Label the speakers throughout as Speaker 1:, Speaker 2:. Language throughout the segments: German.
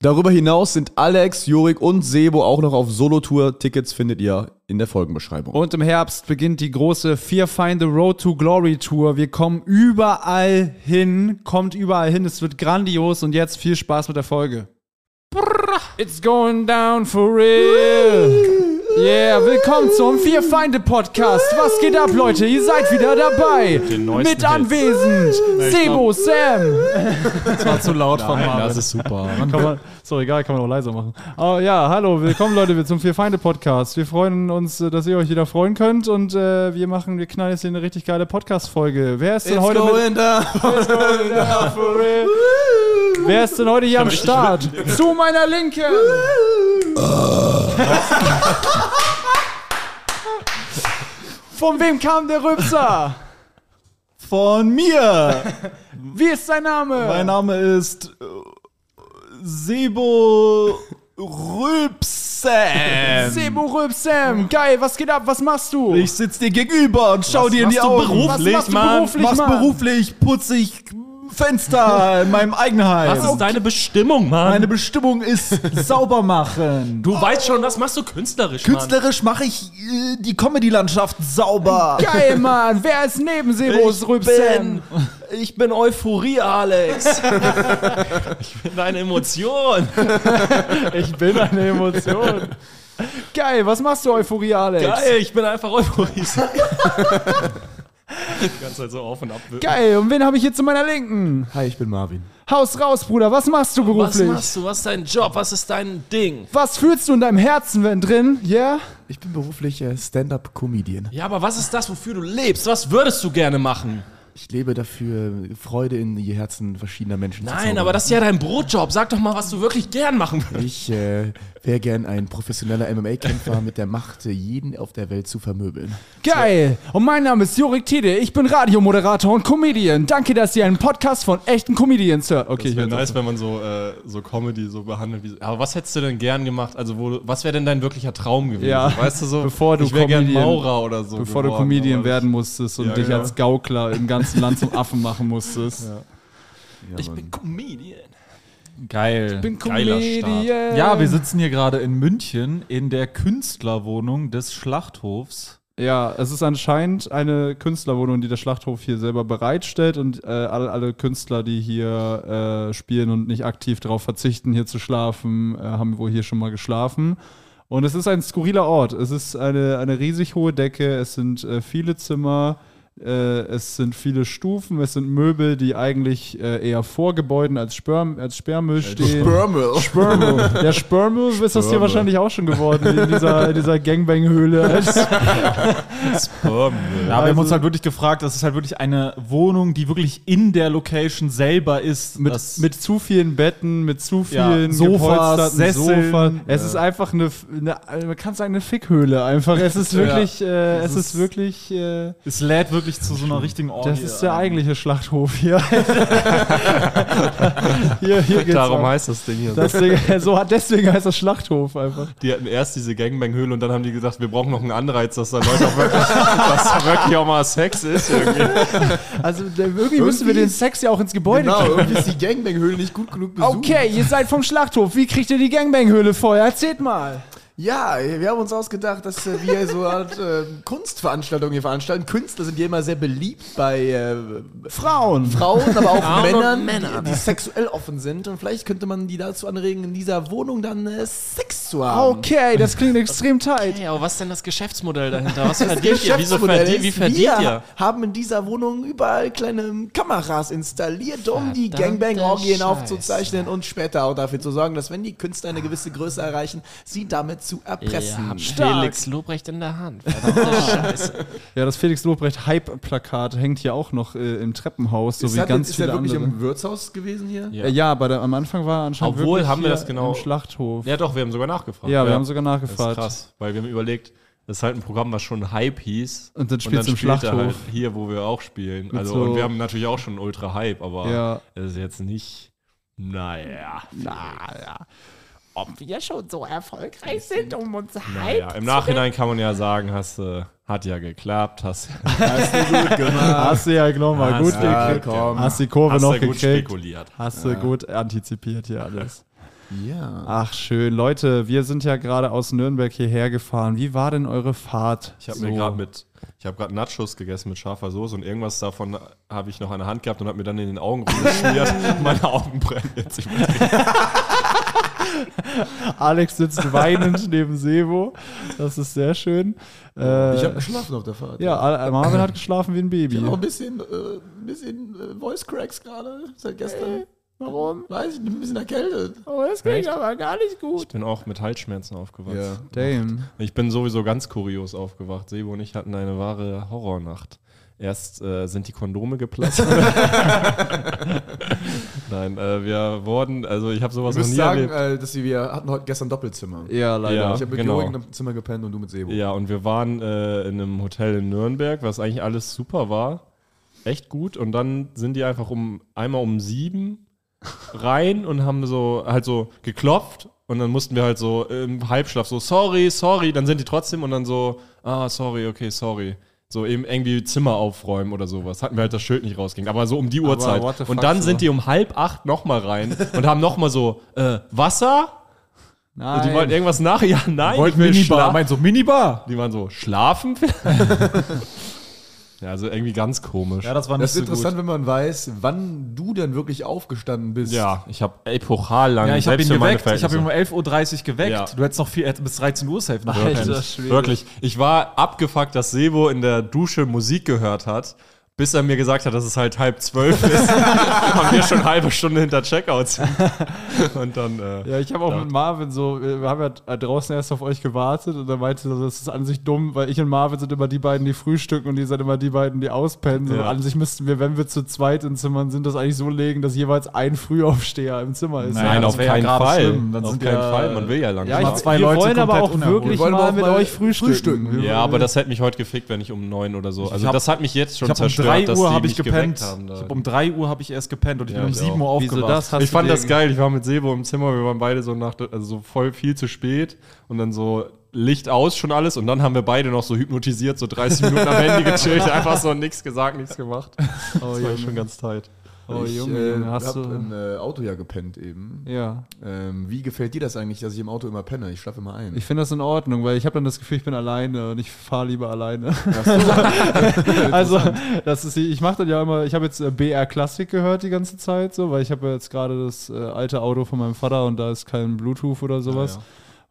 Speaker 1: Darüber hinaus sind Alex, Jurik und Sebo auch noch auf Solo-Tour. Tickets findet ihr in der Folgenbeschreibung.
Speaker 2: Und im Herbst beginnt die große Fear Find the Road to Glory Tour. Wir kommen überall hin, kommt überall hin. Es wird grandios und jetzt viel Spaß mit der Folge. It's going down for real. Yeah, willkommen zum Vier Feinde Podcast. Was geht ab, Leute? Ihr seid wieder dabei.
Speaker 3: neuesten
Speaker 2: Mit anwesend. Sebo, Sam. Das war zu laut von Marvin.
Speaker 3: Das ist super.
Speaker 2: Kann man, sorry, egal, kann man auch leiser machen. Aber ja, hallo, willkommen Leute wir zum Vier Feinde Podcast. Wir freuen uns, äh, dass ihr euch wieder freuen könnt und äh, wir machen, wir knallen jetzt hier eine richtig geile Podcast Folge. Wer ist denn heute mit, Wer ist denn heute hier am Start? Zu meiner Linken. Von wem kam der Rübser?
Speaker 4: Von mir.
Speaker 2: Wie ist sein Name?
Speaker 4: Mein Name ist äh, Sebo Rülpsen.
Speaker 2: Sebo Rübsam. Geil, was geht ab? Was machst du?
Speaker 4: Ich sitz dir gegenüber und schau
Speaker 2: Was
Speaker 4: dir in die
Speaker 2: machst du
Speaker 4: Augen.
Speaker 2: beruflich, Was machst du Mann? beruflich,
Speaker 4: Mach's
Speaker 2: Mann?
Speaker 4: beruflich, putze ich Fenster in meinem eigenen Heim.
Speaker 3: Das ist deine Bestimmung, Mann.
Speaker 4: Meine Bestimmung ist sauber machen.
Speaker 3: du weißt schon, das machst du künstlerisch, Mann.
Speaker 4: Künstlerisch mache ich äh, die Comedy-Landschaft sauber.
Speaker 2: Geil, Mann. Wer ist neben Sebo Rübsam?
Speaker 3: bin, ich bin Euphorie, Alex. ich bin deine Emotion.
Speaker 2: Ich bin eine Emotion. Geil, was machst du, Euphorie, Alex?
Speaker 3: Geil, ich bin einfach Euphorie. die ganze Zeit so auf und ab.
Speaker 2: Geil, und wen habe ich hier zu meiner Linken?
Speaker 1: Hi, ich bin Marvin.
Speaker 2: Haus raus, Bruder, was machst du
Speaker 3: Was
Speaker 2: beruflich? Was,
Speaker 3: machst du? Was ist dein Job? Was ist dein Ding?
Speaker 2: fühlst du in deinem Herzen, wenn drin? Yeah?
Speaker 1: Ich bin beruflich äh, Stand-up-Comedian.
Speaker 3: Ja, aber was ist das, wofür du lebst? Was würdest du gerne machen?
Speaker 1: Ich lebe dafür, Freude in die Herzen verschiedener Menschen zu
Speaker 3: Nein,
Speaker 1: zaubern.
Speaker 3: aber das ist ja dein Brotjob. Sag doch mal, was du wirklich gern machen würdest.
Speaker 1: Ich äh, wäre gern ein professioneller MMA-Kämpfer mit der Macht, äh, jeden auf der Welt zu vermöbeln.
Speaker 2: Geil! Und mein Name ist Jurik Tide, ich bin Radiomoderator und Comedian. Danke, dass ihr einen Podcast von echten Comedians hört. Okay,
Speaker 5: Das wäre
Speaker 2: hier
Speaker 5: nice, wenn man so, äh, so Comedy so behandelt. Wie, aber was hättest du denn gern gemacht? Also, wo, du- was wäre denn dein wirklicher Traum gewesen?
Speaker 2: Ja.
Speaker 5: Weißt du so?
Speaker 2: Bevor du
Speaker 5: ich wäre gern
Speaker 2: Comedian-
Speaker 5: Maurer oder so.
Speaker 2: Bevor du
Speaker 5: geworden,
Speaker 2: Comedian
Speaker 5: aber-
Speaker 2: werden musstest und
Speaker 5: Ja,
Speaker 2: dich
Speaker 5: genau.
Speaker 2: als Gaukler im ganzen Land zum Affen machen musstest.
Speaker 3: Ich bin Comedian.
Speaker 4: Geil.
Speaker 2: Ich bin
Speaker 3: Geiler Start.
Speaker 2: Comedian.
Speaker 4: Ja, wir sitzen hier gerade in München in der Künstlerwohnung des Schlachthofs.
Speaker 2: Ja, es ist anscheinend eine Künstlerwohnung, die der Schlachthof hier selber bereitstellt und äh, alle, alle Künstler, die hier äh, spielen und nicht aktiv darauf verzichten, hier zu schlafen, äh, haben wohl hier schon mal geschlafen. Und es ist ein skurriler Ort. Es ist eine, eine riesig hohe Decke, es sind äh, viele Zimmer, äh, es sind viele Stufen, es sind Möbel, die eigentlich äh, eher vor Gebäuden als, Sperm, als Sperrmüll stehen.
Speaker 1: Spermel.
Speaker 2: Spermo. Ja, Spermo ist das hier
Speaker 1: Spermo.
Speaker 2: wahrscheinlich auch schon geworden, in dieser, in dieser Gangbang-Höhle.
Speaker 4: Ja, wir
Speaker 2: Also
Speaker 4: haben uns halt wirklich gefragt, das ist halt wirklich eine Wohnung, die wirklich in der Location selber ist.
Speaker 2: Mit,
Speaker 4: das,
Speaker 2: mit zu vielen Betten, mit zu
Speaker 4: Ja,
Speaker 2: vielen
Speaker 4: Sofas,
Speaker 2: gepolsterten
Speaker 4: Sesseln.
Speaker 2: Sofas. Es ist einfach eine, F- eine, man kann sagen, eine Fickhöhle einfach. Es ist wirklich, äh, es ist, Oh, wirklich, äh,
Speaker 4: es lädt wirklich zu so einer richtigen Orgie.
Speaker 2: das ist der
Speaker 4: ein.
Speaker 2: eigentliche Schlachthof hier. hier, hier geht's
Speaker 5: Darum
Speaker 2: ab.
Speaker 5: heißt das Ding hier.
Speaker 2: das Ding, so hat deswegen heißt das Schlachthof einfach.
Speaker 5: die hatten erst diese Gangbang-Höhle und dann haben die gesagt, wir brauchen noch einen Anreiz, dass da Leute auch wirklich, dass da wirklich auch mal Sex ist. Irgendwie.
Speaker 2: Also da- irgendwie, irgendwie müssen wir den Sex ja auch ins Gebäude
Speaker 1: Genau, irgendwie ist die Gangbang-Höhle nicht gut genug besucht.
Speaker 2: Okay, ihr seid vom Schlachthof. Wie kriegt ihr die Gangbang-Höhle voll? Erzählt mal.
Speaker 1: Ja, wir haben uns ausgedacht, dass äh, wir so eine Art äh, Kunstveranstaltung hier veranstalten. Künstler sind ja immer sehr beliebt bei äh,
Speaker 2: Frauen.
Speaker 1: Frauen, aber auch
Speaker 3: Frauen und
Speaker 1: Männern,
Speaker 3: Männer.
Speaker 1: Die, die sexuell offen sind. Und vielleicht könnte man die dazu anregen, in dieser Wohnung dann äh, Sex zu haben.
Speaker 2: Okay, das klingt extrem tight.
Speaker 3: Hey, aber was ist denn das Geschäftsmodell dahinter? Was verdient ihr? Wieso
Speaker 1: Geschäftsmodell
Speaker 3: verdient,
Speaker 1: ist,
Speaker 3: wie verdient
Speaker 1: wir
Speaker 3: ihr?
Speaker 1: haben in dieser Wohnung überall kleine Kameras installiert, um die
Speaker 3: Verdammter
Speaker 1: Gangbang-Orgien
Speaker 3: Scheiß.
Speaker 1: aufzuzeichnen und später auch dafür zu sorgen, dass wenn die Künstler eine gewisse Größe erreichen, sie damit zu erpressen.
Speaker 2: Stark.
Speaker 3: Felix Lobrecht in der Hand. Verdammte Scheiße.
Speaker 2: Ja, das Felix Lobrecht Hype-Plakat hängt hier auch noch äh, im Treppenhaus, so wie ganz viele andere.
Speaker 1: Wirtshaus gewesen hier?
Speaker 2: Ja, ja aber da, am Anfang war er anscheinend
Speaker 5: Obwohl,
Speaker 2: wirklich
Speaker 5: haben wir
Speaker 2: hier
Speaker 5: das genau-
Speaker 2: im Schlachthof. Ja,
Speaker 5: Ja, doch, wir haben sogar nachgefragt.
Speaker 2: wir haben sogar
Speaker 5: Das ist
Speaker 2: nachgefragt.
Speaker 5: krass, weil wir haben überlegt, Das ist halt ein Programm, was schon Hype hieß.
Speaker 2: Und dann spielst du im
Speaker 5: spielt er
Speaker 2: Schlachthof.
Speaker 5: halt hier, wo wir auch spielen. Also,
Speaker 2: so-
Speaker 5: und wir haben natürlich auch schon Ultra Hype, aber
Speaker 2: Ja.
Speaker 5: es ist jetzt nicht. Naja. Naja.
Speaker 6: ob wir schon so erfolgreich sind, um uns halb
Speaker 5: naja. Im Nachhinein kann man ja sagen, hast, äh, hat ja geklappt, hast, Ah.
Speaker 2: Hast du ja genommen, mal gut
Speaker 1: Ja,
Speaker 2: gekriegt.
Speaker 1: komm.
Speaker 2: Hast die Kurve
Speaker 5: hast
Speaker 2: noch
Speaker 5: ja gut
Speaker 2: gekriegt.
Speaker 5: spekuliert.
Speaker 2: Hast du gut antizipiert hier alles.
Speaker 1: Ja.
Speaker 2: Ach schön, Leute, wir sind ja gerade aus Nürnberg hierher gefahren. Wie war denn eure Fahrt?
Speaker 5: Ich habe mir gerade mit, ich habe gerade Nachos gegessen mit scharfer Soße und irgendwas davon habe ich noch an der Hand gehabt und habe mir dann in den Augen rumgeschmiert. Meine Augen brennen jetzt. Ich bin
Speaker 2: Alex sitzt weinend neben Sebo. Das ist sehr schön. Äh,
Speaker 1: Ich habe geschlafen auf der Fahrt.
Speaker 2: ja, Al- Marvin hat geschlafen wie ein Baby.
Speaker 1: Ich habe auch ein bisschen, äh, ein bisschen äh, Voice Cracks gerade seit gestern.
Speaker 6: warum?
Speaker 1: Weiß ich, bin ein bisschen erkältet.
Speaker 6: Oh, das klingt aber gar nicht gut.
Speaker 5: Ich bin auch mit Halsschmerzen aufgewacht.
Speaker 2: Also Damn.
Speaker 5: Ich bin sowieso ganz kurios aufgewacht. Sebo und ich hatten eine wahre Horrornacht. Erst äh, sind die Kondome geplatzt. Nein, äh, wir wurden, also ich habe sowas
Speaker 1: Ich
Speaker 5: noch
Speaker 1: muss
Speaker 5: nie
Speaker 1: sagen, äh,
Speaker 5: erlebt.
Speaker 1: dass wir, wir hatten heute gestern Doppelzimmer.
Speaker 2: Ja, leider.
Speaker 5: Ja.
Speaker 1: Ich habe mit
Speaker 5: genau.
Speaker 1: Jorik im Zimmer gepennt und du mit Sebo.
Speaker 5: Ja, und wir waren äh, in einem Hotel in Nürnberg, was eigentlich alles super war. Echt gut. Und dann sind die einfach um einmal um sieben rein und haben so halt so geklopft. Und dann mussten wir halt so im Halbschlaf so, sorry, sorry. Dann sind die trotzdem und dann so, ah, sorry, okay, sorry. So eben irgendwie Zimmer aufräumen oder sowas. Hatten wir halt das Schild nicht rausging. Aber so um die Uhrzeit.
Speaker 2: what the fuck,
Speaker 5: Und dann
Speaker 2: so.
Speaker 5: sind die um halb acht nochmal rein und haben nochmal so, äh, Wasser?
Speaker 2: Nein.
Speaker 5: Die wollten irgendwas nach. Ja, nein,
Speaker 2: Wollten
Speaker 5: ich will
Speaker 2: Minibar.
Speaker 5: schlafen.
Speaker 2: Meinst du Minibar?
Speaker 5: Die waren so, schlafen? ja, also irgendwie ganz komisch.
Speaker 4: Ja, das war nicht
Speaker 1: Das ist
Speaker 4: so
Speaker 1: interessant, wenn man weiß, wann du dann wirklich aufgestanden bist.
Speaker 5: Ja, ich habe epochal
Speaker 4: gut.
Speaker 5: lange
Speaker 4: Ja, ich habe
Speaker 5: selbst
Speaker 4: ihn
Speaker 5: für meine
Speaker 4: geweckt. Ich habe ihn um
Speaker 5: Verhältnisse.
Speaker 4: 11.30 Uhr geweckt.
Speaker 5: Ja.
Speaker 4: Du hättest noch viel, hättest bis 13 Uhr safe noch
Speaker 5: Wirklich. Wirklich. Ich war abgefuckt, dass Sebo in der Dusche Musik gehört hat, bis er mir gesagt hat, dass es halt halb zwölf ist. und wir schon eine halbe Stunde hinter Checkouts sind. Und dann, äh,
Speaker 2: Ja, ich habe auch mit Marvin so, wir wir haben ja äh, draußen erst auf euch gewartet und er meinte, so, das ist an sich dumm, weil ich und Marvin sind immer die beiden, die frühstücken und die sind immer die beiden, die auspennen. So,
Speaker 5: Ja.
Speaker 2: An sich müssten wir, wenn wir zu zweit in Zimmern sind, das eigentlich so legen, dass jeweils ein Frühaufsteher im Zimmer ist.
Speaker 4: Naja,
Speaker 5: nein,
Speaker 4: das
Speaker 5: auf
Speaker 4: wär ja
Speaker 5: keinen
Speaker 4: gerade
Speaker 5: Fall.
Speaker 4: schlimm. Dann
Speaker 5: Auf
Speaker 4: sind
Speaker 5: keinen
Speaker 4: ja-
Speaker 5: Fall, man will ja lange.
Speaker 2: Ja, ich,
Speaker 5: schlafen.
Speaker 4: zwei
Speaker 2: wir
Speaker 4: Leute
Speaker 2: wollen aber
Speaker 4: komplett
Speaker 2: auch
Speaker 4: unerholt.
Speaker 2: wirklich
Speaker 1: Wir wollen aber
Speaker 2: mal
Speaker 1: auch
Speaker 2: mit
Speaker 1: mal
Speaker 2: euch frühstücken.
Speaker 1: frühstücken. Wir
Speaker 5: ja, aber das hätte mich heute gefickt, wenn ich um neun oder so. Also
Speaker 4: hab-
Speaker 5: das hat mich jetzt schon
Speaker 4: Ich habe um
Speaker 5: zerstört,
Speaker 4: 3
Speaker 5: dass
Speaker 4: Uhr
Speaker 5: die
Speaker 4: habe ich
Speaker 5: mich
Speaker 4: geweckt.
Speaker 5: geweckt haben. da.
Speaker 4: Ich hab um 3 Uhr habe ich erst gepennt und ich
Speaker 5: Ja,
Speaker 4: bin um
Speaker 5: ich
Speaker 4: 7
Speaker 5: auch.
Speaker 4: Uhr aufgewacht.
Speaker 2: Wieso das? Hast
Speaker 5: ich
Speaker 2: du
Speaker 5: fand
Speaker 2: dir
Speaker 5: das geil. Ich war mit Sebo im Zimmer. Wir waren beide so nach, also so voll viel zu spät und dann so Licht aus schon alles und dann haben wir beide noch so hypnotisiert so 30 Minuten am Handy gechillt, einfach so nichts gesagt, nichts gemacht. das war schon ganz tight.
Speaker 2: Oh,
Speaker 1: ich
Speaker 2: Junge,
Speaker 1: äh,
Speaker 2: Junge, hast
Speaker 1: hab
Speaker 2: du.
Speaker 1: im äh, Auto ja gepennt eben.
Speaker 2: ja.
Speaker 1: Ähm, wie gefällt dir das eigentlich, dass ich im Auto immer penne? Ich schlafe immer ein.
Speaker 2: Ich finde das in Ordnung, weil ich habe dann das Gefühl, ich bin alleine und ich fahre lieber alleine. also, das ist, ich mache dann ja immer, ich habe jetzt äh, BR Classic gehört die ganze Zeit, so, weil ich habe ja jetzt gerade das äh, alte Auto von meinem Vater und da ist kein Bluetooth oder sowas.
Speaker 4: Ah,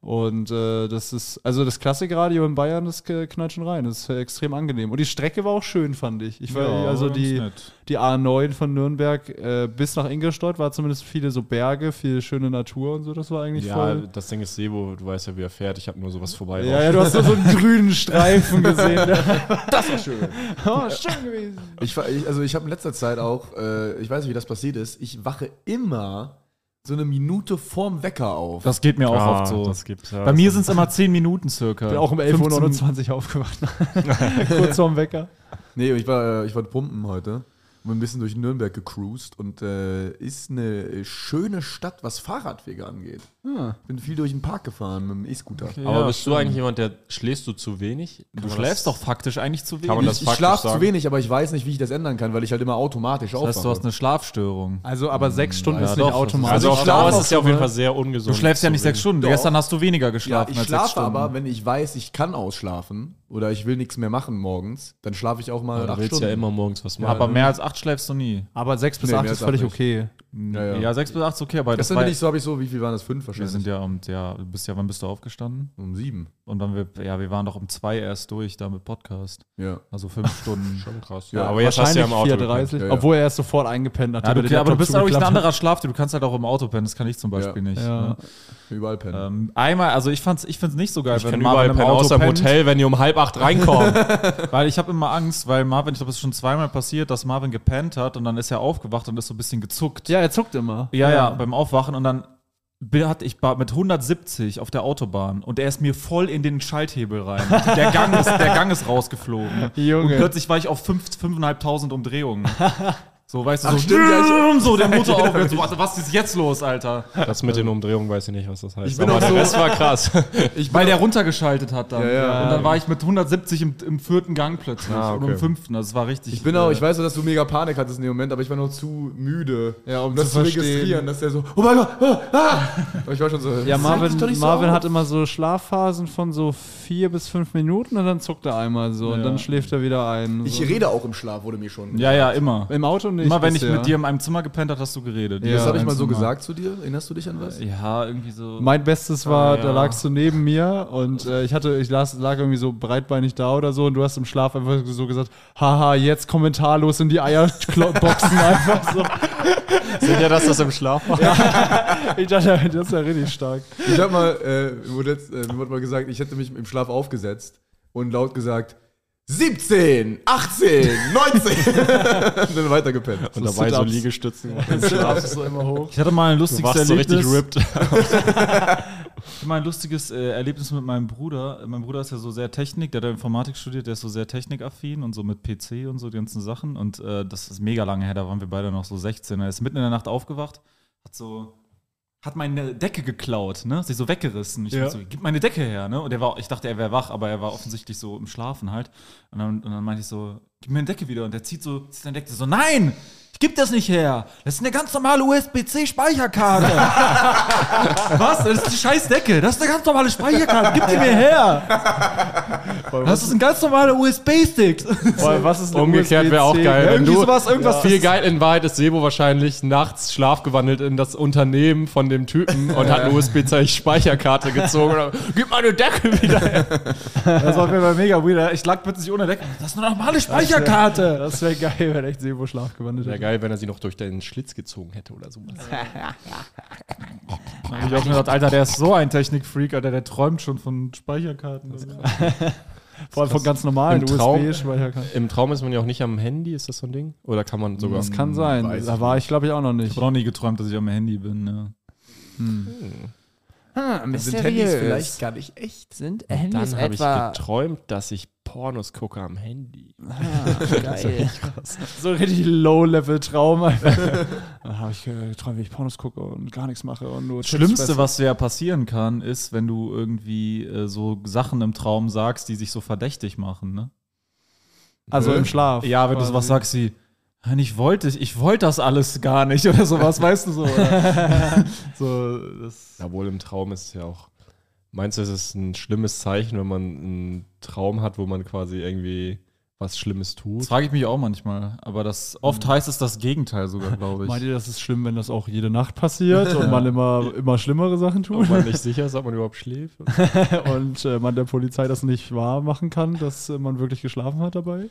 Speaker 2: Und äh, das ist, also das Klassikradio in Bayern, das äh, knallt schon rein. Das ist äh, extrem angenehm. Und die Strecke war auch schön, fand ich. ich war,
Speaker 4: Ja,
Speaker 2: also
Speaker 4: ganz
Speaker 2: die,
Speaker 4: nett.
Speaker 2: die A9 von Nürnberg äh, bis nach Ingolstadt war zumindest viele so Berge, viel schöne Natur und so. Das war eigentlich
Speaker 5: Ja,
Speaker 2: voll.
Speaker 5: das Ding ist Sebo, du weißt ja, wie er fährt. Ich habe nur sowas vorbei.
Speaker 2: Ja, ja, du hast nur so einen grünen Streifen gesehen. das war schön. Oh, schön gewesen.
Speaker 1: Ich, war- ich, also ich habe in letzter Zeit auch, äh, ich weiß nicht, wie das passiert ist, ich wache immer so eine Minute vorm Wecker auf.
Speaker 4: Das geht mir auch
Speaker 5: Ah,
Speaker 4: oft so.
Speaker 5: das gibt's, ja.
Speaker 4: Bei mir sind es immer 10 Minuten circa.
Speaker 2: Ich bin auch um
Speaker 4: 15.
Speaker 2: 11.29 Uhr aufgewacht. Kurz vorm Wecker.
Speaker 1: Nee, ich war, äh, ich war pumpen heute. Bin ein bisschen durch Nürnberg gecruised und äh, ist eine schöne Stadt, was Fahrradwege angeht. Bin viel durch den Park gefahren mit dem E-Scooter.
Speaker 5: Aber bist du eigentlich jemand, der schläfst du zu wenig?
Speaker 4: Du schläfst doch faktisch eigentlich zu wenig.
Speaker 5: man das
Speaker 1: Ich, ich
Speaker 5: faktisch
Speaker 1: schlafe zu
Speaker 5: sagen?
Speaker 1: wenig, aber ich weiß nicht, wie ich das ändern kann, weil ich halt immer automatisch
Speaker 4: das heißt, du hast eine Schlafstörung.
Speaker 2: Also, aber sechs Stunden
Speaker 4: ist nicht automatisch. Also
Speaker 5: Also, auf
Speaker 4: ich
Speaker 5: Dauer
Speaker 4: schlafe
Speaker 5: ist
Speaker 4: auch
Speaker 5: es ja auf
Speaker 4: schon
Speaker 5: jeden
Speaker 4: mal.
Speaker 5: Fall sehr ungesund.
Speaker 4: Du schläfst ja nicht
Speaker 5: zu
Speaker 4: sechs
Speaker 5: wenig.
Speaker 4: Stunden. Gestern hast du weniger geschlafen
Speaker 1: ja, ich
Speaker 4: als sechs
Speaker 1: schlafe
Speaker 4: Stunden.
Speaker 1: aber, wenn ich weiß, ich kann ausschlafen oder ich will nichts mehr machen morgens, dann schlafe ich auch mal
Speaker 5: Du
Speaker 1: acht
Speaker 5: willst
Speaker 1: Stunden.
Speaker 5: Ah, ja immer morgens was machen.
Speaker 4: aber mehr als acht schläfst du nie.
Speaker 2: Aber sechs bis
Speaker 1: Nee,
Speaker 2: acht
Speaker 1: mehr
Speaker 2: ist
Speaker 1: ist
Speaker 2: völlig
Speaker 1: auch nicht.
Speaker 2: okay.
Speaker 1: Ja, ja.
Speaker 4: Ja, sechs bis acht ist okay, aber das
Speaker 1: Gestern
Speaker 4: war,
Speaker 1: bin ich so, habe ich so, wie viel waren das? Fünf
Speaker 4: wir
Speaker 1: wahrscheinlich.
Speaker 4: sind ja um, ja, du bist ja, wann bist du aufgestanden?
Speaker 1: um sieben.
Speaker 4: Und dann wir, ja, wir waren doch um zwei erst durch da mit Podcast.
Speaker 1: Ja.
Speaker 4: Also fünf Stunden.
Speaker 5: krass.
Speaker 1: Ja,
Speaker 5: Ja, aber jetzt hast du ja im Auto. gepennt.
Speaker 2: 4.30
Speaker 1: Ja, ja.
Speaker 2: Obwohl er ist sofort eingepennt hat.
Speaker 4: Ja, du, aber du bist
Speaker 2: auch
Speaker 4: eigentlich ein anderer Schlaftyp. Du kannst halt auch im Auto pennen. Das kann ich zum Beispiel nicht.
Speaker 2: Ja.
Speaker 4: Ne?
Speaker 1: Überall pennen.
Speaker 4: Ähm, einmal, also ich fand's, ich find's nicht so geil,
Speaker 5: Ich kann überall pennen, außer im
Speaker 4: pennt,
Speaker 5: Hotel, wenn die um halb acht reinkommen.
Speaker 4: weil ich habe immer Angst, weil Marvin, ich glaube, es ist schon zweimal passiert, dass Marvin gepennt hat und dann ist er aufgewacht und ist so ein bisschen gezuckt.
Speaker 2: Ja, er zuckt immer.
Speaker 4: Ja, ja, beim Aufwachen und dann bin- hatte ich war mit 170 auf der Autobahn und er ist mir voll in den Schalthebel rein. Der Gang ist, der Gang ist rausgeflogen.
Speaker 2: Junge.
Speaker 4: Und plötzlich war ich auf fünf- 5.500 Umdrehungen. So, weißt du, so,
Speaker 1: stimmt, ja,
Speaker 4: so der Motor aufhört. So, warte, was ist jetzt los, Alter?
Speaker 5: Das mit den Umdrehungen weiß ich nicht, was das heißt.
Speaker 1: bin auch
Speaker 5: der
Speaker 1: so-
Speaker 5: Rest war krass.
Speaker 1: Ich
Speaker 4: Weil der runtergeschaltet hat dann.
Speaker 1: Ja, ja.
Speaker 4: Und dann war ich mit 170 im, im vierten Gang plötzlich.
Speaker 5: Ah, okay.
Speaker 4: Oder im fünften. Das war richtig.
Speaker 1: Ich bin auch,
Speaker 4: äh,
Speaker 1: Genau, ich weiß, nur, dass du mega Panik hattest in dem Moment, aber ich war noch zu müde,
Speaker 2: Ja, um
Speaker 1: das
Speaker 2: zu
Speaker 1: zu
Speaker 2: verstehen.
Speaker 1: registrieren, dass der so, oh mein Gott, ah, ah. Aber ich war schon so,
Speaker 2: Ja,
Speaker 1: "Sag das
Speaker 2: Marvin,
Speaker 1: doch nicht so
Speaker 2: Marvin
Speaker 1: auf."
Speaker 2: hat immer so Schlafphasen von so vier bis fünf Minuten und dann zuckt er einmal so und dann schläft er wieder ein.
Speaker 1: Ich
Speaker 2: so.
Speaker 1: rede auch im Schlaf, wurde mir schon.
Speaker 4: Ja, ja, immer.
Speaker 2: Im Auto nicht.
Speaker 4: Immer wenn ich
Speaker 2: bisher.
Speaker 4: mit dir in einem Zimmer gepennt habe, hast du geredet.
Speaker 2: Ja,
Speaker 1: das habe ich
Speaker 4: ein
Speaker 1: mal so
Speaker 4: Zimmer.
Speaker 1: gesagt zu dir. Erinnerst du dich an was?
Speaker 4: Ja, irgendwie so.
Speaker 2: Mein Bestes war,
Speaker 4: Ah, ja.
Speaker 2: da lagst du neben mir und äh, ich hatte, ich las, lag irgendwie so breitbeinig da oder so und du hast im Schlaf einfach so gesagt, haha, jetzt kommentarlos in die Eierboxen einfach so.
Speaker 5: Sicher, dass das im Schlaf war.
Speaker 2: Ich dachte, das ist ja richtig stark.
Speaker 1: Ich habe mal, äh, mir wurde jetzt, äh, mir wurde mal gesagt, ich hätte mich im Schlaf aufgesetzt und laut gesagt, 17, 18, 19. und dann weitergepennt.
Speaker 5: Und dabei so Liegestützen.
Speaker 2: Schlafst du immer hoch.
Speaker 4: Ich hatte mal ein lustiges
Speaker 5: Warst so richtig
Speaker 4: Erlebnis.
Speaker 5: ripped.
Speaker 4: Ich hatte mal ein lustiges äh, Erlebnis mit meinem Bruder. Mein Bruder ist ja so sehr Technik, der hat ja Informatik studiert, der ist so sehr technikaffin und so mit PC und so die ganzen Sachen. Und äh, das ist mega lange her, da waren wir beide noch so 16. Er ist mitten in der Nacht aufgewacht, hat so hat meine Decke geklaut, ne? Sich so weggerissen. Ich war so, gib meine Decke her, ne? Und er war, ich dachte, er wäre wach, aber er war offensichtlich so im Schlafen halt. Und dann, und dann meinte ich so, gib mir eine Decke wieder. Und er zieht so, zieht seine Decke so, nein! Ich geb das nicht her! Das ist eine ganz normale USB-C-Speicherkarte! Was? Das ist die scheiß Decke! Das ist eine ganz normale Speicherkarte! Gib die mir her! Das ist ein ganz normaler USB-Stick!
Speaker 2: was ist eine
Speaker 5: Umgekehrt wäre auch
Speaker 2: USB-C?
Speaker 5: geil. Wenn
Speaker 2: Irgendwie
Speaker 5: du
Speaker 2: sowas, irgendwas.
Speaker 5: viel geil in Wahrheit ist Sebo wahrscheinlich nachts schlafgewandelt in das Unternehmen von dem Typen und hat eine USB-Speicherkarte gezogen. Und dann, Gib meine Deckel wieder. her."
Speaker 4: Das war mir mega weird. Ich lag plötzlich ohne Decke. Das ist eine normale Speicherkarte!
Speaker 2: Das wäre geil, wenn echt Sebo schlafgewandelt
Speaker 5: Wäre
Speaker 2: wäre.
Speaker 5: geil, wenn er sie noch durch den Schlitz gezogen hätte oder sowas.
Speaker 4: Da hab ich auch schon gedacht, Alter, der ist so ein Technikfreak, Alter, der träumt schon von Speicherkarten.
Speaker 2: Vor allem von ganz normalen
Speaker 5: Im Traum-
Speaker 2: USB-Speicherkarten.
Speaker 5: Im Traum ist man ja auch nicht am Handy, ist das so ein Ding? Oder kann man sogar.
Speaker 2: Das kann sein.
Speaker 1: Weiß
Speaker 2: Da
Speaker 1: ich
Speaker 2: war ich, glaube ich, auch noch nicht.
Speaker 4: Ich habe noch nie geträumt, dass ich am Handy bin. Ne?
Speaker 7: Ah,
Speaker 1: Sind Handys vielleicht gar nicht echt?
Speaker 7: Sind Handys
Speaker 5: Dann habe ich
Speaker 7: etwa.
Speaker 5: geträumt, dass ich Pornos gucke am Handy.
Speaker 7: geil.
Speaker 2: So richtig Low-Level-Traum. Dann habe ich äh, geträumt, wie ich Pornos gucke und gar nichts mache und nur
Speaker 4: Das Schlimmste, was dir ja passieren kann, ist, wenn du irgendwie äh, so Sachen im Traum sagst, die sich so verdächtig machen. Ne?
Speaker 2: Also im Schlaf.
Speaker 4: Ja, wenn du sowas sagst wie, "Nein, ich wollte, ich wollte das alles gar nicht oder sowas, weißt du so. oder? so das
Speaker 5: Ja, wohl im Traum ist es ja auch. Meinst du, es ist ein schlimmes Zeichen, wenn man einen Traum hat, wo man quasi irgendwie was Schlimmes
Speaker 4: das
Speaker 5: tut?
Speaker 4: frage ich mich auch manchmal. Aber das oft heißt es das Gegenteil sogar, glaube ich.
Speaker 2: Meint ihr, das ist schlimm, wenn das auch jede Nacht passiert und man immer, immer schlimmere Sachen
Speaker 5: Ob
Speaker 2: tut
Speaker 5: man nicht sicher ist, ob man überhaupt schläft?
Speaker 2: und äh, man der Polizei das nicht wahr machen kann, dass äh, man wirklich geschlafen hat dabei?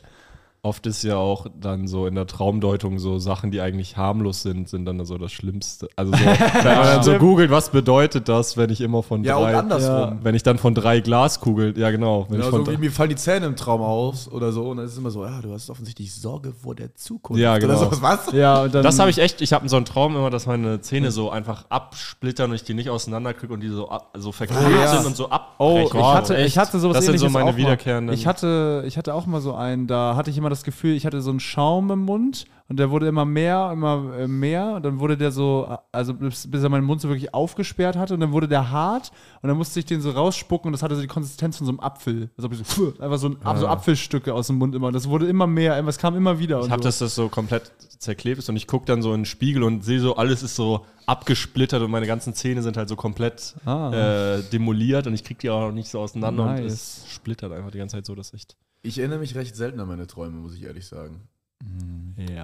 Speaker 5: Oft ist ja auch dann so in der Traumdeutung so Sachen, die eigentlich harmlos sind, sind dann so das Schlimmste. Also so, wenn man dann so googelt, was bedeutet das, wenn ich immer von
Speaker 1: Ja, und
Speaker 5: drei,
Speaker 1: andersrum.
Speaker 5: wenn ich dann von drei Glaskugeln, ja genau, wenn
Speaker 1: Ja,
Speaker 5: ich
Speaker 1: so
Speaker 5: von
Speaker 1: wie
Speaker 5: drei,
Speaker 1: mir fallen die Zähne im Traum aus oder so. Und dann ist es immer so, ja, du hast offensichtlich Sorge vor der Zukunft.
Speaker 5: Ja, genau.
Speaker 1: Oder sowas, was?
Speaker 2: Ja, und dann.
Speaker 5: Das habe ich echt, ich habe so einen Traum immer, dass meine Zähne so einfach absplittern und ich die nicht auseinanderkriege und die so, ab, so verklebt
Speaker 2: Ja.
Speaker 5: sind und so abbrechen.
Speaker 2: Oh, ich hatte,
Speaker 5: echt.
Speaker 2: ich hatte sowas
Speaker 5: Das sind so
Speaker 2: ähnliches
Speaker 5: meine
Speaker 2: auch
Speaker 5: wiederkehrenden.
Speaker 2: Mal. Ich hatte, ich hatte auch mal so einen, da hatte ich immer das Gefühl, ich hatte so einen Schaum im Mund und der wurde immer mehr, immer äh, mehr und dann wurde der so, also bis, bis er meinen Mund so wirklich aufgesperrt hatte und dann wurde der hart und dann musste ich den so rausspucken und das hatte so die Konsistenz von so einem Apfel. Also ich so, pfuh, einfach so, ein,
Speaker 5: Ah.
Speaker 2: so Apfelstücke aus dem Mund immer. Das wurde immer mehr, es kam immer wieder.
Speaker 5: Ich
Speaker 2: und
Speaker 5: habe
Speaker 2: so.
Speaker 5: das, das so komplett zerklebt ist und ich gucke dann so in den Spiegel und sehe so, alles ist so abgesplittert und meine ganzen Zähne sind halt so komplett
Speaker 2: Ah,
Speaker 5: äh, demoliert und ich kriege die auch noch nicht so auseinander und
Speaker 2: Nice.
Speaker 5: es splittert einfach die ganze Zeit so, dass ich.
Speaker 1: Ich erinnere mich recht selten an meine Träume, muss ich ehrlich sagen.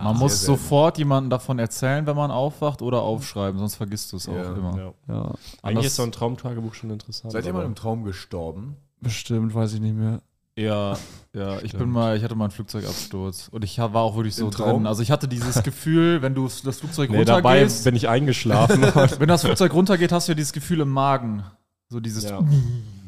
Speaker 4: man muss
Speaker 1: selten.
Speaker 4: sofort jemandem davon erzählen, wenn man aufwacht oder aufschreiben, sonst vergisst du es auch
Speaker 1: Ja.
Speaker 4: immer.
Speaker 5: Ja.
Speaker 2: Ja,
Speaker 5: Eigentlich ist so
Speaker 4: Anders-
Speaker 5: ein Traumtagebuch schon interessant.
Speaker 1: Seid ihr mal
Speaker 5: aber-
Speaker 1: im Traum gestorben?
Speaker 2: bestimmt, weiß ich nicht mehr.
Speaker 4: Ja, ja, ich bin mal, ich hatte mal einen Flugzeugabsturz und ich war auch wirklich so
Speaker 1: Im Traum?
Speaker 4: drin. Also ich hatte dieses Gefühl, wenn du das Flugzeug
Speaker 5: Nee, dabei
Speaker 4: runtergehst,
Speaker 5: bin ich eingeschlafen.
Speaker 4: wenn das Flugzeug runtergeht, hast du ja dieses Gefühl im Magen, so dieses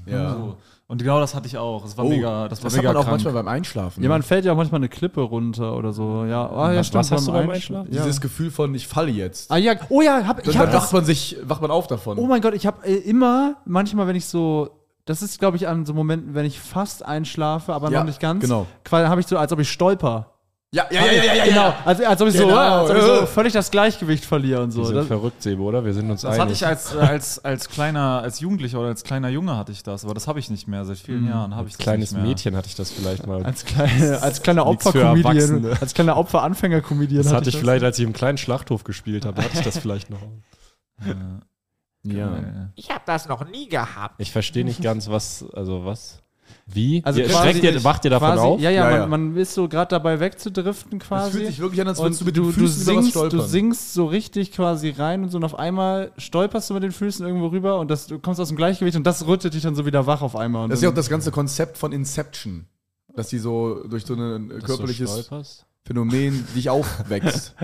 Speaker 5: Ja.
Speaker 4: so. Und genau das hatte ich auch. Das war
Speaker 1: Oh,
Speaker 4: mega, das war
Speaker 1: Das hat
Speaker 4: mega
Speaker 1: man auch
Speaker 4: krank.
Speaker 1: manchmal beim Einschlafen.
Speaker 2: Ja, man fällt ja auch manchmal eine Klippe runter oder so. Ja, ah, ja
Speaker 5: Was-
Speaker 2: stimmt.
Speaker 5: was hast du beim
Speaker 2: Einsch-
Speaker 5: Einschlafen?
Speaker 2: Ja.
Speaker 1: Dieses Gefühl von, ich falle jetzt.
Speaker 2: Ah, ja, oh ja, hab, ich
Speaker 1: Dann
Speaker 2: hab
Speaker 1: wacht
Speaker 2: das.
Speaker 1: man sich, wacht man auf davon.
Speaker 2: Oh mein Gott, ich habe äh, immer, manchmal, wenn ich so. Das ist, glaube ich, an so Momenten, wenn ich fast einschlafe, aber
Speaker 1: Ja,
Speaker 2: noch nicht ganz.
Speaker 1: genau.
Speaker 2: habe ich so, als ob ich stolper.
Speaker 1: ja, ja, ja, ja, ja, ja.
Speaker 2: Genau, also als ob ich, so,
Speaker 1: Genau.
Speaker 2: als ob ich so völlig das Gleichgewicht verliere und so.
Speaker 5: Wir sind
Speaker 2: Das,
Speaker 5: verrückt, Sebo, oder? Wir sind uns
Speaker 4: Das hatte
Speaker 5: einig.
Speaker 4: ich als, äh, als, als kleiner, als Jugendlicher oder als kleiner Junge hatte ich das, aber das habe ich nicht mehr. Seit vielen Jahren habe ich das
Speaker 5: Mhm. Kleines
Speaker 4: nicht mehr.
Speaker 5: Mädchen hatte ich das vielleicht mal.
Speaker 2: als, kleine, als kleiner
Speaker 5: Nichts für
Speaker 2: Opferkomedian,
Speaker 5: Erwachsene.
Speaker 2: als kleiner Opfer-Anfänger-Komedian.
Speaker 5: Das hatte ich vielleicht, als ich im kleinen Schlachthof gespielt habe, hatte ich das vielleicht noch.
Speaker 4: Genau,
Speaker 1: ja.
Speaker 6: Ich habe das noch nie gehabt.
Speaker 5: Ich verstehe nicht ganz, was, also was? Wie?
Speaker 2: Also
Speaker 5: ihr,
Speaker 2: quasi-
Speaker 5: schreckt ihr, wacht ihr davon
Speaker 2: quasi,
Speaker 5: auf?
Speaker 2: Ja, ja,
Speaker 1: Ja, ja.
Speaker 2: Man, man ist so gerade dabei wegzudriften
Speaker 1: Es fühlt
Speaker 2: quasi.
Speaker 1: sich wirklich an, als würdest
Speaker 2: Und
Speaker 1: du mit
Speaker 2: du,
Speaker 1: den
Speaker 2: du,
Speaker 1: Füßen über was
Speaker 2: singst, du
Speaker 1: stolpern.
Speaker 2: singst so richtig quasi rein und so und auf einmal stolperst du mit den Füßen irgendwo rüber und das, du kommst aus dem Gleichgewicht und das rüttet dich dann so wieder wach auf einmal. Und
Speaker 1: Das ist ja auch
Speaker 2: dann-
Speaker 1: das ganze Konzept von Inception. Dass die so durch so ein äh,
Speaker 5: Dass du
Speaker 1: körperliches
Speaker 5: stolperst?
Speaker 1: Phänomen dich aufwächst.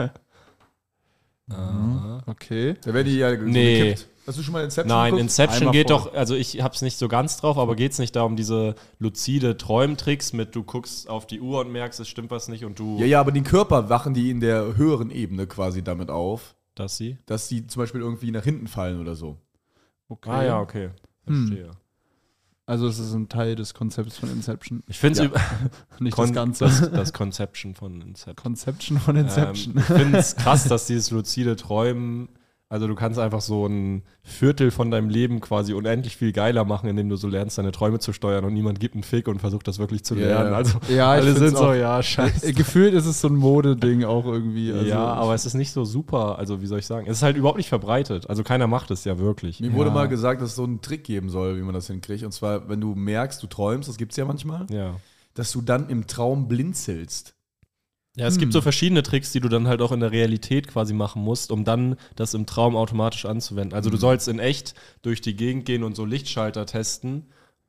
Speaker 5: Mhm.
Speaker 2: okay.
Speaker 1: Da werden die ja so
Speaker 5: Nee.
Speaker 1: gekippt. Hast du schon mal Inception
Speaker 5: Nein,
Speaker 1: geguckt?
Speaker 5: Inception
Speaker 1: Einmal
Speaker 5: geht
Speaker 1: voll.
Speaker 5: doch, also ich hab's nicht so ganz drauf, aber geht's nicht da um diese luzide Träumtricks mit du guckst auf die Uhr und merkst, es stimmt was nicht und du
Speaker 1: Ja, ja, aber den Körper wachen die in der höheren Ebene quasi damit auf,
Speaker 5: dass sie?
Speaker 1: dass sie zum Beispiel irgendwie nach hinten fallen oder so.
Speaker 2: okay.
Speaker 5: Ah ja, okay.
Speaker 2: Hm.
Speaker 5: Verstehe.
Speaker 2: Also es ist ein Teil des Konzepts von Inception.
Speaker 5: Ich finde es
Speaker 2: Nicht
Speaker 5: Kon
Speaker 2: das ganze
Speaker 5: das, das Conception von Inception.
Speaker 2: Conception von
Speaker 5: Ähm,
Speaker 2: Inception.
Speaker 5: ich finde es krass, dass dieses luzide Träumen, also du kannst einfach so ein Viertel von deinem Leben quasi unendlich viel geiler machen, indem du so lernst, deine Träume zu steuern und niemand gibt einen Fick und versucht das wirklich zu
Speaker 1: Ja,
Speaker 5: lernen.
Speaker 1: ja.
Speaker 5: Also
Speaker 2: Ja, ich
Speaker 5: alle
Speaker 2: find's
Speaker 5: sind so,
Speaker 2: auch-
Speaker 5: ja, scheiße.
Speaker 2: Äh, Gefühlt ist es so ein Modeding auch irgendwie. Also
Speaker 5: ja, aber es ist nicht so super, also wie soll ich sagen, es ist halt überhaupt nicht verbreitet. Also keiner macht es ja wirklich.
Speaker 1: Mir wurde mal gesagt, dass es so einen Trick geben soll, wie man das hinkriegt. Und zwar, wenn du merkst, du träumst, das gibt es ja manchmal,
Speaker 5: Ja.
Speaker 1: dass du dann im Traum blinzelst.
Speaker 5: Ja, es
Speaker 2: Hm.
Speaker 5: gibt so verschiedene Tricks, die du dann halt auch in der Realität quasi machen musst, um dann das im Traum automatisch anzuwenden. Also du
Speaker 2: Hm.
Speaker 5: sollst in echt durch die Gegend gehen und so Lichtschalter testen.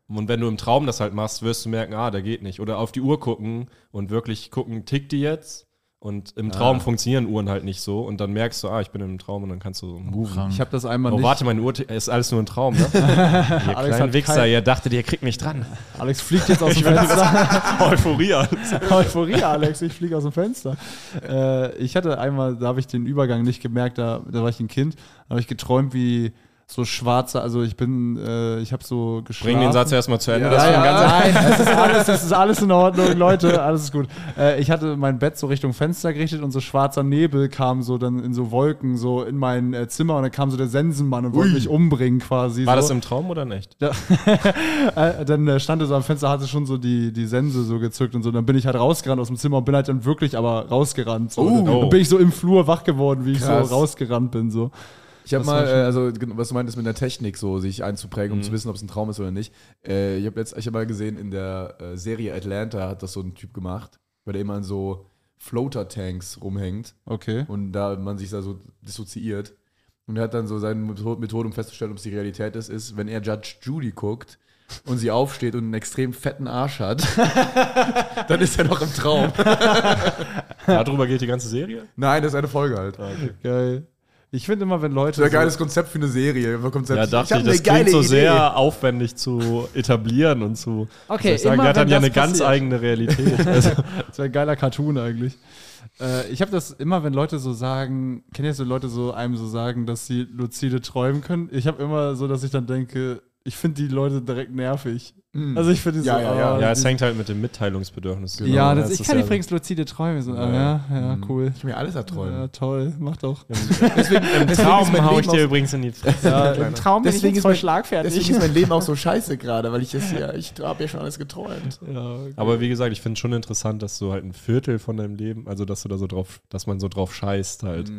Speaker 5: Und wenn du im Traum das halt machst, wirst du merken, ah, der geht nicht. Oder auf die Uhr gucken und wirklich gucken, tickt die jetzt? Und
Speaker 2: Ah.
Speaker 5: im Traum funktionieren Uhren halt nicht so. Und dann merkst du, ah, ich bin im Traum und dann kannst du so move.
Speaker 2: ich habe das einmal
Speaker 5: Oh,
Speaker 2: nicht.
Speaker 5: warte, meine Uhr tick- ist alles nur ein Traum, ne? ihr
Speaker 2: hat
Speaker 5: kleinen Wichser,
Speaker 2: kein-
Speaker 5: ihr dachtet, ihr kriegt mich dran.
Speaker 2: Alex fliegt jetzt aus dem Fenster.
Speaker 5: Euphorie. alles.
Speaker 2: Euphorie, Alex, ich fliege aus dem Fenster. Äh, ich hatte einmal, da habe ich den Übergang nicht gemerkt, da, da war ich ein Kind, da habe ich geträumt wie so schwarze, also ich bin, äh, ich habe so geschrieben.
Speaker 5: Bring den Satz erstmal zu Ende. das
Speaker 2: Ja,
Speaker 5: ist
Speaker 2: ja,
Speaker 5: ein ganz
Speaker 2: nein, es ist, alles, es ist alles in Ordnung, Leute, alles ist gut. Äh, ich hatte mein Bett so Richtung Fenster gerichtet und so schwarzer Nebel kam so dann in so Wolken so in mein äh, Zimmer und dann kam so der Sensenmann und wollte mich umbringen quasi.
Speaker 5: War
Speaker 2: so.
Speaker 5: das im Traum oder nicht?
Speaker 2: Äh, dann äh, stand er so am Fenster, hatte schon so die, die Sense so gezückt und so. Dann bin ich halt rausgerannt aus dem Zimmer und bin halt dann wirklich aber rausgerannt. So.
Speaker 1: Oh.
Speaker 2: Dann bin ich so im Flur wach geworden, wie ich
Speaker 1: Krass.
Speaker 2: so rausgerannt bin. So.
Speaker 1: Ich habe
Speaker 2: war
Speaker 1: mal,
Speaker 2: schon-
Speaker 1: äh, also gen- was du meintest mit der Technik, so sich einzuprägen, um zu wissen, ob es ein Traum ist oder nicht. Äh, ich habe letzt, ich hab mal gesehen, in der äh, Serie Atlanta hat das so ein Typ gemacht, weil der immer in so Floater-Tanks rumhängt
Speaker 2: Okay.
Speaker 1: und da man sich da so dissoziiert. Und er hat dann so seine Metho- Methode, um festzustellen, ob es die Realität ist, ist, wenn er Judge Judy guckt und sie aufsteht und einen extrem fetten Arsch hat, dann ist er noch im Traum.
Speaker 5: Darüber geht die ganze Serie?
Speaker 1: Nein, das ist eine Folge halt.
Speaker 2: Geil. Ich finde immer, wenn Leute.
Speaker 1: Sehr
Speaker 2: so,
Speaker 1: geiles Konzept für eine Serie. Konzept.
Speaker 5: Ja, dachte ich, das klingt so sehr aufwendig zu etablieren und zu.
Speaker 7: Okay,
Speaker 5: soll ich sagen,
Speaker 7: immer
Speaker 5: der hat dann
Speaker 7: wenn
Speaker 5: ja
Speaker 7: das
Speaker 5: eine ganz
Speaker 7: passiert.
Speaker 5: eigene Realität. Also,
Speaker 2: Das wäre ein geiler Cartoon eigentlich. Äh, ich habe das immer, wenn Leute so sagen, kennt ihr so Leute so einem so sagen, dass sie luzide träumen können? Ich habe immer so, dass ich dann denke, ich finde die Leute direkt nervig. Also ich finde die
Speaker 1: Ja,
Speaker 2: so,
Speaker 1: ja, ja.
Speaker 2: ah,
Speaker 5: Hm. ja, es
Speaker 2: die-
Speaker 5: hängt halt mit dem Mitteilungsbedürfnis. zusammen.
Speaker 2: ja, das, ich
Speaker 5: ist
Speaker 2: kann
Speaker 5: ja-
Speaker 2: übrigens luzide Träume. So, ah, ja, ja, cool.
Speaker 1: Ich kann mir alles erträumen.
Speaker 2: Ja, toll, mach doch.
Speaker 5: Im
Speaker 1: ist mein
Speaker 5: Traum hau ich
Speaker 1: Leben
Speaker 5: dir übrigens in die Fresse.
Speaker 2: Ja,
Speaker 7: Im Traum bin ich
Speaker 1: Deswegen
Speaker 7: jetzt
Speaker 1: ist
Speaker 7: voll
Speaker 1: mein-
Speaker 7: schlagfertig.
Speaker 1: Deswegen ist mein Leben auch so scheiße gerade, weil ich das ja, ich habe ja schon alles geträumt.
Speaker 5: Aber wie gesagt, ich finde es schon interessant, dass du halt ein Viertel von deinem Leben, also dass du da so drauf, dass man so drauf scheißt halt.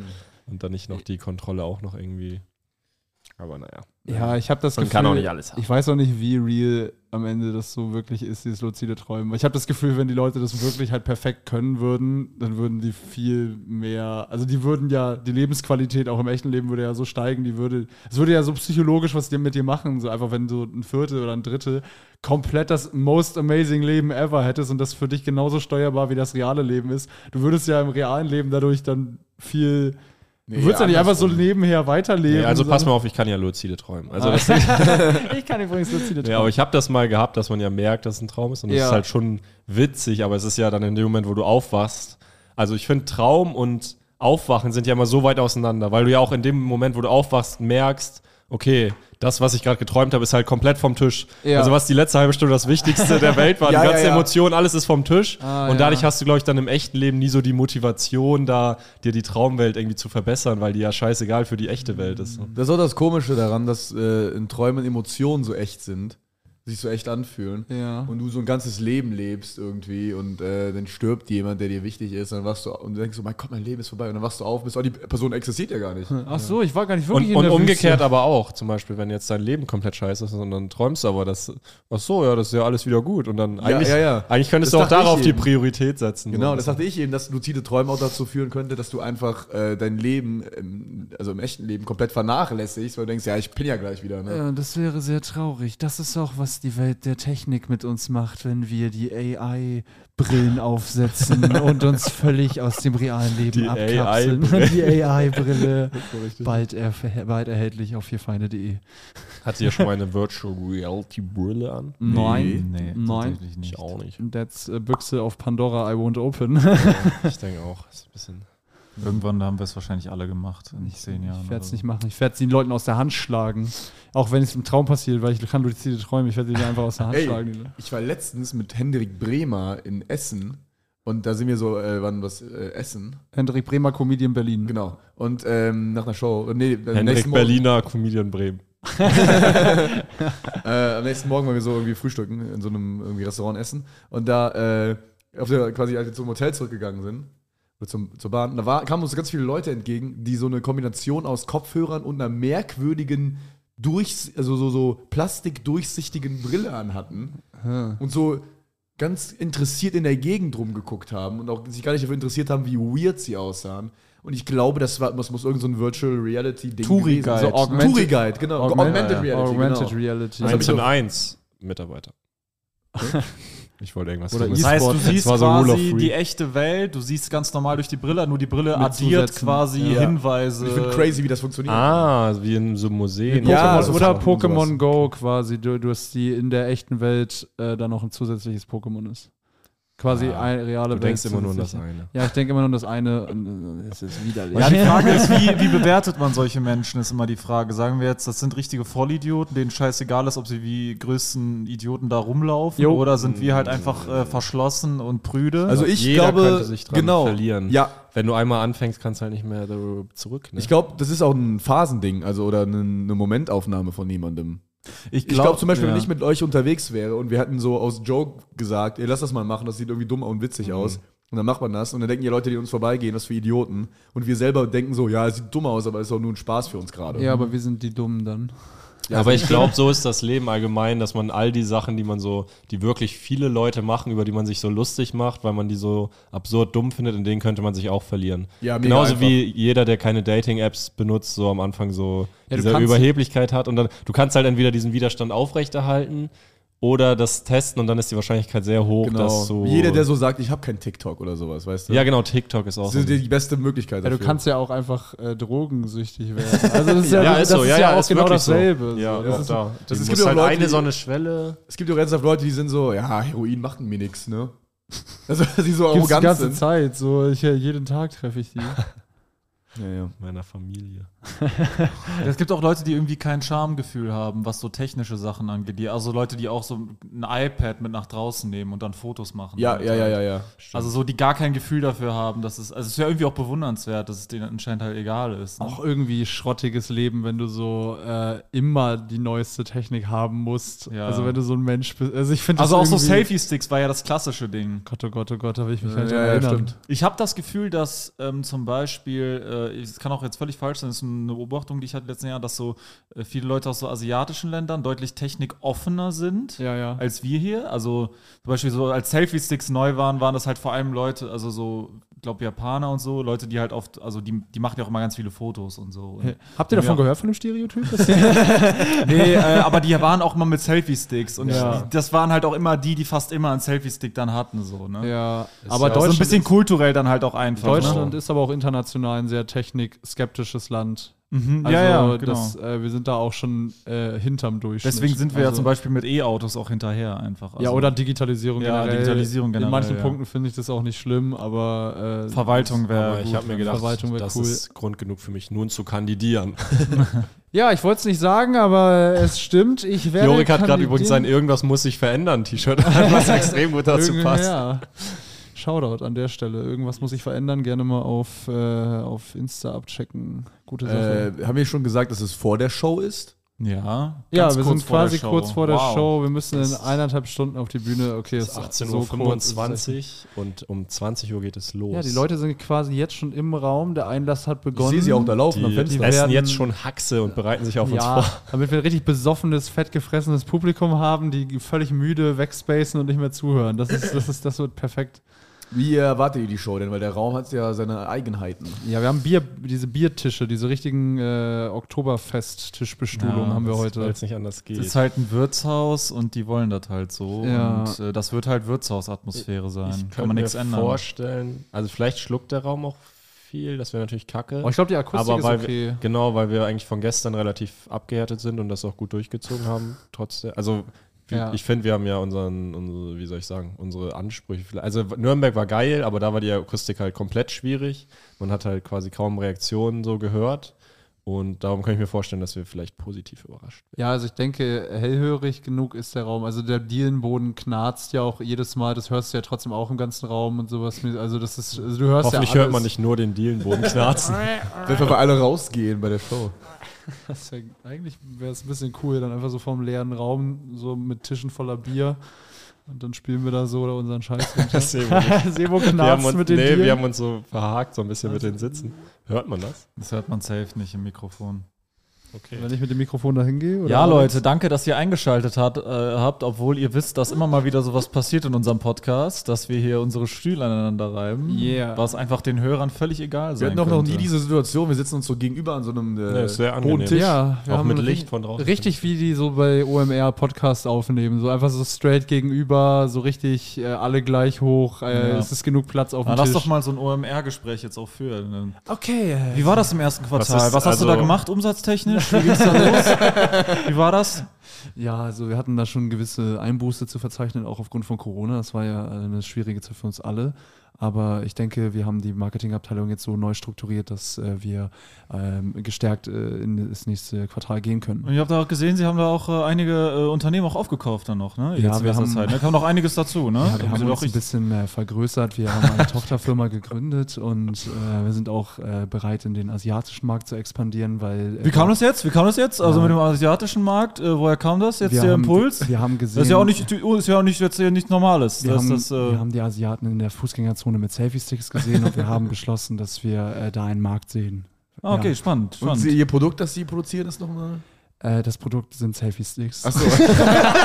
Speaker 5: Und dann nicht noch die Kontrolle auch noch irgendwie. Aber naja.
Speaker 2: ja ich habe das
Speaker 5: Man
Speaker 2: Gefühl,
Speaker 5: kann auch nicht alles haben.
Speaker 2: ich weiß auch nicht, wie real am Ende das so wirklich ist, dieses luzide Träumen. Ich habe das Gefühl, wenn die Leute das wirklich halt perfekt können würden, dann würden die viel mehr, also die würden ja, die Lebensqualität auch im echten Leben würde ja so steigen, die würde, es würde ja so psychologisch was dir- mit dir machen, so einfach wenn du ein Viertel oder ein Drittel komplett das most amazing Leben ever hättest und das für dich genauso steuerbar wie das reale Leben ist. Du würdest ja im realen Leben dadurch dann viel Du würdest ja nicht einfach so nebenher weiterleben.
Speaker 5: Nee, also pass mal
Speaker 2: sondern-
Speaker 5: auf, ich kann ja luzide träumen. Also das,
Speaker 2: Ich kann übrigens luzide
Speaker 5: ja, aber ich habe das mal gehabt, dass man ja merkt, dass es ein Traum ist. Und das
Speaker 2: Ja.
Speaker 5: ist halt schon witzig, aber es ist ja dann in dem Moment, wo du aufwachst. Also ich finde, Traum und Aufwachen sind ja immer so weit auseinander, weil du ja auch in dem Moment, wo du aufwachst, merkst, okay, das, was ich gerade geträumt habe, ist halt komplett vom Tisch.
Speaker 2: Ja.
Speaker 5: Also was die letzte halbe Stunde das Wichtigste der Welt war,
Speaker 1: Ja,
Speaker 5: die
Speaker 1: ja,
Speaker 5: ganze
Speaker 1: ja.
Speaker 5: Emotion, alles ist vom Tisch.
Speaker 2: Ah,
Speaker 5: und
Speaker 2: ja.
Speaker 5: dadurch hast du, glaube ich, dann im echten Leben nie so die Motivation, da dir die Traumwelt irgendwie zu verbessern, weil die ja scheißegal für die echte Welt ist. so.
Speaker 1: Das ist auch das Komische daran, dass äh, in Träumen Emotionen so echt sind, sich so echt anfühlen.
Speaker 2: Ja.
Speaker 1: Und du so ein ganzes Leben lebst irgendwie und äh, dann stirbt jemand, der dir wichtig ist. Und dann wachst du und denkst so, mein Gott, mein Leben ist vorbei. Und dann wachst du auf und bist, oh, die Person existiert ja gar nicht.
Speaker 2: Ach so, ich war gar nicht wirklich
Speaker 5: Und,
Speaker 2: in
Speaker 5: und
Speaker 2: der
Speaker 5: umgekehrt
Speaker 2: Wüste.
Speaker 5: aber auch. Zum Beispiel, wenn jetzt dein Leben komplett scheiße ist und dann träumst du aber, dass, ach so, ja, das ist ja alles wieder gut. Und dann eigentlich,
Speaker 1: ja, ja.
Speaker 5: eigentlich könntest
Speaker 1: Das
Speaker 5: du auch
Speaker 1: dachte ich
Speaker 5: darauf die
Speaker 1: eben.
Speaker 5: Priorität setzen.
Speaker 1: Genau,
Speaker 5: So.
Speaker 1: das dachte ich eben, dass luzide Träume auch dazu führen könnte, dass du einfach äh, dein Leben, ähm, also im echten Leben, komplett vernachlässigst, weil du denkst, ja, ich bin ja gleich wieder. Ne?
Speaker 2: Ja, Äh, das wäre sehr traurig. Das ist auch, was die Welt der Technik mit uns macht, wenn wir die AI-Brillen aufsetzen und uns völlig aus dem realen Leben
Speaker 5: Die
Speaker 2: abkapseln.
Speaker 5: AI-Brille.
Speaker 2: die AI-Brille. Bald, erf- bald erhältlich auf vierfeinde.de.
Speaker 5: Hat ihr schon mal eine Virtual Reality Brille an?
Speaker 2: Nein.
Speaker 4: Nee,
Speaker 2: Nein.
Speaker 4: tatsächlich nicht.
Speaker 5: Ich auch nicht.
Speaker 2: That's äh, Büchse auf Pandora, I won't open.
Speaker 5: Ich denke auch. Ist ein
Speaker 1: Äh,
Speaker 5: bisschen
Speaker 4: Irgendwann haben wir es wahrscheinlich alle gemacht in zehn Jahren.
Speaker 2: Ich
Speaker 4: oder
Speaker 2: werde
Speaker 1: also.
Speaker 2: es
Speaker 4: so.
Speaker 2: nicht machen. Ich werde es den Leuten aus der Hand schlagen. Auch wenn es im Traum passiert, weil ich kann luzide träumen. Ich werde sie einfach aus der Hand
Speaker 1: Ey,
Speaker 2: schlagen.
Speaker 1: ich war letztens mit Hendrik Bremer in Essen und da sind wir so, äh, wann was, äh, Essen?
Speaker 2: Hendrik Bremer, Comedian Berlin.
Speaker 1: Genau. Und ähm, nach einer Show, nee, am
Speaker 5: Henrik
Speaker 1: nächsten Morgen-
Speaker 5: Berliner, Comedian Bremen.
Speaker 1: äh, am nächsten Morgen, weil wir so irgendwie frühstücken, in so einem irgendwie Restaurant essen. Und da, äh, auf der, quasi, als wir zum Hotel zurückgegangen sind, oder zum, zur Bahn, da war, kamen uns ganz viele Leute entgegen, die so eine Kombination aus Kopfhörern und einer merkwürdigen, durchs, also so, so plastikdurchsichtigen Brille anhatten.
Speaker 2: Hm.
Speaker 1: Und so ganz interessiert in der Gegend rumgeguckt haben und auch sich gar nicht dafür interessiert haben, wie weird sie aussahen. Und ich glaube, das, war, das muss irgend so ein Virtual Reality Ding
Speaker 2: Touri Guide.
Speaker 1: So Augmented, Touri Guide, genau.
Speaker 2: Augmented-
Speaker 1: Augmented Reality.
Speaker 2: Augmented
Speaker 1: genau.
Speaker 2: Reality. Also,
Speaker 5: Eins
Speaker 1: hab
Speaker 5: in
Speaker 1: ich
Speaker 5: eins Mitarbeiter. Ich wollte irgendwas
Speaker 1: Oder
Speaker 5: Dummes
Speaker 4: Das heißt, du
Speaker 5: sagen. Das
Speaker 4: siehst
Speaker 5: war so Rule of
Speaker 4: quasi
Speaker 5: Three.
Speaker 4: die echte Welt, du siehst ganz normal durch die Brille, nur die Brille
Speaker 2: Mit
Speaker 4: addiert
Speaker 2: Zusätzen.
Speaker 4: quasi
Speaker 1: Ja.
Speaker 4: Hinweise.
Speaker 1: Ich finde crazy, wie das funktioniert.
Speaker 5: Äh, Ah, wie in so Museen.
Speaker 2: Ja,
Speaker 1: Ja, so
Speaker 2: also,
Speaker 5: so.
Speaker 2: oder
Speaker 1: Farben und
Speaker 2: Pokémon Go quasi, du, du hast die in der echten Welt äh, dann noch ein zusätzliches Pokémon ist. Quasi
Speaker 5: Ah,
Speaker 2: eine reale
Speaker 5: Du
Speaker 2: Welt.
Speaker 5: denkst immer nur an das
Speaker 2: zusätzlich.
Speaker 5: eine.
Speaker 2: Ja, ich denke immer nur an das eine. und, äh, Es ist widerlich.
Speaker 4: Ja, die Frage ist, wie, wie bewertet man solche Menschen, ist immer die Frage. Sagen wir jetzt, das sind richtige Vollidioten, denen scheißegal ist, ob sie wie größten Idioten da rumlaufen.
Speaker 2: Jo.
Speaker 4: Oder sind wir halt einfach äh, verschlossen und prüde?
Speaker 1: Also ich
Speaker 5: Jeder
Speaker 1: glaube,
Speaker 5: könnte sich dran
Speaker 1: genau.
Speaker 5: verlieren.
Speaker 1: Ja,
Speaker 5: Wenn du einmal anfängst, kannst du halt nicht mehr darüber zurück. Ne?
Speaker 1: ich glaube, das ist auch ein Phasending, also oder eine, eine Momentaufnahme von jemandem.
Speaker 4: ich
Speaker 1: Ich glaube glaub, zum Beispiel,
Speaker 4: ja.
Speaker 1: wenn ich mit euch unterwegs wäre und wir hatten so aus Joke gesagt, ey, lass das mal machen, das sieht irgendwie dumm und witzig
Speaker 5: Mhm.
Speaker 1: aus. Und dann macht man das und dann denken die Leute, die uns vorbeigehen, was für Idioten. Und wir selber denken so, ja, es sieht dumm aus, aber es ist doch nur ein Spaß für uns gerade.
Speaker 2: Ja, aber wir sind die Dummen dann.
Speaker 5: aber ich glaube, so ist das Leben allgemein, dass man all die Sachen, die man so, die wirklich viele Leute machen, über die man sich so lustig macht, weil man die so absurd dumm findet, in denen könnte man sich auch verlieren.
Speaker 1: Ja, mega
Speaker 5: Genauso
Speaker 1: einfach.
Speaker 5: wie jeder, der keine Dating-Apps benutzt, so am Anfang so
Speaker 2: Ja, du
Speaker 5: diese
Speaker 2: kannst-
Speaker 5: Überheblichkeit hat und dann, du kannst halt entweder diesen Widerstand aufrechterhalten oder das testen und dann ist die Wahrscheinlichkeit sehr hoch,
Speaker 1: genau.
Speaker 5: dass so.
Speaker 1: Jeder, der so sagt, ich habe kein TikTok oder sowas, weißt du?
Speaker 5: Ja, genau, TikTok ist auch.
Speaker 1: Das
Speaker 5: so ein
Speaker 1: ist die beste Möglichkeit
Speaker 2: Ja, du
Speaker 1: dafür.
Speaker 2: kannst ja auch einfach äh, drogensüchtig werden. Also das ist ja,
Speaker 5: Ja,
Speaker 2: das
Speaker 5: ist so.
Speaker 2: ist
Speaker 5: Ja,
Speaker 2: ja,
Speaker 5: ja,
Speaker 2: auch
Speaker 5: ist
Speaker 2: genau
Speaker 5: wirklich so.
Speaker 2: dasselbe.
Speaker 5: Ja,
Speaker 2: so. das
Speaker 5: auch
Speaker 2: ist,
Speaker 5: da.
Speaker 1: das-
Speaker 5: Die
Speaker 1: es
Speaker 5: muss
Speaker 1: gibt ja auch
Speaker 5: halt
Speaker 1: Leute,
Speaker 5: eine
Speaker 1: die-
Speaker 5: so eine Schwelle.
Speaker 1: Es gibt ja auch ernsthaft Leute, die sind so, ja, Heroin macht mir nichts, ne? Also, dass sie so
Speaker 2: gibt's die
Speaker 1: arrogant
Speaker 2: ganze
Speaker 1: sind.
Speaker 2: Zeit. So, ich, äh, jeden Tag treffe ich die.
Speaker 1: Ja, ja.
Speaker 5: Meiner Familie.
Speaker 4: Es gibt auch Leute, die irgendwie kein Schamgefühl haben, was so technische Sachen angeht. Die, also Leute, die auch so ein iPad mit nach draußen nehmen und dann Fotos machen.
Speaker 1: Ja, ja, ja, ja, ja.
Speaker 4: Also so, die gar kein Gefühl dafür haben, dass es, also es ist ja irgendwie auch bewundernswert, dass es denen anscheinend halt egal ist. Ne?
Speaker 2: auch irgendwie schrottiges Leben, wenn du so äh, immer die neueste Technik haben musst.
Speaker 4: Ja.
Speaker 2: Also wenn du so ein Mensch bist. Also ich finde
Speaker 4: also auch
Speaker 2: das
Speaker 4: so
Speaker 2: irgendwie-
Speaker 4: Selfie-Sticks war ja das klassische Ding.
Speaker 2: Gott, oh Gott, oh Gott, da will ich mich
Speaker 1: Ja,
Speaker 2: halt
Speaker 1: ja,
Speaker 2: dran erinnern.
Speaker 1: stimmt.
Speaker 4: Ich habe das Gefühl, dass ähm, zum Beispiel, äh, es kann auch jetzt völlig falsch sein, das ist eine Beobachtung, die ich hatte letzten Jahr, dass so äh, viele Leute aus so asiatischen Ländern deutlich technikoffener sind
Speaker 2: Ja, ja.
Speaker 4: als wir hier. Also zum Beispiel so, als Selfie-Sticks neu waren, waren das halt vor allem Leute, also so glaube Japaner und so, Leute, die halt oft, also die, die machen ja auch immer ganz viele Fotos und so. Und
Speaker 8: Habt ihr davon
Speaker 4: Ja.
Speaker 8: gehört, von dem Stereotyp?
Speaker 4: Nee, äh, aber die waren auch mal mit Selfie-Sticks. Und
Speaker 2: Ja.
Speaker 4: die, das waren halt auch immer die, die fast immer einen Selfie-Stick dann hatten, so, ne?
Speaker 2: Ja,
Speaker 4: Aber
Speaker 2: aber
Speaker 4: so ein
Speaker 2: Deutschland,
Speaker 4: bisschen kulturell dann halt auch einfach.
Speaker 2: Deutschland
Speaker 4: ne?
Speaker 2: ist aber auch international ein sehr technikskeptisches Land.
Speaker 4: Mhm,
Speaker 2: Also
Speaker 4: ja, ja, genau.
Speaker 2: das, äh, wir sind da auch schon äh, hinterm Durchschnitt.
Speaker 4: Deswegen sind wir ja
Speaker 2: also,
Speaker 4: zum Beispiel mit E-Autos auch hinterher einfach.
Speaker 2: Ja,
Speaker 4: Also
Speaker 2: oder Digitalisierung
Speaker 4: Ja,
Speaker 2: generell.
Speaker 4: Digitalisierung generell,
Speaker 2: In manchen
Speaker 4: ja.
Speaker 2: Punkten finde ich das auch nicht schlimm, aber äh,
Speaker 4: Verwaltung
Speaker 5: Aber
Speaker 4: wäre.
Speaker 5: ich habe mir gedacht,
Speaker 2: Verwaltung wäre
Speaker 5: das
Speaker 2: cool.
Speaker 5: ist Grund genug für mich, nun zu kandidieren.
Speaker 2: Ja, ich wollte es nicht sagen, aber es stimmt. Ich werde
Speaker 5: Jorik hat gerade übrigens sein
Speaker 2: Kandidieren-
Speaker 5: Irgendwas muss sich verändern T-Shirt an, was extrem gut dazu
Speaker 2: Irgend-
Speaker 5: passt.
Speaker 2: Ja. Shoutout an der Stelle. Irgendwas muss ich verändern. Gerne mal auf, äh, auf Insta abchecken. Gute Sache.
Speaker 1: Äh, haben wir schon gesagt, dass es vor der Show ist?
Speaker 4: Ja.
Speaker 2: ja,
Speaker 4: ganz
Speaker 2: wir
Speaker 4: kurz
Speaker 2: sind
Speaker 4: vor der
Speaker 2: quasi
Speaker 4: Show.
Speaker 2: kurz vor der
Speaker 4: Wow.
Speaker 2: Show. Wir müssen in eineinhalb Stunden auf die Bühne. Okay, es
Speaker 5: Es
Speaker 2: ist
Speaker 5: ist
Speaker 2: kurz, es ist
Speaker 5: 18.25 Uhr und um 20 Uhr geht es los.
Speaker 2: echt- Ja, die Leute sind quasi jetzt schon im Raum. Der Einlass hat
Speaker 1: Ich
Speaker 2: begonnen.
Speaker 1: sehe sie auch da laufen am
Speaker 5: die
Speaker 1: Fenster.
Speaker 5: essen
Speaker 2: werden-
Speaker 5: jetzt schon Haxe und bereiten sich auf uns
Speaker 2: Ja,
Speaker 5: vor.
Speaker 2: damit wir ein richtig besoffenes, fettgefressenes Publikum haben, die völlig müde wegspacen und nicht mehr zuhören. Das, ist, das, ist, das wird perfekt.
Speaker 1: Wie erwartet ihr die Show denn? Weil der Raum hat ja seine Eigenheiten.
Speaker 2: Ja, wir haben Bier, diese Biertische, diese richtigen äh,
Speaker 4: Ja,
Speaker 2: Oktoberfest-Tischbestuhlung haben wir
Speaker 5: Weil
Speaker 2: heute.
Speaker 5: es nicht anders geht.
Speaker 4: Es ist halt ein Wirtshaus und die wollen das halt so.
Speaker 2: Ja.
Speaker 4: Und äh, das wird halt Wirtshausatmosphäre sein.
Speaker 5: könnte
Speaker 4: Kann man
Speaker 5: mir
Speaker 4: nichts ändern.
Speaker 5: vorstellen. Also vielleicht schluckt der Raum auch viel, das wäre natürlich kacke.
Speaker 2: Aber Oh, ich glaube, die Akustik
Speaker 5: aber weil
Speaker 2: ist okay.
Speaker 5: wir, genau, weil wir eigentlich von gestern relativ abgehärtet sind und das auch gut durchgezogen haben, trotzdem. Also wir,
Speaker 2: Ja.
Speaker 5: ich finde, wir haben ja unseren, unsere, wie soll ich sagen, unsere Ansprüche. vielleicht- Also Nürnberg war geil, aber da war die Akustik halt komplett schwierig. Man hat halt quasi kaum Reaktionen so gehört. Und darum kann ich mir vorstellen, dass wir vielleicht positiv überrascht
Speaker 2: Ja, also ich denke, hellhörig genug ist der Raum. Also der Dielenboden knarzt ja auch jedes Mal. Das hörst du ja trotzdem auch im ganzen Raum und sowas. Also das ist, also du hörst
Speaker 5: werden. Hoffentlich
Speaker 2: ja
Speaker 5: hört man nicht nur den Dielenboden knarzen.
Speaker 1: Wenn wir alle rausgehen bei der Show.
Speaker 2: Das wär, eigentlich wäre es ein bisschen cool, dann einfach so vom leeren Raum, so mit Tischen voller Bier. Und dann spielen wir da so oder unseren Scheiß. runter.
Speaker 5: Das sehen wir nicht.
Speaker 2: Sebo
Speaker 5: wir, haben
Speaker 2: knarzt
Speaker 5: uns,
Speaker 2: mit den
Speaker 5: nee,
Speaker 2: Dielen.
Speaker 5: wir haben uns so verhakt, so ein bisschen
Speaker 8: Also, äh,
Speaker 5: mit den Sitzen. Hört man das?
Speaker 4: Das hört man safe nicht im Mikrofon.
Speaker 2: Wenn ich mit dem Mikrofon da hingehe? oder?
Speaker 4: Ja, Leute, danke, dass ihr eingeschaltet hat, äh, habt, obwohl ihr wisst, dass immer mal wieder sowas passiert in unserem Podcast, dass wir hier unsere Stühle aneinander reiben,
Speaker 2: Yeah.
Speaker 4: was einfach den Hörern völlig egal
Speaker 1: Wir
Speaker 4: sein
Speaker 1: hatten auch noch
Speaker 4: könnte.
Speaker 1: nie diese Situation, wir sitzen uns so gegenüber an so einem äh,
Speaker 5: Ja, ist sehr angenehm.
Speaker 1: Bodentisch.
Speaker 2: Ja, wir
Speaker 5: Auch
Speaker 2: haben
Speaker 5: mit
Speaker 2: ri-
Speaker 5: Licht von draußen.
Speaker 2: Richtig, wie die so bei OMR Podcast aufnehmen. So einfach so straight gegenüber, so richtig äh, alle gleich hoch. Äh,
Speaker 4: Ja.
Speaker 2: Es ist genug Platz auf
Speaker 4: Na,
Speaker 2: dem
Speaker 4: lass
Speaker 2: Tisch.
Speaker 4: doch mal so ein OMR-Gespräch jetzt auch führen.
Speaker 2: okay.
Speaker 4: Wie war das im ersten Quartal? Was,
Speaker 5: ist-
Speaker 4: hast du
Speaker 5: also-
Speaker 4: da gemacht, umsatztechnisch? Wie ging's da los? Wie war das?
Speaker 2: Ja, also wir hatten da schon gewisse äh, Einbuße zu verzeichnen, auch aufgrund von Corona. Das war ja äh, eine schwierige Zeit für uns alle. Aber ich denke, wir haben die Marketingabteilung jetzt so neu strukturiert, dass äh, wir ähm, gestärkt äh, in das nächste Quartal gehen können.
Speaker 4: Und ihr habt da auch gesehen, sie haben da auch äh, einige äh, Unternehmen auch aufgekauft dann noch, ne?
Speaker 2: Ja,
Speaker 4: in
Speaker 2: wir
Speaker 4: letzter
Speaker 2: haben-
Speaker 4: Zeit. Da kam noch einiges dazu, ne?
Speaker 2: Ja, wir haben
Speaker 4: sind
Speaker 2: uns
Speaker 4: auch
Speaker 2: ein
Speaker 4: richtig-
Speaker 2: bisschen äh, vergrößert. Wir haben eine Tochterfirma gegründet und äh, wir sind auch äh, bereit, in den asiatischen Markt zu expandieren, weil. äh,
Speaker 4: Wie kam das jetzt? Wie kam das jetzt? Also
Speaker 2: Ja.
Speaker 4: mit dem asiatischen Markt, äh, woher kam das jetzt,
Speaker 2: wir
Speaker 4: der
Speaker 2: haben-
Speaker 4: Impuls?
Speaker 2: Wir haben gesehen.
Speaker 4: Das ist ja auch nicht, oh, ist ja auch nicht jetzt hier nichts Normales.
Speaker 2: Wir
Speaker 4: dass
Speaker 2: haben,
Speaker 4: das, äh,
Speaker 2: wir haben die Asiaten in der Fußgängerzone mit Selfie-Sticks gesehen und wir haben beschlossen, dass wir äh, da einen Markt sehen.
Speaker 4: ah, okay,
Speaker 2: ja.
Speaker 4: spannend,
Speaker 1: Und
Speaker 4: spannend.
Speaker 1: sie, ihr Produkt, das sie produzieren, ist nochmal.
Speaker 2: Äh, das Produkt sind Selfie-Sticks.
Speaker 1: Achso,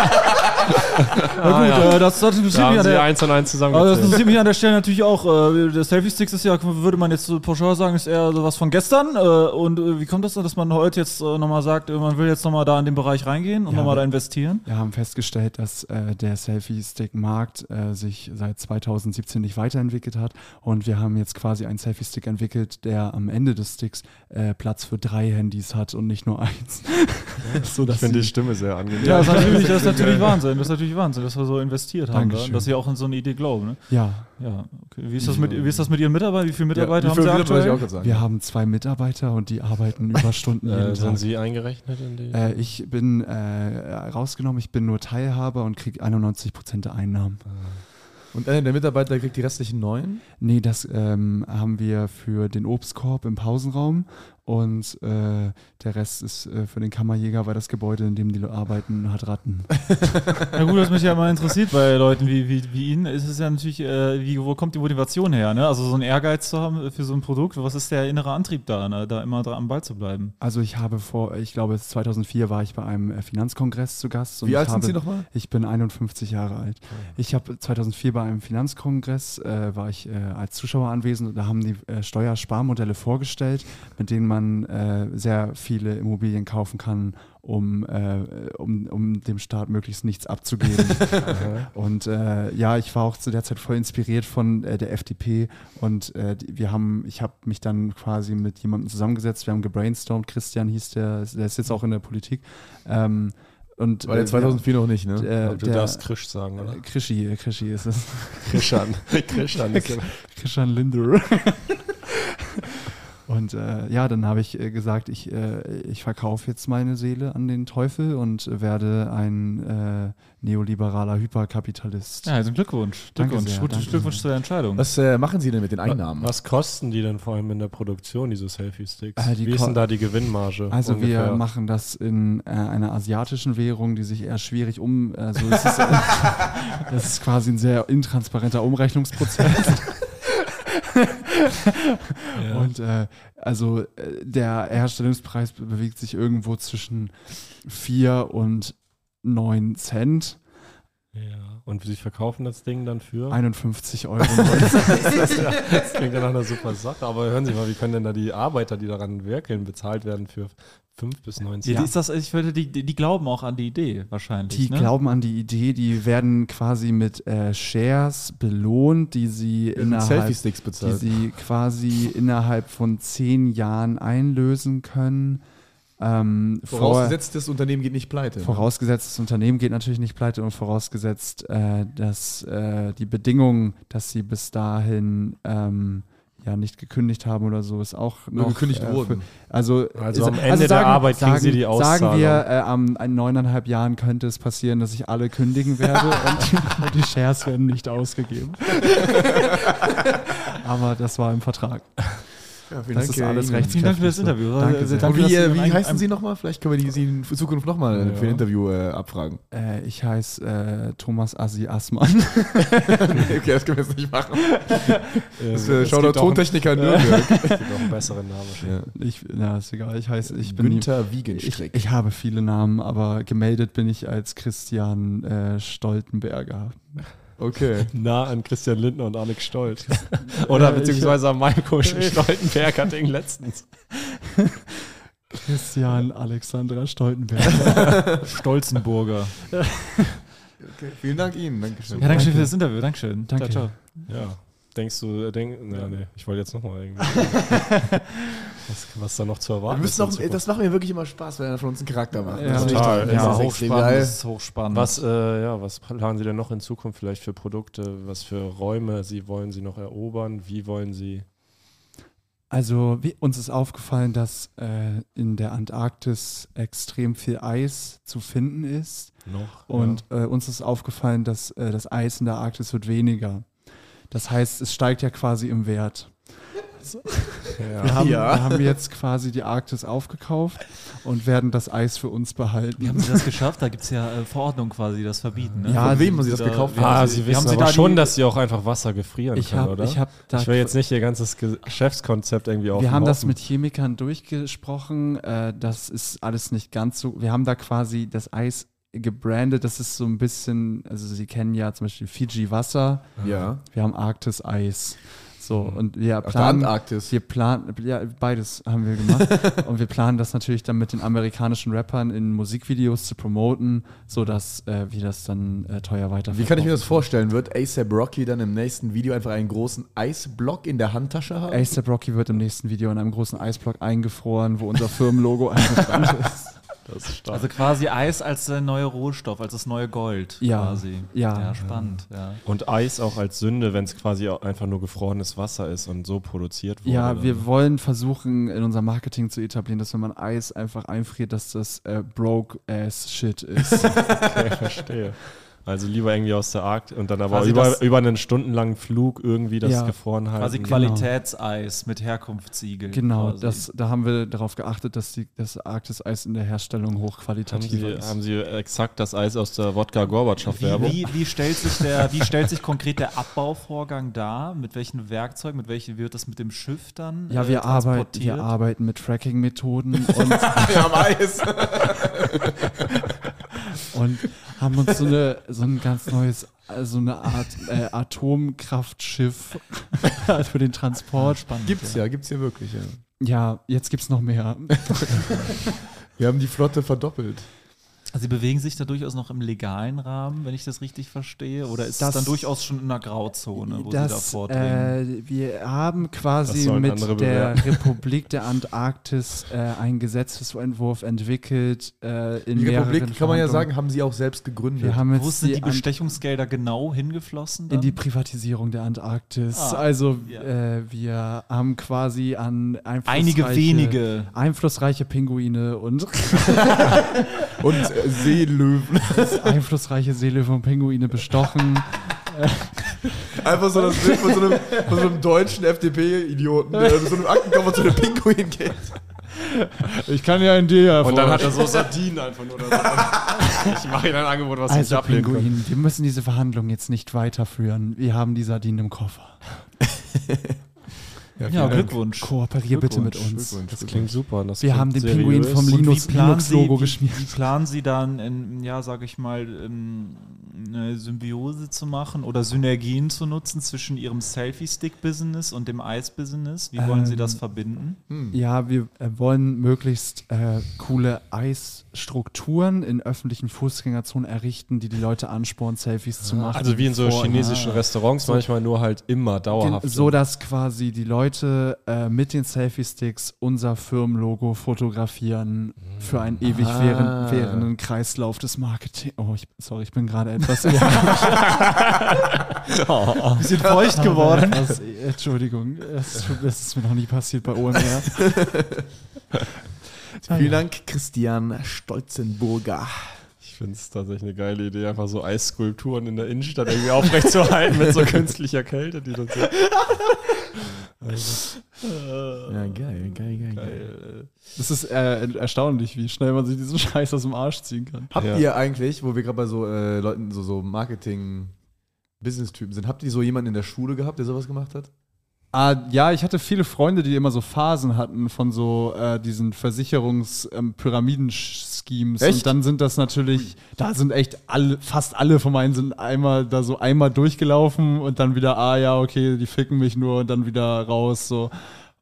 Speaker 2: Ah,
Speaker 4: Na gut, äh, das, das interessiert mich
Speaker 5: Da haben
Speaker 4: an
Speaker 5: sie
Speaker 4: der,
Speaker 5: eins und eins
Speaker 4: aber das
Speaker 5: zusammengezählt.
Speaker 4: interessiert mich an der Stelle natürlich auch. Äh, der Selfie-Sticks ist ja, würde man jetzt so pauschal sagen, ist eher sowas von gestern. Äh, und äh, wie kommt das, denn, dass man heute jetzt äh, nochmal sagt, äh, man will jetzt nochmal da in den Bereich reingehen und
Speaker 2: Ja,
Speaker 4: nochmal
Speaker 2: aber-
Speaker 4: da investieren?
Speaker 2: Wir haben festgestellt, dass äh, der Selfie-Stick-Markt äh, sich seit 2017 nicht weiterentwickelt hat und wir haben jetzt quasi einen Selfie-Stick entwickelt, der am Ende des Sticks äh, Platz für drei Handys hat und nicht nur eins. so, dass
Speaker 5: Ich finde die
Speaker 2: sie-
Speaker 5: Stimme sehr angenehm.
Speaker 4: Ja, das ist natürlich, das ist natürlich Wahnsinn. Das ist natürlich Wahnsinn, dass wir so investiert haben, da,
Speaker 2: Dankeschön.
Speaker 4: dass wir auch in so eine Idee glauben. Ne?
Speaker 2: ja,
Speaker 4: Ja, okay. Wie ist, das mit, wie ist das mit Ihren Mitarbeitern? Wie viele Mitarbeiter
Speaker 1: wie
Speaker 4: haben Sie
Speaker 1: viele Mitarbeiter ich
Speaker 4: aktuell?
Speaker 1: auch gerade sagen.
Speaker 2: wir haben zwei Mitarbeiter und die arbeiten Überstunden jeden
Speaker 5: Äh, sind
Speaker 2: Tag.
Speaker 5: Sie eingerechnet in die?
Speaker 2: Äh, ich bin äh, rausgenommen, ich bin nur Teilhaber und kriege 91% der Einnahmen.
Speaker 1: Und einer der Mitarbeiter kriegt die restlichen neun.
Speaker 2: Nee, das ähm, haben wir für den Obstkorb im Pausenraum
Speaker 8: Und äh, der Rest ist äh, für den Kammerjäger, weil das Gebäude, in dem die arbeiten, hat Ratten.
Speaker 4: Na gut, was mich ja immer interessiert bei Leuten wie, wie, wie Ihnen, ist es ja natürlich, äh, wie, wo kommt die Motivation her? Ne? Also so einen Ehrgeiz zu haben für so ein Produkt, was ist der innere Antrieb da, ne? da immer dran am Ball zu bleiben?
Speaker 8: Also ich habe vor, ich glaube, es ist 2004 war ich bei einem äh, Finanzkongress zu Gast. und
Speaker 1: Wie
Speaker 8: ich
Speaker 1: alt sind
Speaker 8: habe-
Speaker 1: Sie nochmal?
Speaker 8: Ich bin 51 Jahre alt. Ich habe 2004 bei einem Finanzkongress, äh, war ich äh, als Zuschauer anwesend und da haben die äh, Steuersparmodelle vorgestellt, mit denen man äh, sehr viele Immobilien kaufen kann, um, äh, um, um dem Staat möglichst nichts abzugeben. und äh, ja, ich war auch zu der Zeit voll inspiriert von äh, der FDP und äh, die- wir haben, ich habe mich dann quasi mit jemandem zusammengesetzt, wir haben gebrainstormt, Christian hieß der, der ist jetzt auch in der Politik. Ähm, und
Speaker 1: War der
Speaker 8: äh,
Speaker 1: 2004 noch nicht, ne?
Speaker 8: äh,
Speaker 5: du
Speaker 8: der-
Speaker 5: darfst Krisch sagen, oder?
Speaker 8: Krischi, äh, Krischi ist es.
Speaker 5: Krischan. Krischan ist ja-
Speaker 8: Christian Linder. Und äh, ja, dann habe ich äh, gesagt, ich, äh, ich verkaufe jetzt meine Seele an den Teufel und werde ein äh, neoliberaler Hyperkapitalist.
Speaker 4: Ja, also Glückwunsch.
Speaker 8: Danke
Speaker 4: Glückwunsch.
Speaker 8: sehr,
Speaker 4: Guten
Speaker 8: danke
Speaker 4: Glückwunsch zu der Entscheidung.
Speaker 1: Was äh, machen Sie denn mit den Einnahmen?
Speaker 5: Was kosten die denn vor allem in der Produktion, diese Selfie-Sticks?
Speaker 8: Äh, die
Speaker 5: Wie ist
Speaker 8: ko-
Speaker 5: denn da die Gewinnmarge?
Speaker 8: Also wir
Speaker 5: ungefähr?
Speaker 8: machen das in äh, einer asiatischen Währung, die sich eher schwierig um... Also es ist, äh, das ist quasi ein sehr intransparenter Umrechnungsprozess. Und äh, also äh, der Herstellungspreis be- bewegt sich irgendwo zwischen 4 und 9 Cent,
Speaker 5: Ja. Und sie verkaufen das Ding dann für?
Speaker 8: 51 Euro.
Speaker 5: Das klingt ja nach einer super Sache, aber hören Sie mal, wie können denn da die Arbeiter, die daran werkeln, bezahlt werden für 5 bis 9
Speaker 4: Die,
Speaker 5: Cent?
Speaker 4: die ist das, ich würde, die, die die glauben auch an die Idee wahrscheinlich.
Speaker 8: Die
Speaker 4: ne?
Speaker 8: glauben an die Idee, die werden quasi mit äh, Shares belohnt, die sie
Speaker 1: Mit
Speaker 8: innerhalb
Speaker 1: Selfie-Sticks
Speaker 8: die
Speaker 1: bezahlt.
Speaker 8: sie quasi innerhalb von zehn Jahren einlösen können. Ähm, vorausgesetzt,
Speaker 1: Vorausgesetzt, das Unternehmen geht nicht pleite. ne?
Speaker 8: vorausgesetzt, das Unternehmen geht natürlich nicht pleite und vorausgesetzt, äh, dass äh, die Bedingung, dass sie bis dahin ähm, ja nicht gekündigt haben oder so, ist auch
Speaker 1: Nur
Speaker 8: noch
Speaker 1: gekündigt
Speaker 8: äh,
Speaker 1: wurden.
Speaker 8: also,
Speaker 5: Also am Ende der Arbeit kriegen
Speaker 8: sagen,
Speaker 5: sie die
Speaker 8: Sagen
Speaker 5: Auszahlung.
Speaker 8: wir, äh, am in neuneinhalb Jahren könnte es passieren, dass ich alle kündigen werde und, und die Shares werden nicht ausgegeben. Aber das war im Vertrag.
Speaker 1: Ja, vielen
Speaker 8: Das ist alles
Speaker 1: Ihnen.
Speaker 4: Vielen Dank für das Interview.
Speaker 8: Danke sehr.
Speaker 4: dass
Speaker 1: Und wie, äh,
Speaker 4: Sie
Speaker 1: wie
Speaker 4: ein-
Speaker 1: heißen
Speaker 4: ein-
Speaker 1: Sie nochmal? Vielleicht können wir die, Sie in Zukunft nochmal
Speaker 5: Ja.
Speaker 1: für ein Interview äh, abfragen.
Speaker 8: Äh, ich heiße äh, Thomas Assi Assmann.
Speaker 1: okay, das können wir jetzt nicht machen.
Speaker 5: Äh,
Speaker 1: Das
Speaker 5: es
Speaker 1: äh,
Speaker 5: gibt
Speaker 1: schaut der
Speaker 5: auch einen-
Speaker 1: Tontechniker Nürnberg.
Speaker 5: es gibt auch einen besseren Namen.
Speaker 8: Ich, na, ist egal. Ich heiße, ich bin.
Speaker 1: Günther
Speaker 8: ich,
Speaker 1: Wiegenstrick.
Speaker 8: ich habe viele Namen, aber gemeldet bin ich als Christian äh, Stoltenberger.
Speaker 1: Okay.
Speaker 5: Nah an Christian Lindner und Alex Stolz. Oder beziehungsweise an Maiko Stoltenberg hat ihn letztens.
Speaker 8: Christian Alexandra Stoltenberger.
Speaker 4: Stolzenburger.
Speaker 1: Vielen Dank Ihnen. Dankeschön.
Speaker 4: Ja, danke schön für das Interview. Dankeschön.
Speaker 8: Danke.
Speaker 4: Ciao, ciao.
Speaker 5: Ja. Denkst du, äh, denk, na, nee, ich wollte jetzt nochmal irgendwie. was, was da noch zu
Speaker 1: Wir
Speaker 5: erwarten
Speaker 1: müssen
Speaker 5: in
Speaker 1: auch, ey,
Speaker 5: Zukunft.
Speaker 1: das macht mir wirklich immer Spaß, wenn einer von uns einen Charakter macht.
Speaker 8: Ja,
Speaker 1: Das ist
Speaker 5: total.
Speaker 1: echt-
Speaker 5: Ja,
Speaker 1: das ist extrem geil.
Speaker 4: ist hochspannend.
Speaker 5: Was, äh, ja, was planen Sie denn noch in Zukunft vielleicht für Produkte? Was für Räume Sie wollen Sie noch erobern? Wie wollen Sie?
Speaker 8: Also wie, uns ist aufgefallen, dass äh, in der Antarktis extrem viel Eis zu finden ist.
Speaker 5: Noch.
Speaker 8: Und äh, uns ist aufgefallen, dass äh, das Eis in der Arktis wird weniger. Das heißt, es steigt ja quasi im Wert. Wir, haben, wir haben jetzt quasi die Arktis aufgekauft und werden das Eis für uns behalten.
Speaker 4: Wie haben Sie das geschafft? Da gibt es ja äh, Verordnungen quasi, die das verbieten. Ne?
Speaker 8: Ja,
Speaker 1: Von wem haben Sie das
Speaker 4: da-
Speaker 1: gekauft?
Speaker 4: wir
Speaker 5: ah,
Speaker 4: haben
Speaker 5: Sie
Speaker 4: wir
Speaker 5: wissen
Speaker 4: haben
Speaker 5: aber
Speaker 4: da
Speaker 5: schon,
Speaker 4: die-
Speaker 5: dass Sie auch einfach Wasser gefrieren
Speaker 8: ich
Speaker 5: können,
Speaker 8: habe
Speaker 5: oder?
Speaker 8: ich hab da
Speaker 5: ich will jetzt nicht Ihr ganzes Geschäftskonzept irgendwie auf
Speaker 8: Wir
Speaker 5: den
Speaker 8: haben das
Speaker 5: Haufen-
Speaker 8: mit Chemikern durchgesprochen. Äh, das ist alles nicht ganz so. Wir haben da quasi das Eis gebrandet. Das ist so ein bisschen, also Sie kennen ja zum Beispiel Fiji Wasser.
Speaker 1: Ja.
Speaker 8: Wir haben Arktis Eis. So, und wir
Speaker 1: Auf der
Speaker 8: planen,
Speaker 1: Antarktis.
Speaker 8: wir planen, ja, beides haben wir gemacht. und wir planen das natürlich dann mit den amerikanischen Rappern in Musikvideos zu promoten, sodass äh, wir das dann äh, teuer weiter.
Speaker 1: Wie kann ich mir das vorstellen? Wird ASAP Rocky dann im nächsten Video einfach einen großen Eisblock in der Handtasche haben?
Speaker 8: ASAP Rocky wird im nächsten Video in einem großen Eisblock eingefroren, wo unser Firmenlogo eingebrannt ist.
Speaker 5: Das ist stark.
Speaker 4: Also quasi Eis als der neue Rohstoff, als das neue Gold
Speaker 8: Ja.
Speaker 4: quasi.
Speaker 8: Ja.
Speaker 4: ja spannend. Ja.
Speaker 2: Genau.
Speaker 5: und Eis auch als Sünde, wenn es quasi auch einfach nur gefrorenes Wasser ist und so produziert wurde.
Speaker 8: Ja,
Speaker 5: dann.
Speaker 8: wir wollen versuchen, in unserem Marketing zu etablieren, dass wenn man Eis einfach einfriert, dass das äh, Broke-Ass-Shit ist.
Speaker 5: okay, verstehe. Also lieber irgendwie aus der Arktis und dann aber
Speaker 4: Quasi
Speaker 5: über,
Speaker 4: das-
Speaker 5: über einen stundenlangen Flug irgendwie das
Speaker 2: Ja.
Speaker 5: gefroren halten. Genau.
Speaker 4: Quasi Qualitätseis mit Herkunftssiegel.
Speaker 2: Genau,
Speaker 4: quasi.
Speaker 2: das, da haben wir darauf geachtet, dass die, das Arktis-Eis in der Herstellung
Speaker 5: haben
Speaker 2: hochqualitativ
Speaker 5: sie,
Speaker 2: ist.
Speaker 5: haben sie exakt das Eis aus der Wodka-Gorbatschow-Werbung.
Speaker 4: Wie, wie, wie, stellt sich der, wie stellt sich konkret der Abbauvorgang dar? Mit welchen Werkzeugen, mit welchen wird das mit dem Schiff dann?
Speaker 2: ja,
Speaker 4: äh,
Speaker 2: wir, arbeiten,
Speaker 4: transportiert?
Speaker 2: wir arbeiten mit Tracking-Methoden und
Speaker 1: Wir haben Eis.
Speaker 2: und haben uns so, eine, so ein ganz neues, äh, so eine Art äh, Atomkraftschiff für den Transport.
Speaker 1: Gibt's ja, gibt's ja wirklich, ja.
Speaker 2: Ja, jetzt gibt's noch mehr.
Speaker 1: Wir haben die Flotte verdoppelt.
Speaker 4: Also Sie bewegen sich da durchaus noch im legalen Rahmen, wenn ich das richtig verstehe? Oder ist
Speaker 2: Das-
Speaker 4: es dann durchaus schon in einer Grauzone, wo Sie da
Speaker 2: Das,
Speaker 4: vordringen?
Speaker 2: äh, wir haben
Speaker 5: Das
Speaker 2: quasi
Speaker 5: sollen
Speaker 2: mit
Speaker 5: andere
Speaker 2: der Republik der Antarktis äh, einen Gesetzesentwurf entwickelt. Äh, in
Speaker 1: Die Republik,
Speaker 2: mehreren
Speaker 1: kann man ja
Speaker 2: Verhandlungen.
Speaker 1: sagen, haben sie auch selbst gegründet.
Speaker 2: wir haben jetzt
Speaker 4: Wo sind die,
Speaker 2: Ant-
Speaker 4: Bestechungsgelder genau hingeflossen?
Speaker 2: In
Speaker 4: Dann?
Speaker 2: die Privatisierung der Antarktis.
Speaker 4: Ah,
Speaker 2: also
Speaker 4: ja.
Speaker 2: äh, wir haben quasi an einflussreiche,
Speaker 4: Einige wenige.
Speaker 2: einflussreiche Pinguine und
Speaker 1: Und äh, Seelöwen.
Speaker 2: einflussreiche Seele von Pinguine bestochen.
Speaker 1: Einfach so das Bild von so einem, von so einem deutschen FDP-Idioten, der mit so einem Aktenkoffer zu einem Pinguin geht.
Speaker 2: Ich kann ja in dir
Speaker 5: Und dann hat er so Sardinen einfach nur da drin. Ich mache ihm ein Angebot, was ich
Speaker 2: Also
Speaker 5: ablehnen kann.
Speaker 2: Pinguin, wir müssen diese Verhandlung jetzt nicht weiterführen. Wir haben die Sardinen im Koffer.
Speaker 4: Ja, Glückwunsch.
Speaker 2: Kooperier bitte mit
Speaker 4: Glückwunsch,
Speaker 2: uns.
Speaker 5: Das klingt super. Das
Speaker 2: Wir
Speaker 5: klingt
Speaker 2: haben den
Speaker 5: seriös.
Speaker 2: Pinguin vom
Speaker 4: Und
Speaker 2: Linux-
Speaker 4: wie planen Sie-
Speaker 2: Linux-Logo
Speaker 4: wie-
Speaker 2: geschmiert.
Speaker 4: Wie planen Sie dann, in, ja, sage ich mal, ähm, eine Symbiose zu machen oder Synergien zu nutzen zwischen Ihrem Selfie-Stick-Business und dem Eis-Business? Wie wollen Sie das
Speaker 2: Ähm,
Speaker 4: verbinden?
Speaker 2: Ja, wir äh, wollen möglichst äh, coole Eisstrukturen in öffentlichen Fußgängerzonen errichten, die die Leute anspornen, Selfies
Speaker 4: Ah.
Speaker 2: zu machen.
Speaker 5: Also wie in so
Speaker 2: Vor-
Speaker 5: chinesischen Restaurants, manchmal nur halt immer
Speaker 2: Gen-
Speaker 5: dauerhaft.
Speaker 2: So dass quasi die Leute äh, mit den Selfie-Sticks unser Firmenlogo fotografieren für einen ewig währen, währenden Kreislauf des Marketing. Oh, ich, sorry, ich bin gerade etwas
Speaker 4: Bisschen feucht geworden.
Speaker 2: Etwas, Entschuldigung, das, das ist mir noch nie passiert bei OMR.
Speaker 1: Vielen Dank, Christian Stolzenburger.
Speaker 5: ich finde es tatsächlich eine geile Idee, einfach so Eisskulpturen in der Innenstadt irgendwie aufrechtzuerhalten mit so künstlicher Kälte, die dann so.
Speaker 1: Ja, geil, geil, geil, geil.
Speaker 2: Es ist äh, erstaunlich, wie schnell man sich diesen Scheiß aus dem Arsch ziehen kann.
Speaker 1: Habt
Speaker 5: Ja.
Speaker 1: ihr eigentlich, wo wir gerade bei so äh, Leuten, so, so Marketing-Business-Typen sind, habt ihr so jemanden in der Schule gehabt, der sowas gemacht hat?
Speaker 2: Ah, ja, ich hatte viele Freunde, die immer so Phasen hatten von so äh, diesen Versicherungs-Pyramiden-Schemes.
Speaker 1: Echt?
Speaker 2: Und dann sind das natürlich, da sind echt alle, fast alle von meinen sind einmal da so einmal durchgelaufen und dann wieder, ah ja, okay, die ficken mich nur und dann wieder raus. So.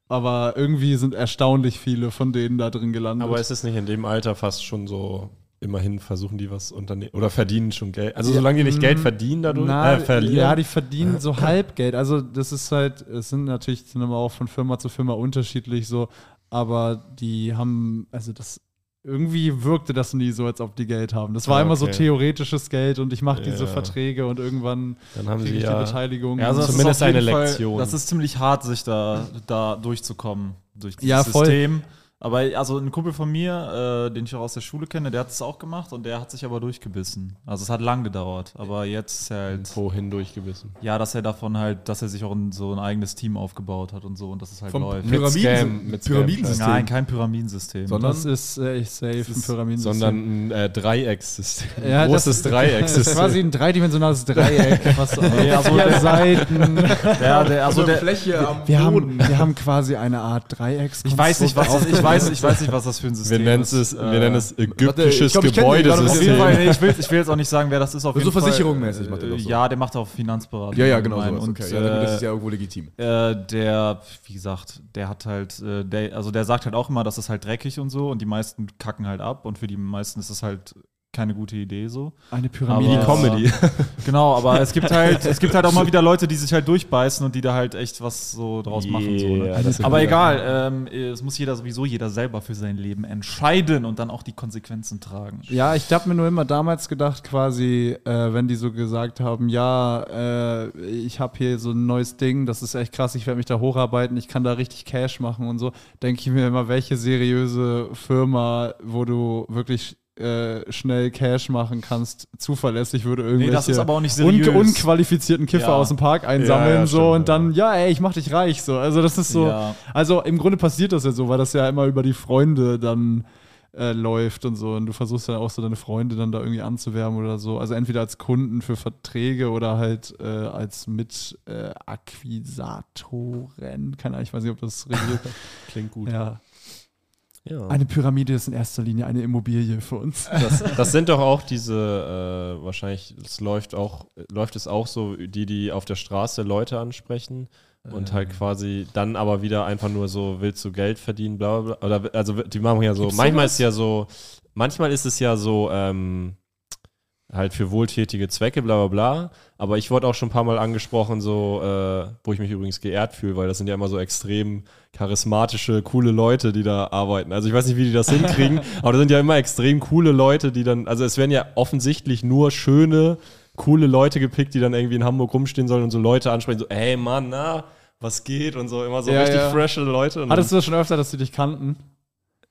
Speaker 2: Aber irgendwie sind erstaunlich viele von denen da drin gelandet.
Speaker 5: Aber ist es nicht in dem Alter fast schon so, immerhin versuchen die was unternehmen oder verdienen schon Geld? Also solange die nicht Geld verdienen dadurch,
Speaker 2: Na,
Speaker 5: äh, verlieren.
Speaker 2: ja, die verdienen so Halbgeld. Also das ist halt, es sind natürlich sind aber auch von Firma zu Firma unterschiedlich so, aber die haben, also das irgendwie wirkte das nie so, als ob die Geld haben. Das war
Speaker 5: Ah,
Speaker 2: immer so
Speaker 5: okay.
Speaker 2: theoretisches Geld und ich mache diese
Speaker 5: Ja.
Speaker 2: Verträge und irgendwann
Speaker 5: dann haben
Speaker 2: kriege
Speaker 5: sie
Speaker 2: ich die
Speaker 5: ja.
Speaker 2: Beteiligung.
Speaker 5: Ja, also das ist
Speaker 2: Zumindest-
Speaker 5: zumindest eine
Speaker 4: jeden Fall-
Speaker 5: Lektion.
Speaker 4: das ist ziemlich hart, sich da, da durchzukommen durch dieses
Speaker 2: Ja, voll.
Speaker 4: System. Aber also ein Kumpel von mir, äh, den ich auch aus der Schule kenne, der hat es auch gemacht und der hat sich aber durchgebissen. Also es hat lang gedauert, aber jetzt ist er halt
Speaker 5: Wohin durchgebissen?
Speaker 4: ja, dass er davon halt, dass er sich auch in so ein eigenes Team aufgebaut hat und so und dass es halt läuft.
Speaker 5: Mit Scam,
Speaker 1: Pyramiden
Speaker 5: mit Scam.
Speaker 1: Pyramidensystem.
Speaker 4: Nein, kein Pyramidensystem.
Speaker 1: Sondern-
Speaker 2: das ist äh, echt safe, ein Pyramidensystem.
Speaker 5: Sondern ein äh, Dreiecksystem.
Speaker 2: Ja,
Speaker 5: Ein
Speaker 2: das-
Speaker 5: großes
Speaker 2: Das ist quasi
Speaker 5: Dreiecksystem.
Speaker 2: ein dreidimensionales Dreieck, was auf
Speaker 4: Ja, so
Speaker 2: vier
Speaker 4: der-
Speaker 2: Seiten.
Speaker 4: der, der, also der,
Speaker 1: Fläche am
Speaker 2: Wir haben, wir haben quasi eine Art Dreiecks.
Speaker 4: ich weiß nicht, was das, ich weiß, ich weiß nicht, was das für ein
Speaker 5: Wir
Speaker 4: System
Speaker 5: nennen
Speaker 4: ist.
Speaker 5: es, wir nennen es
Speaker 1: ich
Speaker 5: ägyptisches
Speaker 1: glaub, ich kenn den gerade, was
Speaker 4: Auf jeden
Speaker 5: Gebäudesystem.
Speaker 4: Fall, nee, ich, will, ich will jetzt auch nicht sagen, wer das ist. Auf
Speaker 1: Also So
Speaker 4: jeden Fall, Äh,
Speaker 1: versicherungsmäßig macht er das so.
Speaker 4: Ja, der macht auch Finanzberatung.
Speaker 1: Ja, ja, genau
Speaker 4: Nein,
Speaker 1: sowas.
Speaker 4: Und,
Speaker 1: okay. ja, dann- das ist
Speaker 4: äh,
Speaker 1: ja irgendwo legitim.
Speaker 4: äh, der, wie gesagt, der hat halt, äh, der, also der sagt halt auch immer, das ist halt dreckig und so und die meisten kacken halt ab und für die meisten ist das halt keine gute Idee so.
Speaker 2: Eine
Speaker 4: Aber-
Speaker 2: Pyramide.
Speaker 5: Comedy.
Speaker 4: Genau, aber es gibt halt, es gibt halt auch mal wieder Leute, die sich halt durchbeißen und die da halt echt was so draus machen. So, ne?
Speaker 5: Yeah, das sind
Speaker 4: Aber
Speaker 5: wir.
Speaker 4: egal, ähm, es muss jeder sowieso jeder selber für sein Leben entscheiden und dann auch die Konsequenzen tragen.
Speaker 2: Ja, ich habe mir nur immer damals gedacht, quasi, äh, wenn die so gesagt haben, ja, äh, ich habe hier so ein neues Ding, das ist echt krass, ich werde mich da hocharbeiten, ich kann da richtig Cash machen und so, denke ich mir immer, welche seriöse Firma, wo du wirklich äh, schnell Cash machen kannst, zuverlässig würde irgendwelche
Speaker 4: Nee, das ist aber auch nicht
Speaker 2: un
Speaker 4: seriös.
Speaker 2: unqualifizierten Kiffer
Speaker 5: Ja.
Speaker 2: aus dem Park einsammeln
Speaker 5: Ja, ja,
Speaker 2: so
Speaker 5: stimmt,
Speaker 2: und dann ja, ey, ich mach dich reich so. Also das ist so,
Speaker 4: Ja.
Speaker 2: also im Grunde passiert das ja so, weil das ja immer über die Freunde dann äh, läuft und so und du versuchst ja auch so deine Freunde dann da irgendwie anzuwerben oder so. Also entweder als Kunden für Verträge oder halt äh, als mit äh, Akquisatoren. Keine Ahnung, ich weiß nicht, ob das richtig ist.
Speaker 5: Klingt gut.
Speaker 2: Ja.
Speaker 5: Ja.
Speaker 2: Eine Pyramide ist in erster Linie eine Immobilie für uns.
Speaker 5: Das, das sind doch auch diese, äh, wahrscheinlich, es läuft auch, läuft es auch so, die, die auf der Straße Leute ansprechen und halt quasi dann aber wieder einfach nur so, willst du Geld verdienen, bla bla bla. Oder, also die machen ja so, manchmal ist ja so, manchmal ist es ja so, ähm, halt für wohltätige Zwecke, bla bla bla. Aber ich wurde auch schon ein paar Mal angesprochen, so, äh, wo ich mich übrigens geehrt fühle, weil das sind ja immer so extrem charismatische, coole Leute, die da arbeiten. Also ich weiß nicht, wie die das hinkriegen, aber das sind ja immer extrem coole Leute, die dann, also es werden ja offensichtlich nur schöne, coole Leute gepickt, die dann irgendwie in Hamburg rumstehen sollen und so Leute ansprechen, so, ey Mann, na, was geht? Und so immer so
Speaker 2: Ja,
Speaker 5: richtig
Speaker 2: ja.
Speaker 5: frische Leute. Und
Speaker 2: Hattest du das schon öfter, dass sie dich kannten?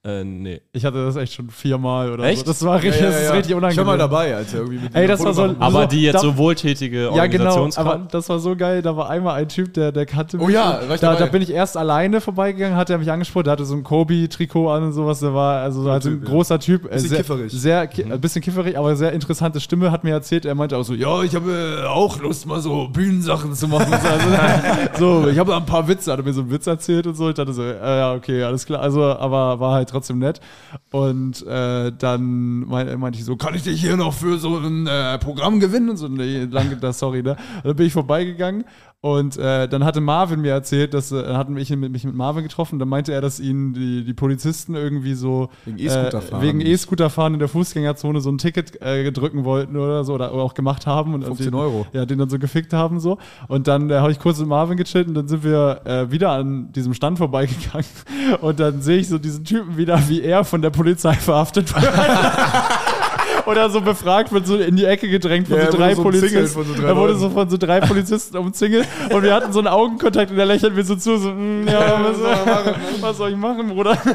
Speaker 5: dann, äh, nee.
Speaker 2: Ich hatte das echt schon viermal oder so.
Speaker 5: Echt?
Speaker 2: Das war richtig, das ist richtig
Speaker 1: Ich war
Speaker 2: unangenehm.
Speaker 1: mal dabei, als er irgendwie mit
Speaker 2: Ey,
Speaker 1: dieser
Speaker 2: das war so
Speaker 1: Foto
Speaker 2: ein-
Speaker 1: machen
Speaker 5: Aber
Speaker 2: so,
Speaker 5: die jetzt
Speaker 2: da-
Speaker 5: so wohltätige
Speaker 2: ja, genau,
Speaker 5: Organisationskram.
Speaker 2: aber das war so geil. Da war einmal ein Typ, der, der kannte
Speaker 1: Oh ja, war ich
Speaker 2: da,
Speaker 1: dabei.
Speaker 2: da bin ich erst alleine vorbeigegangen, hat er mich angesprochen, der hatte so ein Kobe-Trikot an und sowas, der war also, also ein
Speaker 1: Typ, ja.
Speaker 2: großer Typ. äh,
Speaker 1: Bisschen
Speaker 2: sehr,
Speaker 1: kifferig. Mhm.
Speaker 2: Sehr, ki- ein bisschen kifferig, aber sehr interessante Stimme, hat mir erzählt, er meinte auch so, ja, ich habe äh, auch Lust, mal so Bühnensachen zu machen. und so, also, so, ich habe da ein paar Witze, hat er mir so einen Witz erzählt und so, ich dachte so, äh, ja, okay, alles klar, also, aber war halt trotzdem nett. Und äh, dann mein, meinte ich so, kann ich dich hier noch für so ein äh, Programm gewinnen? Und so, nee, danke, da, sorry, ne? Und dann bin ich vorbeigegangen und äh, dann hatte Marvin mir erzählt, dass äh, hat mich mit, mich mit Marvin getroffen. Dann meinte er, dass ihn die, die Polizisten irgendwie so äh,
Speaker 1: Wegen E-Scooter fahren.
Speaker 2: wegen E-Scooter fahren in der Fußgängerzone so ein Ticket äh, drücken wollten oder so oder, oder auch gemacht haben und
Speaker 1: 15
Speaker 2: den,
Speaker 1: Euro.
Speaker 2: ja den dann so gefickt haben so. Und dann äh, habe ich kurz mit Marvin gechillt und dann sind wir äh, wieder an diesem Stand vorbeigegangen und dann sehe ich so diesen Typen wieder, wie er von der Polizei verhaftet wird. Oder so befragt wird, so in die Ecke gedrängt von
Speaker 1: Ja, er
Speaker 2: so
Speaker 1: wurde
Speaker 2: drei
Speaker 1: so umzingelt
Speaker 2: Polizisten.
Speaker 1: von so drei
Speaker 2: er wurde
Speaker 1: Leuten.
Speaker 2: so von so drei Polizisten umzingelt und wir hatten so einen Augenkontakt und er lächelt mir so zu, so, mm, ja, was, soll ich machen? was soll ich machen, Bruder?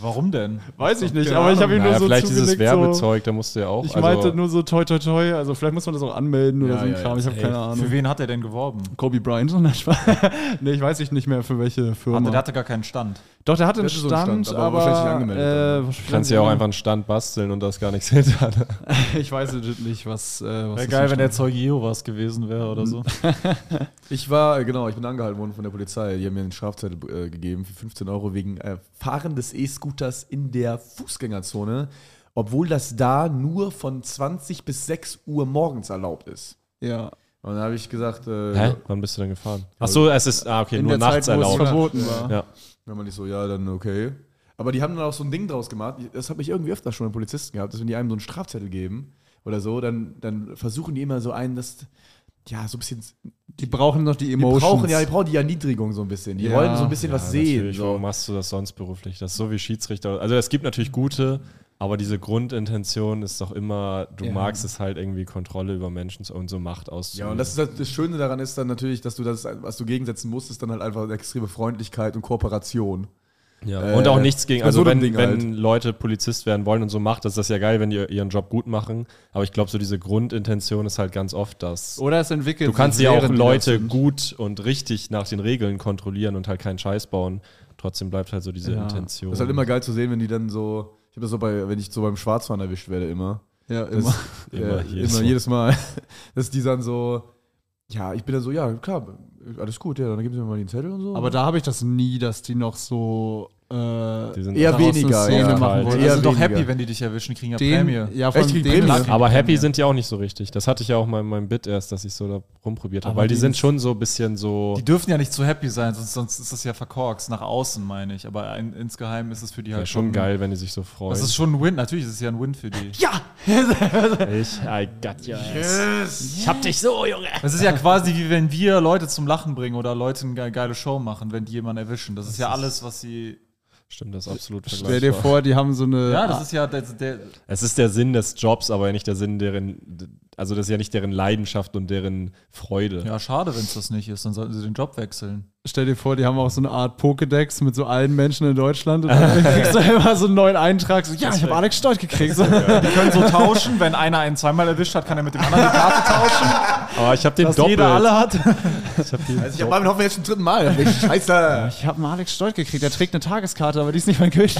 Speaker 4: Warum denn?
Speaker 2: Weiß ich nicht,
Speaker 1: Keine
Speaker 2: aber ich habe ihm nur
Speaker 5: Naja,
Speaker 2: so
Speaker 5: vielleicht dieses
Speaker 2: zugenickt, so-
Speaker 5: Werbezeug, da musst du ja auch.
Speaker 2: Ich
Speaker 5: also-
Speaker 2: meinte nur so toi toi toi, also vielleicht muss man das auch anmelden oder
Speaker 1: Ja,
Speaker 2: so ein
Speaker 1: ja,
Speaker 2: Kram,
Speaker 1: ja.
Speaker 2: ich habe keine Ahnung.
Speaker 4: Für wen hat er denn geworben?
Speaker 2: Kobe Bryant, Nein, Spaß. nee, ich weiß nicht mehr für welche Firma.
Speaker 4: Hatte, der hatte gar keinen Stand.
Speaker 2: Doch, der hatte einen
Speaker 1: Der hatte so einen
Speaker 2: Stand,
Speaker 1: Stand, aber
Speaker 2: aber
Speaker 1: wahrscheinlich nicht angemeldet.
Speaker 2: äh,
Speaker 5: Du kannst ja
Speaker 1: ne?
Speaker 5: auch einfach einen Stand basteln und das gar nichts hinter.
Speaker 2: Ich weiß legit nicht, was. Äh, was das für ein Stand-
Speaker 4: Zeuge Jehovas gewesen wäre oder so.
Speaker 1: Ich war, äh, genau, ich bin angehalten worden von der Polizei. Die haben mir einen Strafzettel äh, gegeben für 15 Euro wegen äh, Fahren des E-Scooters in der Fußgängerzone, obwohl das da nur von 20 bis 6 Uhr morgens erlaubt ist.
Speaker 2: Ja.
Speaker 1: Und dann habe ich gesagt, äh,
Speaker 5: Wann bist du denn gefahren? Achso, es ist, ah, okay,
Speaker 1: In
Speaker 5: nur
Speaker 1: der Zeit,
Speaker 5: nachts
Speaker 1: wo es
Speaker 5: erlaubt.
Speaker 2: Verboten war.
Speaker 5: Ja.
Speaker 1: wenn man nicht so, ja, dann okay. Aber die haben dann auch so ein Ding draus gemacht. Das habe ich irgendwie öfter schon mit Polizisten gehabt, dass wenn die einem so einen Strafzettel geben oder so, dann, dann versuchen die immer so einen, dass, ja, so ein bisschen
Speaker 2: Die brauchen noch die Emotions.
Speaker 1: Die brauchen ja, die brauchen die Erniedrigung so ein bisschen. Die
Speaker 2: Ja.
Speaker 1: wollen so ein bisschen
Speaker 5: Ja,
Speaker 1: was sehen.
Speaker 5: natürlich.
Speaker 1: So.
Speaker 5: Warum machst du das sonst beruflich? Das ist so wie Schiedsrichter. Also es gibt natürlich gute, aber diese Grundintention ist doch immer, du
Speaker 2: Ja.
Speaker 5: magst es halt irgendwie Kontrolle über Menschen und so Macht auszuüben.
Speaker 1: Ja, und das, ist halt, das Schöne daran ist dann natürlich, dass du das, was du gegensetzen musst, ist dann halt einfach eine extreme Freundlichkeit und Kooperation.
Speaker 5: Ja,
Speaker 1: Äh,
Speaker 5: und auch nichts gegen,
Speaker 1: bei
Speaker 5: also
Speaker 1: so einem
Speaker 5: wenn,
Speaker 1: Ding
Speaker 5: wenn
Speaker 1: halt.
Speaker 5: Leute Polizist werden wollen und so macht, das ist das ja geil, wenn die ihren Job gut machen. Aber ich glaube, so diese Grundintention ist halt ganz oft das.
Speaker 2: Oder es entwickelt
Speaker 5: Du kannst
Speaker 2: sich
Speaker 5: ja auch
Speaker 2: während die das
Speaker 5: Leute
Speaker 2: sind.
Speaker 5: gut und richtig nach den Regeln kontrollieren und halt keinen Scheiß bauen. Trotzdem bleibt halt so diese
Speaker 2: Ja.
Speaker 5: Intention.
Speaker 1: Das ist halt immer geil zu sehen, wenn die dann so, ich habe das so bei, wenn ich so beim Schwarzfahren erwischt werde immer.
Speaker 2: Ja,
Speaker 1: Das,
Speaker 2: immer.
Speaker 1: immer,
Speaker 5: Immer,
Speaker 1: jedes,
Speaker 5: jedes
Speaker 1: immer
Speaker 5: Mal.
Speaker 1: Mal. jedes Mal. Dass die dann so, ja, ich bin dann so, ja, klar, alles gut, ja, dann geben sie mir mal den Zettel und so.
Speaker 2: Aber da habe ich das nie, dass die noch so. Äh,
Speaker 5: Die sind
Speaker 1: eher
Speaker 2: daraus eine
Speaker 1: weniger.
Speaker 2: Szene
Speaker 1: Ja.
Speaker 2: machen
Speaker 4: Die
Speaker 2: wollen.
Speaker 4: sind
Speaker 1: Eher
Speaker 4: doch
Speaker 1: weniger.
Speaker 4: happy, wenn die dich erwischen, kriegen ja
Speaker 2: den,
Speaker 4: Prämie.
Speaker 2: ja, von
Speaker 1: Echt, die
Speaker 2: dem
Speaker 1: Prämie?
Speaker 2: lachen-
Speaker 5: Aber happy
Speaker 4: Ja.
Speaker 5: sind ja auch nicht so richtig. Das hatte ich ja auch mal in meinem Bit erst, dass ich so da rumprobiert habe.
Speaker 2: Aber
Speaker 5: Weil die
Speaker 2: die
Speaker 5: sind
Speaker 2: ist-
Speaker 5: schon so ein bisschen so.
Speaker 4: Die dürfen ja nicht zu happy sein, sonst, sonst ist das ja verkorkst, nach außen meine ich. Aber ein, insgeheim ist es für die
Speaker 5: Ja,
Speaker 4: halt
Speaker 5: schon geil, wenn die sich so freuen.
Speaker 4: Das ist schon ein Win, natürlich ist es ja ein Win für die.
Speaker 5: ich, I got you.
Speaker 7: Ich hab dich so, Junge.
Speaker 4: Es ist ja quasi wie wenn wir Leute zum Lachen bringen oder Leute eine ge- geile Show machen, wenn die jemanden erwischen. Das ist ja alles, was sie.
Speaker 5: Stimmt, das ist absolut
Speaker 2: Stell dir vor, die haben so eine.
Speaker 4: Ja, das ist ja der, der
Speaker 5: Es ist der Sinn des Jobs, aber nicht der Sinn deren, also das ist ja nicht deren Leidenschaft und deren Freude.
Speaker 4: Ja, schade, wenn es das nicht ist. Dann sollten sie den Job wechseln.
Speaker 2: Stell dir vor, die haben auch so eine Art Pokédex mit so allen Menschen in Deutschland und dann kriegst du immer so einen neuen Eintrag. So, ja, ich habe Alex Stolz gekriegt. So,
Speaker 4: Die können so tauschen. Wenn einer einen zweimal erwischt hat, kann er mit dem anderen die Karte tauschen.
Speaker 5: Aber ich habe den
Speaker 4: Dass
Speaker 5: doppelt.
Speaker 4: jeder alle hat.
Speaker 1: Also ich habe meinen Hoffen jetzt zum dritten Mal. Scheiße.
Speaker 2: Ich habe einen Alex Stolz gekriegt, der trägt eine Tageskarte, aber die ist nicht mein König.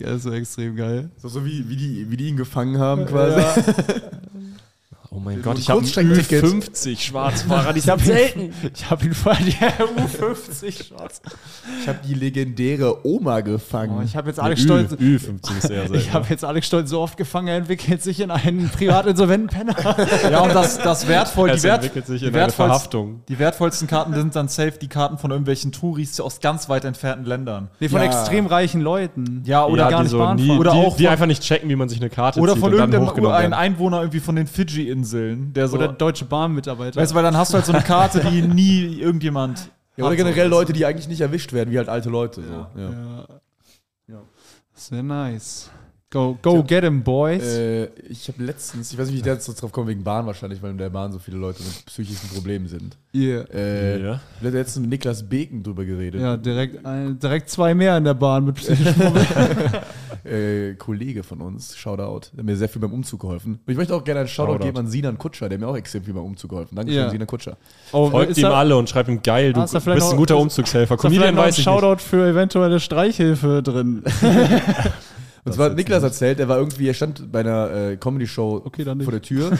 Speaker 2: Das ist so extrem geil.
Speaker 1: So, so wie, wie, die, wie die ihn gefangen haben quasi. Ja.
Speaker 5: Oh mein Gott, ich
Speaker 1: ein
Speaker 5: habe
Speaker 1: Kurzstreckenticket.
Speaker 5: 50 Schwarzfahrer, die sind selten.
Speaker 2: Ich habe ihn vorher die U50 schwarz.
Speaker 1: Ich habe die legendäre Oma gefangen.
Speaker 2: Oh, Ich habe jetzt
Speaker 5: Ü,
Speaker 2: Alex Stolz.
Speaker 5: Ü15 ist sehr
Speaker 2: Ich habe
Speaker 5: selten.
Speaker 2: jetzt Alex Stolz so oft gefangen, er entwickelt sich in einen privat insolventen Penner.
Speaker 4: Ja, und das, das wertvoll,
Speaker 5: Es
Speaker 4: die, wert,
Speaker 5: entwickelt sich
Speaker 4: die
Speaker 5: in eine
Speaker 4: wertvollsten-
Speaker 5: Verhaftung.
Speaker 4: die wertvollsten Karten sind dann safe die Karten von irgendwelchen Touris aus ganz weit entfernten Ländern.
Speaker 2: Nee, von
Speaker 1: Ja.
Speaker 2: extrem reichen Leuten.
Speaker 4: Ja, oder
Speaker 5: ja,
Speaker 4: gar
Speaker 5: die
Speaker 4: nicht
Speaker 5: so
Speaker 4: Bahn
Speaker 5: nie,
Speaker 4: fahren.
Speaker 5: die,
Speaker 4: Oder auch
Speaker 5: die
Speaker 4: von-
Speaker 5: einfach nicht checken, wie man sich eine Karte
Speaker 4: Oder
Speaker 5: zieht
Speaker 4: von
Speaker 5: und dann
Speaker 4: irgendeinem
Speaker 5: hochgenommen
Speaker 4: ein
Speaker 5: werden.
Speaker 4: Einwohner irgendwie von den Fidschi-Inseln, der so.
Speaker 2: Oder deutsche Bahn-Mitarbeiter.
Speaker 4: weißt du, weil dann hast du halt so eine Karte, die nie irgendjemand.
Speaker 1: Ja, oder
Speaker 4: hat.
Speaker 1: generell Leute, die eigentlich nicht erwischt werden, wie halt alte Leute. So. Ja.
Speaker 2: Sehr nice. Go, go get him, boys.
Speaker 1: Äh, ich habe letztens, ich weiß nicht, wie ich da jetzt drauf komme, wegen Bahn wahrscheinlich, weil in der Bahn so viele Leute mit psychischen Problemen sind.
Speaker 2: yeah.
Speaker 1: Äh,
Speaker 5: Ja.
Speaker 1: Ich habe letztens mit Niklas Beken drüber geredet.
Speaker 2: Ja, direkt, ein, direkt zwei mehr in der Bahn mit psychischen
Speaker 1: Äh, Kollege von uns, Shoutout, der hat mir sehr viel beim Umzug geholfen. Und ich möchte auch gerne einen Shoutout,
Speaker 5: Shoutout.
Speaker 1: geben an Sinan Kutscher, der mir auch extrem viel beim Umzug geholfen hat. Danke
Speaker 2: Ja.
Speaker 1: Sinan Kutscher.
Speaker 2: oh,
Speaker 5: Folgt
Speaker 2: ist
Speaker 5: ihm
Speaker 2: da-
Speaker 5: alle und schreibt ihm geil, du
Speaker 2: Ah, ist da
Speaker 5: bist
Speaker 2: vielleicht noch-
Speaker 5: ein guter Umzugshelfer.
Speaker 2: Ist da vielleicht
Speaker 5: Comedian
Speaker 2: noch ein
Speaker 5: weiß ich nicht.
Speaker 2: Shoutout für eventuelle Streichhilfe drin.
Speaker 1: Und zwar hat Niklas erzählt, er war irgendwie, er stand bei einer äh, Comedy-Show
Speaker 2: Okay, dann nicht.
Speaker 1: vor der Tür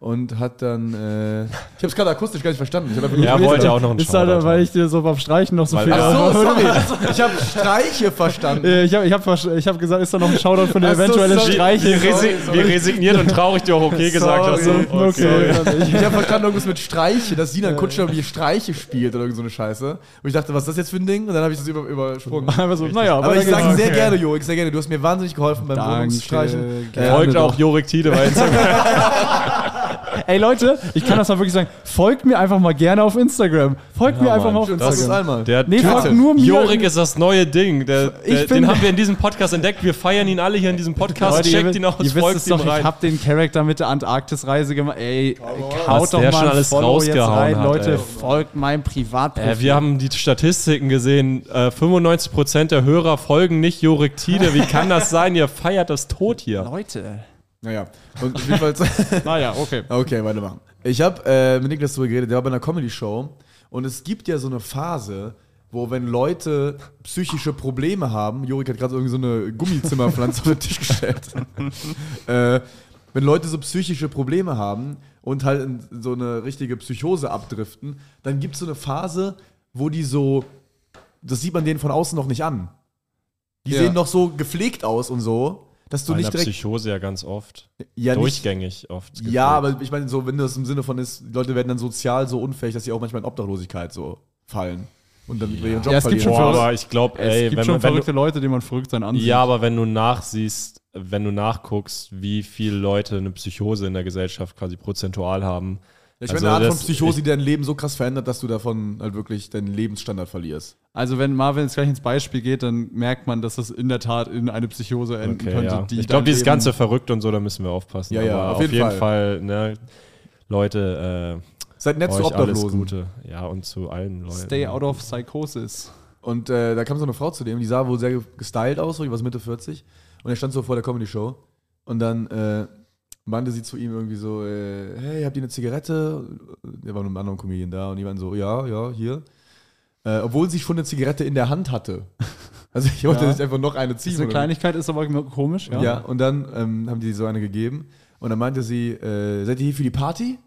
Speaker 1: und hat dann, äh, ich habe es gerade akustisch gar nicht verstanden. Ich hab einfach nur
Speaker 5: Er
Speaker 1: gelesen.
Speaker 5: wollte auch noch einen
Speaker 2: Ist da,
Speaker 5: Shoutout.
Speaker 2: weil ich dir so beim Streichen noch so
Speaker 5: Weil-
Speaker 2: viel.
Speaker 5: Ach
Speaker 1: Ach so, sorry. Ich habe Streiche verstanden.
Speaker 2: Äh, Ich habe ich hab, versch- ich hab gesagt, ist da noch ein Shoutout für eine
Speaker 1: Ach so,
Speaker 2: eventuelle
Speaker 1: sorry.
Speaker 5: Wie,
Speaker 2: Streichhilfe?
Speaker 5: resi wie resigniert und traurig du auch okay gesagt hast.
Speaker 1: Sorry.
Speaker 5: Okay.
Speaker 1: Ich habe verstanden, irgendwas mit Streiche, dass Sinan Kutscher mir Streiche spielt oder irgend so eine Scheiße. Und ich dachte, was ist das jetzt für ein Ding? Und dann habe ich das über, übersprungen.
Speaker 2: Einfach so, naja,
Speaker 1: Aber genau. ich
Speaker 2: weiter
Speaker 1: sage
Speaker 2: geht's.
Speaker 1: sehr gerne, Jorik, sehr gerne. Du hast mir wahnsinnig geholfen beim
Speaker 2: Danke,
Speaker 1: Wohnungsstreichen.
Speaker 2: gerne.
Speaker 5: Folgt
Speaker 2: doch.
Speaker 5: auch Jorik Tiede bei Instagram.
Speaker 2: Ey Leute, ich kann das mal wirklich sagen. Folgt mir einfach mal gerne auf Instagram. Folgt mir einfach mal auf
Speaker 1: Und das ist
Speaker 2: Instagram.
Speaker 1: einmal.
Speaker 5: Der
Speaker 2: Nee,
Speaker 5: Typ-
Speaker 2: folgt nur mir.
Speaker 5: Jorik ist das neue Ding. Der, der,
Speaker 2: bin-
Speaker 5: den haben wir in diesem Podcast entdeckt. Wir feiern ihn alle hier in diesem Podcast.
Speaker 2: Leute, ihr
Speaker 5: Checkt
Speaker 2: wisst-
Speaker 5: ihn aus,
Speaker 2: ihr wisst es
Speaker 5: folgt ihm
Speaker 2: doch, ich
Speaker 5: rein.
Speaker 2: hab den Charakter mit der Antarktis-Reise gemacht. Ey,
Speaker 5: Was
Speaker 2: haut doch
Speaker 5: der
Speaker 2: mal
Speaker 5: schon
Speaker 2: ein
Speaker 5: alles
Speaker 2: Follow jetzt
Speaker 5: rausgehauen
Speaker 2: rein.
Speaker 5: hat,
Speaker 2: Leute,
Speaker 5: ey.
Speaker 2: folgt meinem Privatprofil.
Speaker 5: Äh, wir haben die Statistiken gesehen. Äh, 95% der Hörer folgen nicht Jorik Tiede. Wie kann das sein? Ihr feiert das tot hier.
Speaker 2: Leute.
Speaker 1: Naja. Und jedenfalls.
Speaker 2: Naja, okay.
Speaker 1: Okay, weitermachen. Ich habe äh, mit Niklas drüber geredet, der war bei einer Comedy-Show und es gibt ja so eine Phase, wo wenn Leute psychische Probleme haben, Jorik hat gerade irgendwie so eine Gummizimmerpflanze auf den Tisch gestellt, äh, wenn Leute so psychische Probleme haben und halt in so eine richtige Psychose abdriften, dann gibt es so eine Phase, wo die so, das sieht man denen von außen noch nicht an. Die
Speaker 2: Ja.
Speaker 1: sehen noch so gepflegt aus und so, dass du
Speaker 5: Bei einer
Speaker 1: nicht direkt...
Speaker 5: Psychose ja ganz oft.
Speaker 1: Ja, nicht-
Speaker 5: Durchgängig oft. gefühlt.
Speaker 1: ja, aber ich meine, so, wenn das im Sinne von ist, die Leute werden dann sozial so unfähig, dass sie auch manchmal in Obdachlosigkeit so fallen und dann ihren Job
Speaker 2: Ja, es gibt
Speaker 1: verlieren.
Speaker 2: schon
Speaker 5: Boah,
Speaker 2: verrückt-
Speaker 5: aber ich glaube,
Speaker 2: Es
Speaker 5: ey,
Speaker 2: gibt
Speaker 5: wenn
Speaker 2: schon
Speaker 5: man, wenn du,
Speaker 2: verrückte Leute, die man verrückt sein ansieht.
Speaker 5: Ja, aber wenn du nachsiehst, wenn du nachguckst, wie viele Leute eine Psychose in der Gesellschaft quasi prozentual haben.
Speaker 1: ich
Speaker 2: Also
Speaker 1: meine, eine Art von
Speaker 5: das-
Speaker 1: Psychose, die dein Leben so krass verändert, dass du davon halt wirklich deinen Lebensstandard verlierst.
Speaker 2: Also wenn Marvin jetzt gleich ins Beispiel geht, dann merkt man, dass das in der Tat in eine Psychose enden
Speaker 5: Okay,
Speaker 2: könnte.
Speaker 5: ja.
Speaker 2: die
Speaker 5: ich glaube,
Speaker 2: dein
Speaker 5: dieses
Speaker 2: Leben-
Speaker 5: ganze verrückt und so, da müssen wir aufpassen.
Speaker 1: Ja, ja,
Speaker 5: Aber
Speaker 1: auf
Speaker 5: auf
Speaker 1: jeden
Speaker 5: jeden, Fall, ne, Leute,
Speaker 1: Seid
Speaker 5: äh,
Speaker 1: nett zu
Speaker 5: euch alles
Speaker 1: Obdachlosen.
Speaker 5: Gute. Ja, und zu allen Leuten.
Speaker 2: Stay out of Psychosis.
Speaker 1: Und äh, da kam so eine Frau zu dem, die sah wohl sehr gestylt aus, so, die war so Mitte 40. Und er stand so vor der Comedy-Show. Und dann äh, meinte sie zu ihm irgendwie so, äh, hey, habt ihr eine Zigarette? Der war mit einem anderen Comedian da und die waren so, ja, ja, hier. Äh, obwohl sie schon eine Zigarette in der Hand hatte. Also ich wollte
Speaker 2: Ja.
Speaker 1: nicht einfach noch eine ziehen.
Speaker 2: Ist eine
Speaker 1: oder-
Speaker 2: Kleinigkeit, ist aber komisch, ja.
Speaker 1: ja. und dann ähm, haben die so eine gegeben. Und dann meinte sie, äh, seid ihr hier für die Party?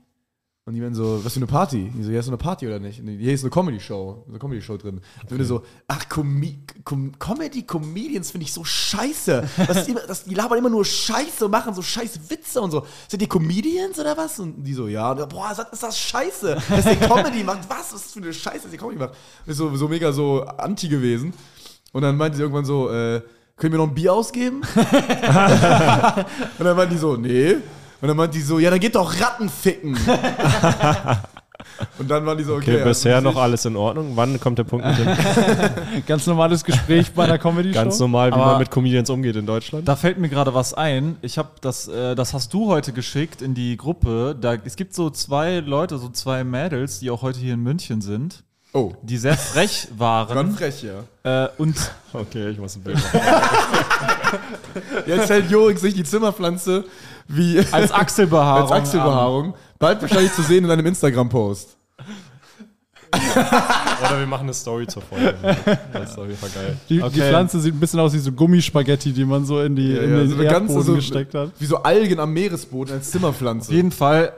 Speaker 1: Und die waren so, was für eine Party? Und Die so, ja, ist so eine Party oder nicht? Und die, hier ist eine Comedy-Show, eine Comedy-Show drin. Und okay. so, ach, Comi Com Comedy-Comedians finde ich so scheiße. Das ist immer, das, die labern immer nur Scheiße und machen so scheiß Witze und so. Seid ihr Comedians oder was? Und die so, ja. Und, der, boah, ist das- ist das scheiße, dass ihr Comedy macht. Was? Was ist das für eine Scheiße, dass ihr Comedy macht? Und ist so, so mega so anti gewesen. Und dann meinte sie irgendwann so, äh, können wir noch ein Bier ausgeben? Und dann waren die so, nee. Und dann meint die so, ja, dann geht doch Ratten ficken. Und dann waren die so, okay.
Speaker 5: Okay, bisher
Speaker 1: also,
Speaker 5: noch alles in Ordnung. Wann kommt der Punkt mit dem
Speaker 2: Ganz normales Gespräch bei einer Comedy-Show.
Speaker 5: ganz normal, wie
Speaker 4: Aber-
Speaker 5: man mit Comedians umgeht in Deutschland?
Speaker 4: Da fällt mir gerade was ein. Ich habe das, äh, das hast du heute geschickt in die Gruppe. Da, es gibt so zwei Leute, so zwei Mädels, die auch heute hier in München sind,
Speaker 1: Oh,
Speaker 4: die sehr frech
Speaker 1: dann
Speaker 4: waren.
Speaker 1: frech, ja.
Speaker 4: äh, und
Speaker 5: Okay, ich muss ein Bild
Speaker 1: Jetzt hält Jorik sich die Zimmerpflanze wie als,
Speaker 4: als Achselbehaarung.
Speaker 1: Achselbehaarung. Bald wahrscheinlich zu sehen in einem Instagram-Post.
Speaker 5: Oder wir machen eine Story zur Folge. Das ist auf jeden Fall geil.
Speaker 2: Die, die
Speaker 4: Okay.
Speaker 2: Pflanze sieht ein bisschen aus wie so Gummispaghetti, die man so in, die, in den
Speaker 1: eine
Speaker 2: Erdboden
Speaker 1: Also so-
Speaker 2: gesteckt hat.
Speaker 1: Wie so Algen am Meeresboden als
Speaker 4: Auf
Speaker 1: Zimmerpflanze.
Speaker 4: jeden Fall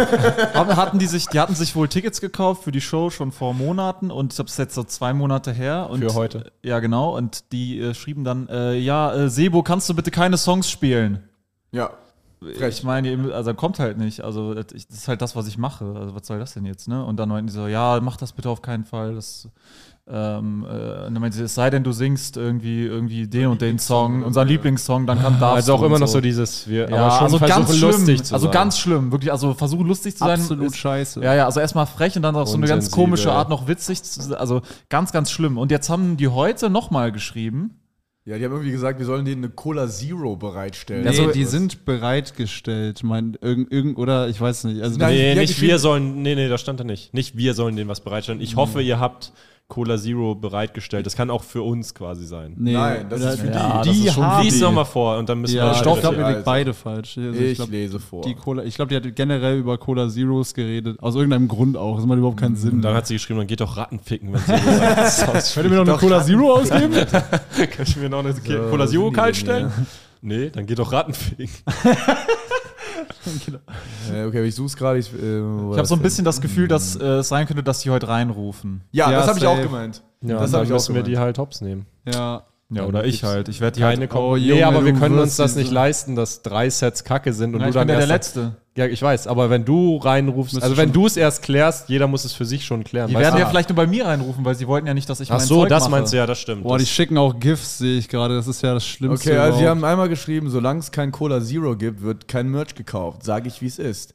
Speaker 4: haben- hatten die sich, die hatten sich wohl Tickets gekauft für die Show schon vor Monaten und ich glaube, es ist jetzt so zwei Monate her. Und,
Speaker 5: Für heute.
Speaker 4: Ja, genau. Und die äh, schrieben dann, äh, ja, äh, Sebo, kannst du bitte keine Songs spielen?
Speaker 1: Ja.
Speaker 4: Ich meine, ihr- also kommt halt nicht. Also das ich- das ist halt das, was ich mache. Also was soll das denn jetzt? Ne? Und dann meinten die so, ja, mach das bitte auf keinen Fall. Das, ähm, äh, und dann meinten sie, es sei denn, du singst irgendwie, irgendwie den und den Song, unseren Lieblingssong, dann kann darfst
Speaker 5: Also auch
Speaker 4: du und
Speaker 5: immer noch so dieses, wir
Speaker 4: ja, also ganz schlimm, also
Speaker 5: sein.
Speaker 4: ganz schlimm, wirklich, also versuchen lustig zu sein.
Speaker 2: Absolut
Speaker 4: ist-
Speaker 2: scheiße.
Speaker 4: Ja, ja, also erstmal frech und dann auf so eine ganz
Speaker 5: Unsensibel.
Speaker 4: komische Art noch witzig, zu, also ganz, ganz schlimm. Und jetzt haben die heute nochmal geschrieben,
Speaker 1: Ja, die haben irgendwie gesagt, wir sollen denen eine Cola Zero bereitstellen.
Speaker 2: Nee,
Speaker 1: Also,
Speaker 2: die sind bereitgestellt, mein, irgend, irgend, oder ich weiß nicht. Also
Speaker 1: Nein,
Speaker 5: Nee,
Speaker 1: Ja,
Speaker 5: nicht
Speaker 1: geschrieben-
Speaker 5: wir sollen, nee, nee, da stand da nicht. Nicht wir sollen denen was bereitstellen. Ich hoffe, ihr habt Cola Zero bereitgestellt. Das kann auch für uns quasi sein.
Speaker 2: nee,
Speaker 1: Nein, das ist für die.
Speaker 2: ja,
Speaker 4: Das
Speaker 2: die
Speaker 4: ist schon-
Speaker 2: haben
Speaker 5: Lies nochmal vor und dann müssen
Speaker 2: Ja,
Speaker 5: wir
Speaker 2: ich
Speaker 5: das
Speaker 2: glaube,
Speaker 1: Stoff-
Speaker 5: recherchieren.
Speaker 2: wir liegt
Speaker 1: also.
Speaker 2: beide falsch. Also
Speaker 1: ich
Speaker 2: glaub,
Speaker 1: lese vor.
Speaker 2: die Cola, ich glaube, die hat generell über Cola Zeros geredet. Aus irgendeinem Grund auch. Das macht überhaupt keinen
Speaker 1: Hm,
Speaker 2: Sinn.
Speaker 5: Dann hat sie geschrieben, dann geht doch Ratten ficken, wenn sie sonst
Speaker 2: Könnt ihr mir noch eine Cola Zero ausgeben?
Speaker 5: Kann ich mir noch eine
Speaker 1: wo
Speaker 5: Cola
Speaker 1: sind
Speaker 5: Zero
Speaker 1: die
Speaker 5: kalt
Speaker 1: denn
Speaker 5: stellen? Nee, dann geht doch Ratten ficken.
Speaker 1: Äh, okay, ich such's gerade. Ich,
Speaker 4: ich habe so ein bisschen das Gefühl, dass
Speaker 5: Hm.
Speaker 4: äh, es sein könnte, dass die heute reinrufen.
Speaker 1: Ja,
Speaker 2: Ja,
Speaker 1: das habe ich auch
Speaker 2: safe.
Speaker 1: gemeint.
Speaker 5: Ja,
Speaker 1: Das
Speaker 5: das
Speaker 1: hab
Speaker 5: dann
Speaker 1: ich auch
Speaker 5: müssen wir
Speaker 1: gemeint.
Speaker 5: die halt hops nehmen.
Speaker 2: ja.
Speaker 4: Ja,
Speaker 5: Dann
Speaker 4: oder ich
Speaker 5: gibt's
Speaker 4: halt. Ich werde die
Speaker 5: Keine
Speaker 4: halt.
Speaker 5: Kom
Speaker 2: Oh,
Speaker 5: Nee,
Speaker 2: Junge,
Speaker 5: aber wir
Speaker 2: du
Speaker 5: können uns
Speaker 2: wirst
Speaker 5: das nicht
Speaker 2: diese-
Speaker 5: leisten, dass drei Sets Kacke sind und
Speaker 4: Ja,
Speaker 5: du
Speaker 4: ich bin
Speaker 5: dann
Speaker 4: ja der
Speaker 5: erst
Speaker 4: Letzte.
Speaker 5: Ja, ich weiß, aber wenn du reinrufst, also wenn du es erst klärst, jeder muss es für sich schon klären.
Speaker 4: Die
Speaker 5: weißt
Speaker 4: werden
Speaker 5: du?
Speaker 4: ja vielleicht nur bei mir reinrufen, weil sie wollten ja nicht, dass ich
Speaker 5: Ach
Speaker 4: mein
Speaker 5: so,
Speaker 4: Zeug
Speaker 5: das
Speaker 4: mache.
Speaker 5: meinst du ja, das stimmt.
Speaker 2: Boah, die
Speaker 5: das,
Speaker 2: schicken auch GIFs, sehe ich gerade. Das ist ja das Schlimmste.
Speaker 1: Okay, also die
Speaker 2: überhaupt.
Speaker 1: haben einmal geschrieben, solange es kein Cola Zero gibt, wird kein Merch gekauft. Sage ich, wie es ist.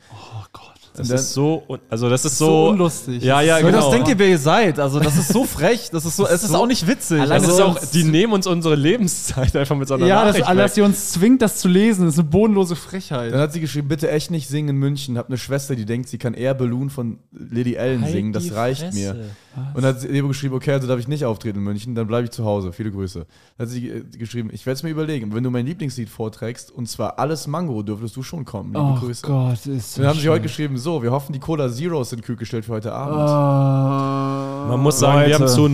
Speaker 5: das
Speaker 1: dann-
Speaker 5: ist so, un- also das ist so,
Speaker 2: so unlustig.
Speaker 5: Ja, ja,
Speaker 4: Leute,
Speaker 5: genau.
Speaker 4: Das denkt ihr, wer ihr seid. Also das ist so frech. Das ist so, es ist auch nicht witzig.
Speaker 5: das
Speaker 4: also,
Speaker 5: ist auch, die nehmen uns unsere Lebenszeit einfach mit so einer
Speaker 2: Ja, das,
Speaker 5: Nachricht
Speaker 2: also, dass sie uns zwingt, das zu lesen, ist eine bodenlose Frechheit.
Speaker 1: Dann hat sie geschrieben, bitte echt nicht singen in München. Hab eine Schwester, die denkt, sie kann eher Balloon von Lady Allen singen. Das reicht mir. Und dann hat sie Lebo geschrieben, okay, also darf ich nicht auftreten in München, dann bleibe ich zu Hause. Viele Grüße. Dann hat sie äh, geschrieben, ich werde es mir überlegen. Wenn du mein Lieblingslied vorträgst, und zwar alles Mango, dürftest du schon kommen. Liebe
Speaker 2: oh
Speaker 1: Grüße.
Speaker 2: Gott, ist
Speaker 1: Dann haben sie heute geschrieben, so, wir hoffen, die Cola Zeros sind kühl gestellt für heute
Speaker 8: Oh.
Speaker 1: Abend.
Speaker 5: Man muss sagen, wir
Speaker 4: Leute.
Speaker 5: haben zu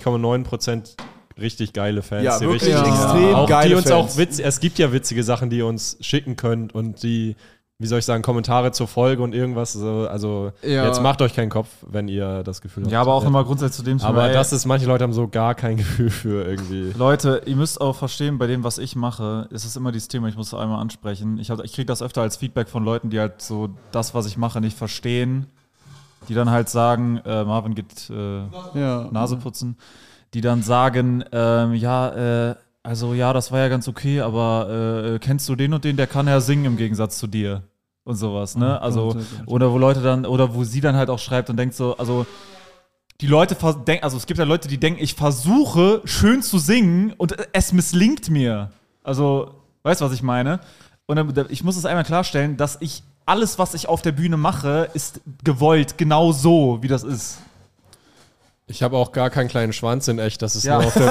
Speaker 5: 99,9% richtig geile Fans.
Speaker 1: Ja,
Speaker 5: die
Speaker 1: wirklich
Speaker 5: richtig
Speaker 1: extrem
Speaker 5: auch
Speaker 1: geile
Speaker 5: die uns
Speaker 1: Fans.
Speaker 5: auch witz, Es gibt ja witzige Sachen, die ihr uns schicken könnt und die, wie soll ich sagen, Kommentare zur Folge und irgendwas. so, Also
Speaker 2: Ja.
Speaker 5: jetzt macht euch keinen Kopf, wenn ihr das Gefühl habt.
Speaker 4: ja, aber auch nochmal grundsätzlich zu dem Thema,
Speaker 5: Aber
Speaker 4: ey,
Speaker 5: das ist, manche Leute haben so gar kein Gefühl für irgendwie.
Speaker 4: Leute, ihr müsst auch verstehen, bei dem, was ich mache, ist es immer dieses Thema, ich muss es einmal ansprechen. Ich, hab- ich kriege das öfter als Feedback von Leuten, die halt so das, was ich mache, nicht verstehen. Die dann halt sagen, äh, Marvin geht äh,
Speaker 2: ja.
Speaker 4: Nase putzen, die dann sagen, ähm, ja, äh, also ja, das war ja ganz okay, aber äh, kennst du den und den, der kann ja singen im Gegensatz zu dir und sowas, ne? also
Speaker 2: Gott, oh Gott.
Speaker 4: oder wo Leute dann oder wo sie dann halt auch schreibt und denkt so, also die Leute vers- denk, also es gibt ja Leute, die denken, ich versuche schön zu singen und es misslingt mir. Also, weißt du, was ich meine? Und dann, ich muss es einmal klarstellen, dass ich alles, was ich auf der Bühne mache, ist gewollt, genau so, wie das ist.
Speaker 5: Ich habe auch gar keinen kleinen Schwanz in echt. Das ist
Speaker 4: Ja.
Speaker 5: nur auf der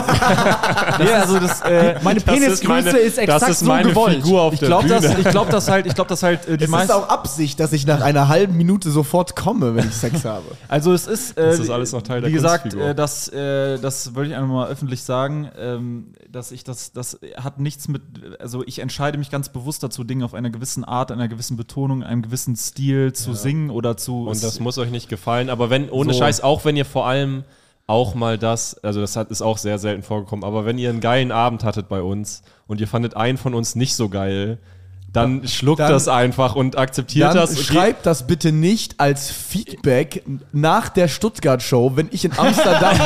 Speaker 4: Ja, also das, äh, meine
Speaker 5: Das ist meine- das ist meine Figur auf
Speaker 4: ich
Speaker 5: der
Speaker 4: glaube, das,
Speaker 5: Bühne.
Speaker 4: ich glaube, das halt, ich glaube, das halt äh, die meisten.
Speaker 1: Absicht, dass ich nach einer halben Minute sofort komme, wenn ich Sex habe.
Speaker 4: Also es ist, äh,
Speaker 5: Das ist alles noch Teil der
Speaker 4: wie gesagt,
Speaker 5: Kunstfigur.
Speaker 4: äh, das, äh, das wollte ich einfach mal öffentlich sagen, ähm, dass ich das, das hat nichts mit, also ich entscheide mich ganz bewusst dazu, Dinge auf einer gewissen Art, einer gewissen Betonung, einem gewissen Stil zu singen oder zu.
Speaker 5: Und das muss euch nicht gefallen. Aber wenn, ohne Scheiß, auch wenn ihr vor allem auch mal das, also das hat, ist auch sehr selten vorgekommen, aber wenn ihr einen geilen Abend hattet bei uns und ihr fandet einen von uns nicht so geil, dann schluckt
Speaker 1: Dann-
Speaker 5: das einfach und akzeptiert
Speaker 1: Dann
Speaker 5: das. und
Speaker 1: schreibt das bitte nicht als Feedback nach der Stuttgart-Show, wenn ich in Amsterdam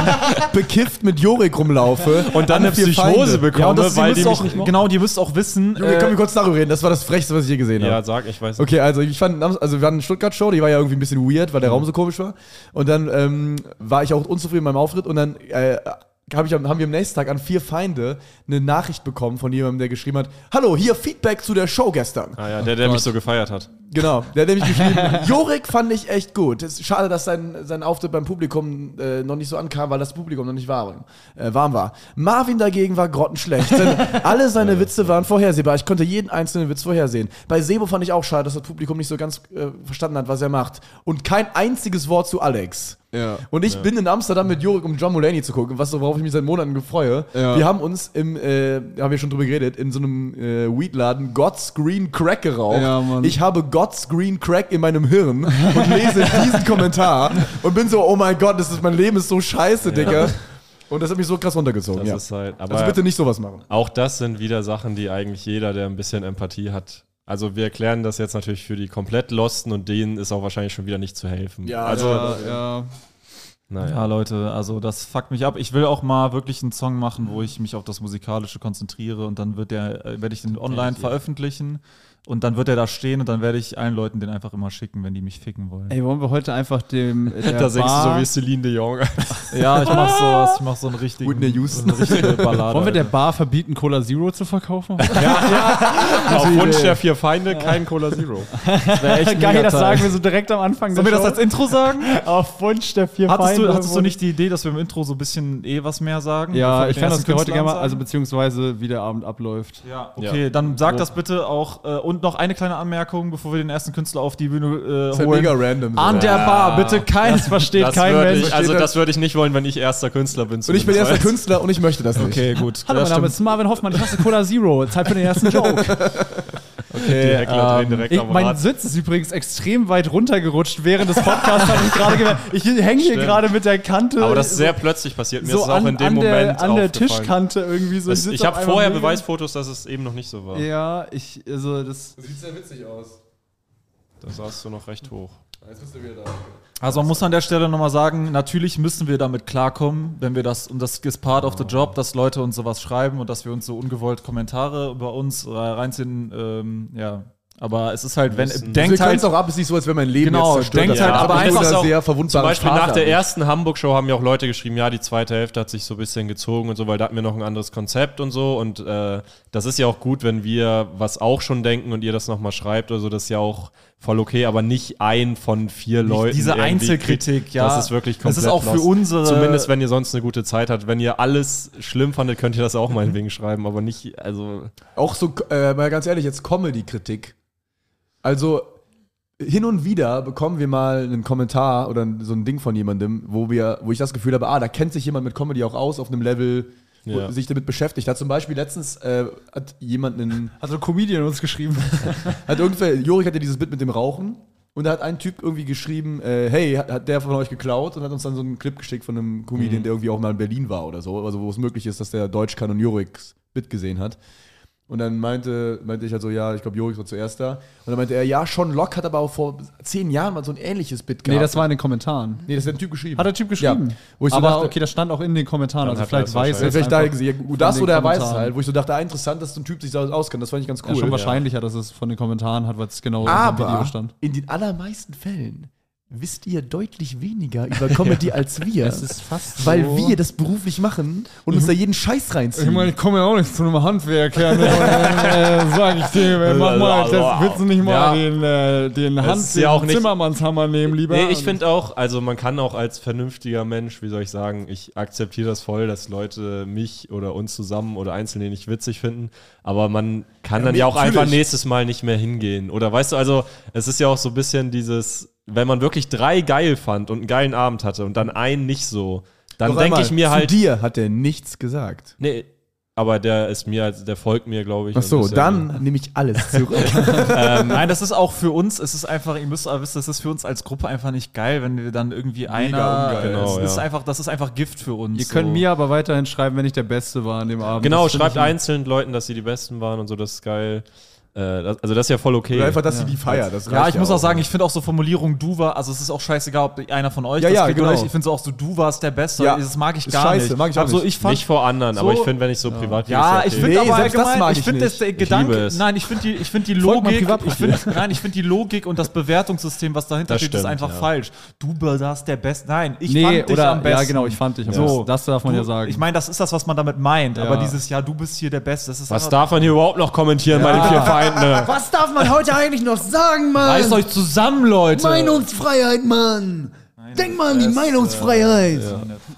Speaker 1: bekifft mit Jorik rumlaufe.
Speaker 5: Und dann
Speaker 1: an
Speaker 5: eine
Speaker 1: vier
Speaker 5: Psychose
Speaker 1: Feinde.
Speaker 5: bekomme, weil die
Speaker 4: müsst
Speaker 5: mich
Speaker 4: auch,
Speaker 5: nicht mochten.
Speaker 4: Genau, die müsst auch wissen.
Speaker 1: Junge,
Speaker 4: äh,
Speaker 1: können wir kurz darüber reden? Das war das Frechste, was ich je gesehen
Speaker 5: die,
Speaker 1: habe.
Speaker 5: ja, sag, ich weiß nicht.
Speaker 1: Okay, also ich fand, also wir hatten eine Stuttgart-Show, die war ja irgendwie ein bisschen weird, weil der Raum so komisch war. Und dann ähm, war ich auch unzufrieden mit meinem Auftritt und dann äh, hab ich, am- haben wir am nächsten Tag an vier Feinde eine Nachricht bekommen von jemandem, der geschrieben hat, Hallo, hier Feedback zu der Show gestern.
Speaker 5: Ah ja, der, der mich so gefeiert hat.
Speaker 1: Genau, der hat nämlich geschrieben, Jorik fand ich echt gut. Es ist schade, dass sein, sein Auftritt beim Publikum äh, noch nicht so ankam, weil das Publikum noch nicht warm, äh, warm war. Marvin dagegen war grottenschlecht. Denn alle seine Witze waren vorhersehbar. Ich konnte jeden einzelnen Witz vorhersehen. Bei Sebo fand ich auch schade, dass das Publikum nicht so ganz äh, verstanden hat, was er macht. Und kein einziges Wort zu Alex.
Speaker 2: Ja.
Speaker 1: Und ich bin in Amsterdam mit Jorik, um John Mulaney zu gucken, was worauf ich mich seit Monaten gefreue.
Speaker 2: Ja.
Speaker 1: Wir haben uns im, äh, haben wir schon drüber geredet, in so einem äh, Weedladen God's Green Crack geraucht.
Speaker 2: Ja, Mann.
Speaker 1: Ich habe God's Green Crack in meinem Hirn und lese diesen Kommentar und bin so, oh mein Gott, das ist, mein Leben ist so scheiße, Digga. Und das hat mich so krass runtergezogen.
Speaker 5: Das
Speaker 1: Ja.
Speaker 5: ist halt, aber
Speaker 1: Also bitte nicht sowas machen.
Speaker 5: auch das sind wieder Sachen, die eigentlich jeder, der ein bisschen Empathie hat. Also wir erklären das jetzt natürlich für die komplett Losten und denen ist auch wahrscheinlich schon wieder nicht zu helfen.
Speaker 1: Ja,
Speaker 5: also,
Speaker 2: ja, ja.
Speaker 5: naja.
Speaker 4: Ja, Leute, also das fuckt mich ab. Ich will auch mal wirklich einen Song machen, wo ich mich auf das Musikalische konzentriere und dann wird der, äh, werde ich den online veröffentlichen und dann wird er da stehen und dann werde ich allen Leuten den einfach immer schicken, wenn die mich ficken wollen.
Speaker 2: Ey, wollen wir heute einfach dem. äh, Der
Speaker 5: Da singst du so
Speaker 2: Bar-
Speaker 5: wie Celine de Jong.
Speaker 4: Ja, ich mach sowas, ich mach so einen richtigen
Speaker 1: Whitney Houston.
Speaker 4: so eine richtige Ballade.
Speaker 2: Wollen wir der
Speaker 4: Alter.
Speaker 2: Bar verbieten, Cola Zero zu verkaufen?
Speaker 5: Auf Wunsch der vier Feinde kein Cola Zero.
Speaker 2: Geil, das sagen wir so direkt am Anfang.
Speaker 4: Sollen wir das als Intro sagen?
Speaker 2: auf Wunsch der vier
Speaker 4: Hattest du,
Speaker 2: Feinde
Speaker 4: hattest du
Speaker 2: wurde-
Speaker 4: nicht die Idee, dass wir im Intro so ein bisschen eh was mehr sagen? bevor
Speaker 2: Ja,
Speaker 4: wir
Speaker 2: ich
Speaker 4: den
Speaker 2: kann das
Speaker 4: ersten
Speaker 2: heute
Speaker 4: Künstler
Speaker 2: gerne mal,
Speaker 4: ansagen?
Speaker 2: also beziehungsweise wie der Abend abläuft.
Speaker 4: Ja, okay, dann sag das bitte auch. Äh, und noch eine kleine Anmerkung, bevor wir den ersten Künstler auf die Bühne äh,
Speaker 1: Das ist
Speaker 4: holen.
Speaker 1: halt mega random. so.
Speaker 4: An der Bar, bitte kein. Das versteht
Speaker 5: würde ich, also das würde ich nicht wollen, wenn ich erster Künstler bin.
Speaker 1: Und ich bin erster Künstler und ich möchte das nicht. Also
Speaker 4: Okay, gut.
Speaker 2: Hallo,
Speaker 4: das
Speaker 2: mein Name ist Marvin Hoffmann, ich hasse Cola Zero. Zeit für den ersten Joke.
Speaker 5: Die Heckler drehen direkt
Speaker 2: Ähm, Ich,
Speaker 5: am
Speaker 2: mein
Speaker 5: Rad.
Speaker 2: Sitz ist übrigens extrem weit runtergerutscht während des Podcasts, habe ich gerade gemerkt. Ich hänge hier gerade mit der Kante.
Speaker 5: Aber das ist sehr plötzlich passiert. Mir
Speaker 2: so
Speaker 5: ist es auch
Speaker 2: an,
Speaker 5: in dem
Speaker 2: an,
Speaker 5: Moment
Speaker 2: der, an der
Speaker 5: aufgefallen.
Speaker 2: Tischkante irgendwie so.
Speaker 5: Das,
Speaker 2: sitz
Speaker 5: ich
Speaker 2: auf
Speaker 5: habe
Speaker 2: einmal
Speaker 5: vorher
Speaker 2: mega-
Speaker 5: Beweisfotos, dass es eben noch nicht so war.
Speaker 2: Ja, ich, also das.
Speaker 1: Sieht sehr witzig aus.
Speaker 5: Da saßt du noch recht hoch.
Speaker 1: Jetzt bist du wieder da.
Speaker 4: Also man muss an der Stelle nochmal sagen, natürlich müssen wir damit klarkommen, wenn wir das, und das ist part of the job, dass Leute uns sowas schreiben und dass wir uns so ungewollt Kommentare über uns äh, reinziehen, ähm, ja. Aber es ist halt, wenn,
Speaker 1: Wir
Speaker 4: denkt
Speaker 1: können
Speaker 4: halt,
Speaker 1: es auch ab, es ist nicht so, als wäre mein Leben
Speaker 4: Genau,
Speaker 1: jetzt zerstört.
Speaker 4: denkt
Speaker 1: Das
Speaker 4: halt
Speaker 1: ist
Speaker 4: aber
Speaker 1: absolut
Speaker 4: einfach
Speaker 1: eine
Speaker 5: auch-
Speaker 1: sehr
Speaker 5: Zum
Speaker 1: verwundbare
Speaker 5: Beispiel nach
Speaker 1: Sprache
Speaker 5: der
Speaker 1: eigentlich.
Speaker 5: ersten Hamburg-Show haben ja auch Leute geschrieben, ja, die zweite Hälfte hat sich so ein bisschen gezogen und so, weil da hatten wir noch ein anderes Konzept und so. Und äh, das ist ja auch gut, wenn wir was auch schon denken und ihr das nochmal schreibt. Also das ist ja auch voll okay, aber nicht ein von vier Leuten.
Speaker 4: diese
Speaker 5: irgendwie
Speaker 4: Einzelkritik,
Speaker 5: kriegt.
Speaker 4: ja.
Speaker 5: Das ist wirklich
Speaker 4: Das
Speaker 5: komplett
Speaker 4: ist auch für
Speaker 5: lost.
Speaker 4: unsere-
Speaker 5: Zumindest, wenn ihr sonst eine gute Zeit habt. Wenn ihr alles schlimm fandet, könnt ihr das auch meinetwegen schreiben, aber nicht, also...
Speaker 1: Auch so, äh, mal ganz ehrlich, jetzt Comedy-Kritik. Also, hin und wieder bekommen wir mal einen Kommentar oder so ein Ding von jemandem, wo, wir, wo ich das Gefühl habe, ah, da kennt sich jemand mit Comedy auch aus, auf einem Level, wo
Speaker 5: Ja.
Speaker 1: sich damit beschäftigt hat. Zum Beispiel letztens äh, hat jemand einen,
Speaker 2: Hat so ein Comedian uns geschrieben.
Speaker 1: hat irgendwer, Jorik hatte dieses Bit mit dem Rauchen und da hat ein Typ irgendwie geschrieben, äh, hey, hat, hat der von euch geklaut und hat uns dann so einen Clip geschickt von einem
Speaker 2: Mhm.
Speaker 1: Comedian, der irgendwie auch mal in Berlin war oder so, also wo es möglich ist, dass der Deutsch kann und Joriks Bit gesehen hat. Und dann meinte, meinte ich halt so, ja, ich glaube, Jorik war zuerst da. Und dann meinte er, ja, Sean Locke hat aber auch vor zehn Jahren mal so ein ähnliches Bit gehabt.
Speaker 2: nee, das war in den Kommentaren.
Speaker 1: nee, das hat ein Typ geschrieben.
Speaker 2: Hat der Typ geschrieben.
Speaker 1: Ja, wo ich so
Speaker 2: aber
Speaker 1: dachte,
Speaker 2: okay, das stand auch in den Kommentaren.
Speaker 5: Dann
Speaker 2: Also
Speaker 5: hat er
Speaker 2: vielleicht weiß
Speaker 5: das wahrscheinlich.
Speaker 2: er
Speaker 1: das vielleicht daher gesehen, ja, das
Speaker 2: den
Speaker 1: oder er weiß es
Speaker 2: Kommentaren.
Speaker 1: halt, wo ich so dachte, ah, interessant, dass so ein Typ sich so auskennt. Das fand ich ganz cool.
Speaker 2: ja, schon wahrscheinlicher, dass es von den Kommentaren hat, weil es genau im Video
Speaker 1: Aber
Speaker 2: stand.
Speaker 1: in den allermeisten Fällen wisst ihr deutlich weniger über Comedy als wir.
Speaker 2: fast
Speaker 1: weil wir das beruflich machen und uns da jeden Scheiß reinziehen.
Speaker 2: komme ja auch nicht zu einem Handwerker, ne? Und dann, äh, sag ich dir, äh, willst du nicht
Speaker 5: Ja.
Speaker 2: den, äh, den
Speaker 5: Es ist ja auch nicht-
Speaker 2: Zimmermannshammer nehmen, lieber?
Speaker 5: Nee, ich finde auch, also man kann auch als vernünftiger Mensch, wie soll ich sagen, ich akzeptiere das voll, dass Leute mich oder uns zusammen oder Einzelne nicht witzig finden, aber man kann dann ja auch einfach nächstes Mal nicht mehr hingehen. Oder weißt du, also es ist ja auch so ein bisschen dieses, wenn man wirklich drei geil fand und einen geilen Abend hatte und dann einen nicht so, dann
Speaker 1: Noch
Speaker 5: denke
Speaker 1: einmal,
Speaker 5: ich mir halt,
Speaker 1: Zu dir hat er nichts gesagt.
Speaker 5: nee, aber der ist mir, also der folgt mir, glaube ich.
Speaker 1: Ach
Speaker 5: und
Speaker 1: so,
Speaker 5: ist ja-
Speaker 1: dann nehme ich alles zurück.
Speaker 4: Nein, das ist auch für uns, es ist einfach, ihr müsst aber wissen, das ist für uns als Gruppe einfach nicht geil, wenn wir dann irgendwie einer,
Speaker 1: ungeil.
Speaker 4: das,
Speaker 5: Genau,
Speaker 4: ist
Speaker 5: ja.
Speaker 4: einfach, das ist einfach Gift für uns.
Speaker 2: Ihr könnt
Speaker 4: so.
Speaker 2: mir aber weiterhin schreiben, wenn ich der Beste war an dem Abend.
Speaker 5: Genau,
Speaker 2: Das find
Speaker 5: schreibt
Speaker 2: ich-
Speaker 5: einzeln Leuten, dass sie die Besten waren und so, das ist geil. Äh, das, also das ist ja voll okay.
Speaker 1: Oder einfach, dass sie die feiern. Das
Speaker 4: Ja,
Speaker 1: reicht
Speaker 4: ich muss auch
Speaker 1: aus.
Speaker 4: sagen, ich finde auch so Formulierung du war, also es ist auch scheißegal, ob einer von euch
Speaker 1: Ja, ja,
Speaker 4: kriegt oder
Speaker 1: genau.
Speaker 4: ich, ich finde so auch so du warst der Beste.
Speaker 1: Ja.
Speaker 4: Das mag ich
Speaker 1: Ist
Speaker 4: gar
Speaker 1: scheiße,
Speaker 4: nicht.
Speaker 1: mag ich auch
Speaker 4: also
Speaker 1: nicht.
Speaker 4: ich fand
Speaker 5: nicht vor anderen, aber
Speaker 4: so-
Speaker 5: ich finde, wenn ich so privat
Speaker 4: ja,
Speaker 5: ist
Speaker 4: ich finde
Speaker 1: Nee,
Speaker 4: aber
Speaker 1: selbst das
Speaker 4: allgemein,
Speaker 1: mag
Speaker 4: ich
Speaker 1: ich
Speaker 4: finde
Speaker 1: nicht.
Speaker 4: das der Gedanke,
Speaker 5: es.
Speaker 4: nein, ich finde die, ich finde die
Speaker 2: Folgt mal
Speaker 4: Logik, ich
Speaker 2: Privatproblem.
Speaker 4: finde, nein, ich finde die Logik und das Bewertungssystem, was dahinter
Speaker 5: Das
Speaker 4: steht, ist
Speaker 5: stimmt,
Speaker 4: einfach
Speaker 5: ja.
Speaker 4: falsch. Du warst der Beste, nein, ich
Speaker 2: nee,
Speaker 4: fand dich
Speaker 2: oder,
Speaker 4: am besten.
Speaker 2: Ja, genau, ich fand dich. am
Speaker 4: So.
Speaker 2: besten. das darf man
Speaker 4: Du-
Speaker 2: ja sagen.
Speaker 4: Ich meine, das ist das, was man damit meint, aber
Speaker 2: Ja.
Speaker 4: dieses Jahr, du bist hier der Beste, das ist
Speaker 5: Was
Speaker 4: einfach-
Speaker 5: darf man hier überhaupt noch kommentieren bei den vier Feinden?
Speaker 8: Was darf man heute eigentlich noch sagen, Mann?
Speaker 4: Reißt euch zusammen, Leute!
Speaker 8: Meinungsfreiheit, Mann. Denk mal an die Meinungsfreiheit.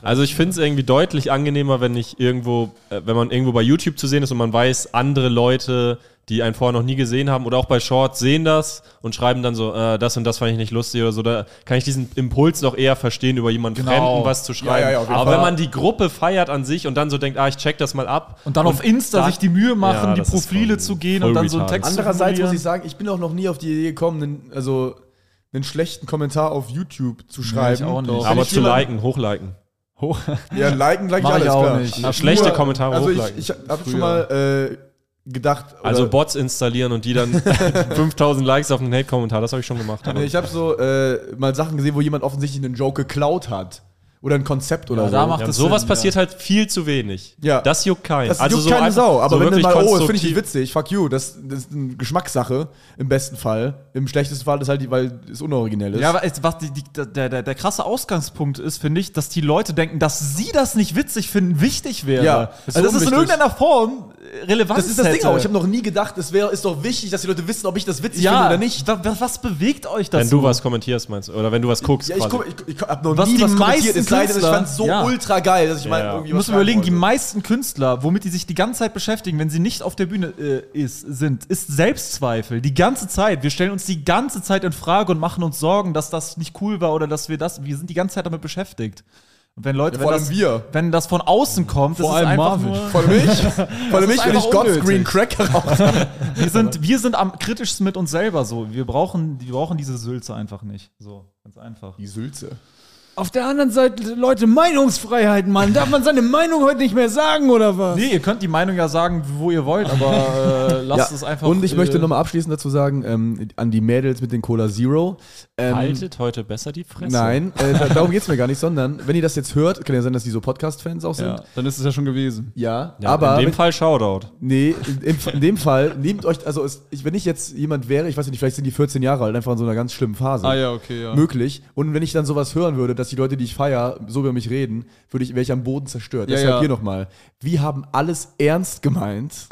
Speaker 5: Also ich finde es irgendwie deutlich angenehmer, wenn ich irgendwo, äh, wenn man irgendwo bei YouTube zu sehen ist und man weiß, andere Leute, die einen vorher noch nie gesehen haben oder auch bei Shorts sehen das und schreiben dann so, äh, das und das fand ich nicht lustig oder so. Da kann ich diesen Impuls noch eher verstehen, über jemanden Fremden was zu schreiben.
Speaker 1: Genau. ja, ja, auf jeden
Speaker 5: Aber
Speaker 1: Fall.
Speaker 5: wenn man die Gruppe feiert an sich und dann so denkt, ah, ich check das mal ab.
Speaker 4: Und dann auf Insta
Speaker 5: da-
Speaker 4: sich die Mühe machen,
Speaker 5: Ja,
Speaker 4: die
Speaker 5: das ist
Speaker 4: Profile
Speaker 5: voll-
Speaker 4: zu gehen
Speaker 5: voll
Speaker 4: und dann so einen
Speaker 5: retarded.
Speaker 4: Text
Speaker 1: Andererseits
Speaker 4: zu
Speaker 1: muss ich sagen, ich bin auch noch nie auf die Idee gekommen, einen, also einen schlechten Kommentar auf YouTube zu schreiben.
Speaker 4: auch nicht.
Speaker 1: Wenn
Speaker 5: Aber
Speaker 1: ich
Speaker 5: zu
Speaker 1: jemanden-
Speaker 5: liken, hochliken.
Speaker 1: Ja, liken, like ich
Speaker 4: Mach
Speaker 1: alles,
Speaker 4: ich auch
Speaker 1: klar.
Speaker 4: nicht.
Speaker 1: Nur-
Speaker 5: Schlechte Kommentare
Speaker 1: Also
Speaker 5: hochliken.
Speaker 1: ich, ich habe schon mal äh, gedacht, oder-
Speaker 5: Also Bots installieren und die dann 5000 Likes auf einen Hate-Kommentar, das habe ich schon gemacht. aber-
Speaker 1: Nee, ich habe so äh, mal Sachen gesehen, wo jemand offensichtlich einen Joke geklaut hat. Oder ein Konzept oder
Speaker 4: Ja,
Speaker 1: so.
Speaker 4: da macht
Speaker 5: Ja,
Speaker 4: es
Speaker 5: sowas
Speaker 4: Sinn,
Speaker 5: passiert halt viel zu wenig.
Speaker 1: Ja.
Speaker 5: Das juckt keinen. Also
Speaker 1: das
Speaker 4: Also
Speaker 1: juckt keine
Speaker 5: einfach-
Speaker 1: Sau, aber wenn dann
Speaker 5: wirklich
Speaker 1: mal, oh, finde ich
Speaker 5: konstruktiv-
Speaker 1: nicht witzig, fuck you, das, das ist eine Geschmackssache im besten Fall. Im schlechtesten Fall ist halt, die, weil es unoriginell ist.
Speaker 4: Ja, aber es- was die, die, der, der, der krasse Ausgangspunkt ist, finde ich, dass die Leute denken, dass sie das nicht witzig finden, wichtig wäre.
Speaker 1: Ja, ist
Speaker 4: also, das ist in
Speaker 1: unwichtig.
Speaker 4: irgendeiner Form relevant.
Speaker 1: das ist das Ding
Speaker 4: hätte.
Speaker 1: auch. Ich habe noch nie gedacht, es wäre ist doch wichtig, dass die Leute wissen, ob ich das witzig
Speaker 4: ja,
Speaker 1: finde oder nicht.
Speaker 4: wa- wa- was bewegt euch das?
Speaker 5: Wenn du was kommentierst, meinst du? Oder wenn du was guckst.
Speaker 1: Ja, ich,
Speaker 5: quasi.
Speaker 1: guck, ich, ich hab noch
Speaker 4: Was
Speaker 1: nie
Speaker 4: die
Speaker 1: was kommentiert.
Speaker 4: meisten
Speaker 1: Es sei denn, ich
Speaker 4: Künstler-
Speaker 1: fand's so
Speaker 4: Ja.
Speaker 1: ultra geil, dass ich mal
Speaker 5: ja.
Speaker 1: irgendwie
Speaker 4: Wir müssen
Speaker 1: fragen
Speaker 4: überlegen, die
Speaker 1: wollte.
Speaker 4: meisten Künstler, womit die sich die ganze Zeit beschäftigen, wenn sie nicht auf der Bühne äh, ist, sind, ist Selbstzweifel. Die ganze Zeit. Wir stellen uns die ganze Zeit in Frage und machen uns Sorgen, dass das nicht cool war oder dass wir das. Wir sind die ganze Zeit damit beschäftigt. Und wenn Leute,
Speaker 1: Ja, vor
Speaker 4: wenn,
Speaker 1: allem
Speaker 4: das,
Speaker 1: wir.
Speaker 4: wenn das von außen kommt,
Speaker 2: Vor
Speaker 4: das ist
Speaker 2: allem
Speaker 4: einfach
Speaker 2: Marvin.
Speaker 4: nur.
Speaker 1: Vor allem ich, vor allem
Speaker 4: ist
Speaker 1: ich wenn ich
Speaker 4: einfach
Speaker 1: God's
Speaker 4: unnötig.
Speaker 1: Green Crack geraucht
Speaker 4: Wir sind, wir sind am kritischsten mit uns selber so. Wir brauchen, wir brauchen diese Sülze einfach nicht. So, ganz einfach.
Speaker 1: Die Sülze.
Speaker 8: Auf der anderen Seite, Leute, Meinungsfreiheit, Mann. Darf man seine Meinung heute nicht mehr sagen, oder was?
Speaker 4: Nee, ihr könnt die Meinung ja sagen, wo ihr wollt, aber äh, lasst es einfach.
Speaker 1: Und ich
Speaker 4: äh,
Speaker 1: möchte nochmal abschließend dazu sagen, ähm, an die Mädels mit den Cola Zero. Ähm,
Speaker 5: Haltet heute besser die Fresse.
Speaker 1: Nein, äh, da- darum geht's mir gar nicht, sondern wenn ihr das jetzt hört, kann ja sein, dass die so Podcast-Fans auch sind.
Speaker 2: ja, dann ist es ja schon gewesen.
Speaker 1: Ja,
Speaker 5: Ja,
Speaker 1: aber
Speaker 5: in dem
Speaker 1: wenn-
Speaker 5: Fall Shoutout.
Speaker 1: nee, in, in dem Fall nehmt euch, also es, ich, wenn ich jetzt jemand wäre, ich weiß nicht, vielleicht sind die 14 Jahre alt, einfach in so einer ganz schlimmen Phase.
Speaker 2: Ah ja, okay, ja.
Speaker 1: Möglich. Und wenn ich dann sowas hören würde, dass die Leute, die ich feier, so über mich reden, würde ich, wäre ich am Boden zerstört.
Speaker 2: Ja,
Speaker 1: Deshalb
Speaker 2: ja.
Speaker 1: hier nochmal. Wir haben alles ernst gemeint.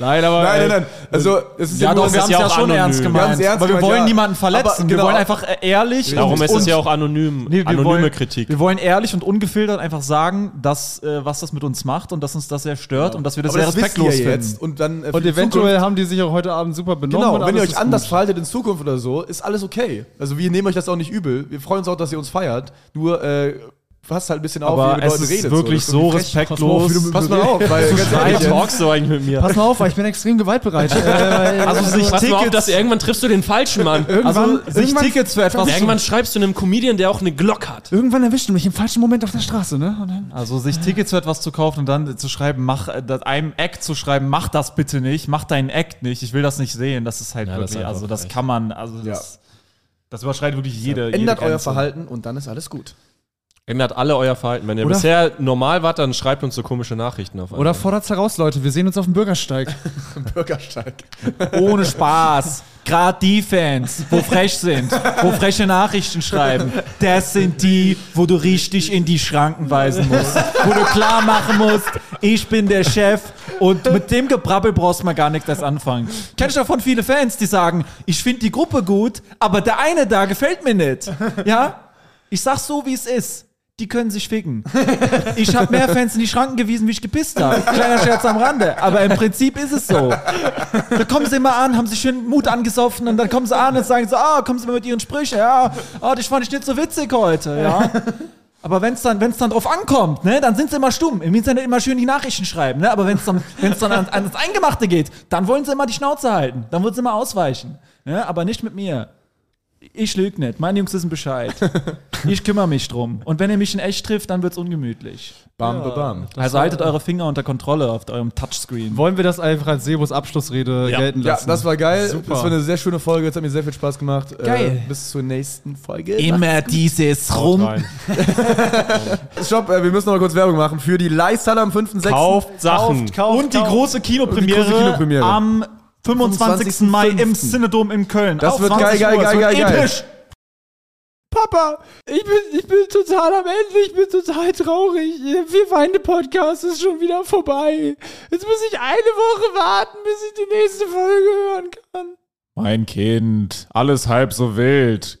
Speaker 2: Nein, aber
Speaker 4: äh,
Speaker 1: Nein, nein, nein. Also, es ist
Speaker 4: Ja, doch,
Speaker 1: nur-
Speaker 4: wir haben es ja,
Speaker 5: auch
Speaker 4: schon
Speaker 5: anonym.
Speaker 4: ernst
Speaker 5: Wir
Speaker 4: gemeint.
Speaker 1: haben's ernst
Speaker 4: aber wir
Speaker 1: gemeint,
Speaker 4: wollen
Speaker 1: ja.
Speaker 4: niemanden verletzen.
Speaker 1: Aber
Speaker 4: Wir
Speaker 1: genau.
Speaker 4: wollen einfach äh, ehrlich.
Speaker 5: Darum
Speaker 4: und-
Speaker 5: ist es
Speaker 4: und-
Speaker 5: ja auch anonym.
Speaker 4: Nee, wir
Speaker 5: anonyme
Speaker 4: wollen,
Speaker 5: Kritik.
Speaker 4: Wir wollen ehrlich und ungefiltert einfach sagen, dass, äh, was das mit uns macht und dass uns das sehr stört und dass wir das
Speaker 1: aber
Speaker 4: sehr
Speaker 1: das wisst ihr
Speaker 4: respektlos
Speaker 1: jetzt.
Speaker 4: finden.
Speaker 1: Und dann äh, für
Speaker 2: Und
Speaker 1: die
Speaker 2: eventuell haben die sich auch heute Abend super benommen.
Speaker 1: Genau,
Speaker 2: und
Speaker 1: wenn ihr
Speaker 2: alles
Speaker 1: euch
Speaker 2: ist
Speaker 1: anders
Speaker 2: gut.
Speaker 1: verhaltet in Zukunft oder so, ist alles okay. Also wir nehmen euch das auch nicht übel. Wir freuen uns auch, dass ihr uns feiert. Nur äh, passt halt ein bisschen auf,
Speaker 4: Aber
Speaker 1: ihr mit
Speaker 4: es
Speaker 1: Leuten
Speaker 4: ist
Speaker 1: redet.
Speaker 4: wirklich
Speaker 1: Das ist irgendwie
Speaker 4: so
Speaker 1: frech.
Speaker 4: respektlos.
Speaker 1: Pass mal auf, weil ganz ehrlich, jetzt-
Speaker 5: talkst du eigentlich mit mir?
Speaker 8: Pass mal auf, weil ich bin extrem gewaltbereit. Äh,
Speaker 4: Also sich
Speaker 7: Pass mal auf,
Speaker 4: Tickets,
Speaker 7: dass irgendwann triffst du den falschen Mann.
Speaker 4: also sich
Speaker 8: irgendwann-
Speaker 4: Tickets für etwas zu,
Speaker 7: irgendwann schreibst du einem Comedian, der auch eine Glock hat.
Speaker 8: Irgendwann erwischt du mich im falschen Moment auf der Straße, ne? Und dann,
Speaker 4: also sich Tickets für etwas zu kaufen und dann zu schreiben, mach äh, das- einem Act zu schreiben, mach das bitte nicht, mach deinen Act nicht, ich will das nicht sehen. Das ist halt
Speaker 5: Ja, das
Speaker 4: wirklich,
Speaker 5: ist einfach
Speaker 4: also das
Speaker 5: echt.
Speaker 4: kann man, also das, das überschreitet wirklich jede.
Speaker 1: ändert
Speaker 4: jede
Speaker 1: euer
Speaker 4: Grenze.
Speaker 1: Verhalten und dann ist alles gut.
Speaker 5: Ändert alle euer Verhalten. Wenn ihr bisher normal wart, dann schreibt uns so komische Nachrichten auf.
Speaker 8: oder fordert's heraus, Leute. Wir sehen uns auf dem Bürgersteig.
Speaker 1: Bürgersteig.
Speaker 4: Ohne Spaß. Gerade die Fans, wo frech sind, wo freche Nachrichten schreiben, das sind die, wo du richtig in die Schranken weisen musst. Wo du klar machen musst, ich bin der Chef und mit dem Gebrabbel brauchst man gar nichts erst anfangen. Kenn ich davon viele Fans, die sagen, ich finde die Gruppe gut, aber der eine da gefällt mir nicht. Ja? Ich sag's so, wie es ist. Die können sich ficken. Ich habe mehr Fans in die Schranken gewiesen, wie ich gepisst habe. Kleiner Scherz am Rande. Aber im Prinzip ist es so. Da kommen sie immer an, haben sich schön Mut angesoffen und dann kommen sie an und sagen so, ah, kommen sie mal mit ihren Sprüchen, ja, ah, dich fand ich nicht so witzig heute, ja. Aber wenn es dann, wenn's dann drauf ankommt, ne, dann sind sie immer stumm. Im Internet immer schön die Nachrichten schreiben, ne? aber wenn es dann, wenn's dann an, ans Eingemachte geht, dann wollen sie immer die Schnauze halten. Dann wollen sie immer ausweichen. Ne? Aber nicht mit mir. ich lüge nicht. Meine Jungs wissen Bescheid. ich kümmere mich drum. Und wenn ihr mich in echt trifft, dann wird's ungemütlich.
Speaker 1: Bam, ba, bam.
Speaker 4: also haltet eure Finger unter Kontrolle auf eurem Touchscreen.
Speaker 2: Wollen wir das einfach als Sebos Abschlussrede gelten
Speaker 1: Ja,
Speaker 2: lassen?
Speaker 1: das war geil.
Speaker 2: Super.
Speaker 1: Das war eine sehr schöne Folge. Es hat mir sehr viel Spaß gemacht.
Speaker 4: Geil.
Speaker 1: Äh, bis zur nächsten Folge.
Speaker 4: Immer dieses Rum.
Speaker 5: Rein.
Speaker 1: Stopp, äh, wir müssen noch mal kurz Werbung machen für die Leisthalle am 5.6.
Speaker 5: Kauft Sachen.
Speaker 4: Und die große Kinopremiere,
Speaker 1: Und die große Kinopremiere.
Speaker 4: am 25. Mai im
Speaker 1: 25.05.
Speaker 4: Cinedom in Köln.
Speaker 1: Das
Speaker 4: Auf
Speaker 1: wird
Speaker 4: 20
Speaker 1: geil,
Speaker 4: Uhr.
Speaker 1: geil,
Speaker 4: Es
Speaker 1: geil,
Speaker 4: wird
Speaker 1: geil, geil.
Speaker 4: episch.
Speaker 8: Papa, ich bin, ich bin total am Ende, ich bin total traurig. Wir weinen Podcast ist schon wieder vorbei. Jetzt muss ich eine Woche warten, bis ich die nächste Folge hören kann.
Speaker 4: Mein Kind, alles halb so wild.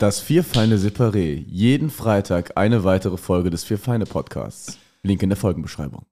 Speaker 1: Das Vier Feinde Separé. Jeden Freitag eine weitere Folge des Vier Feinde Podcasts. Link in der Folgenbeschreibung.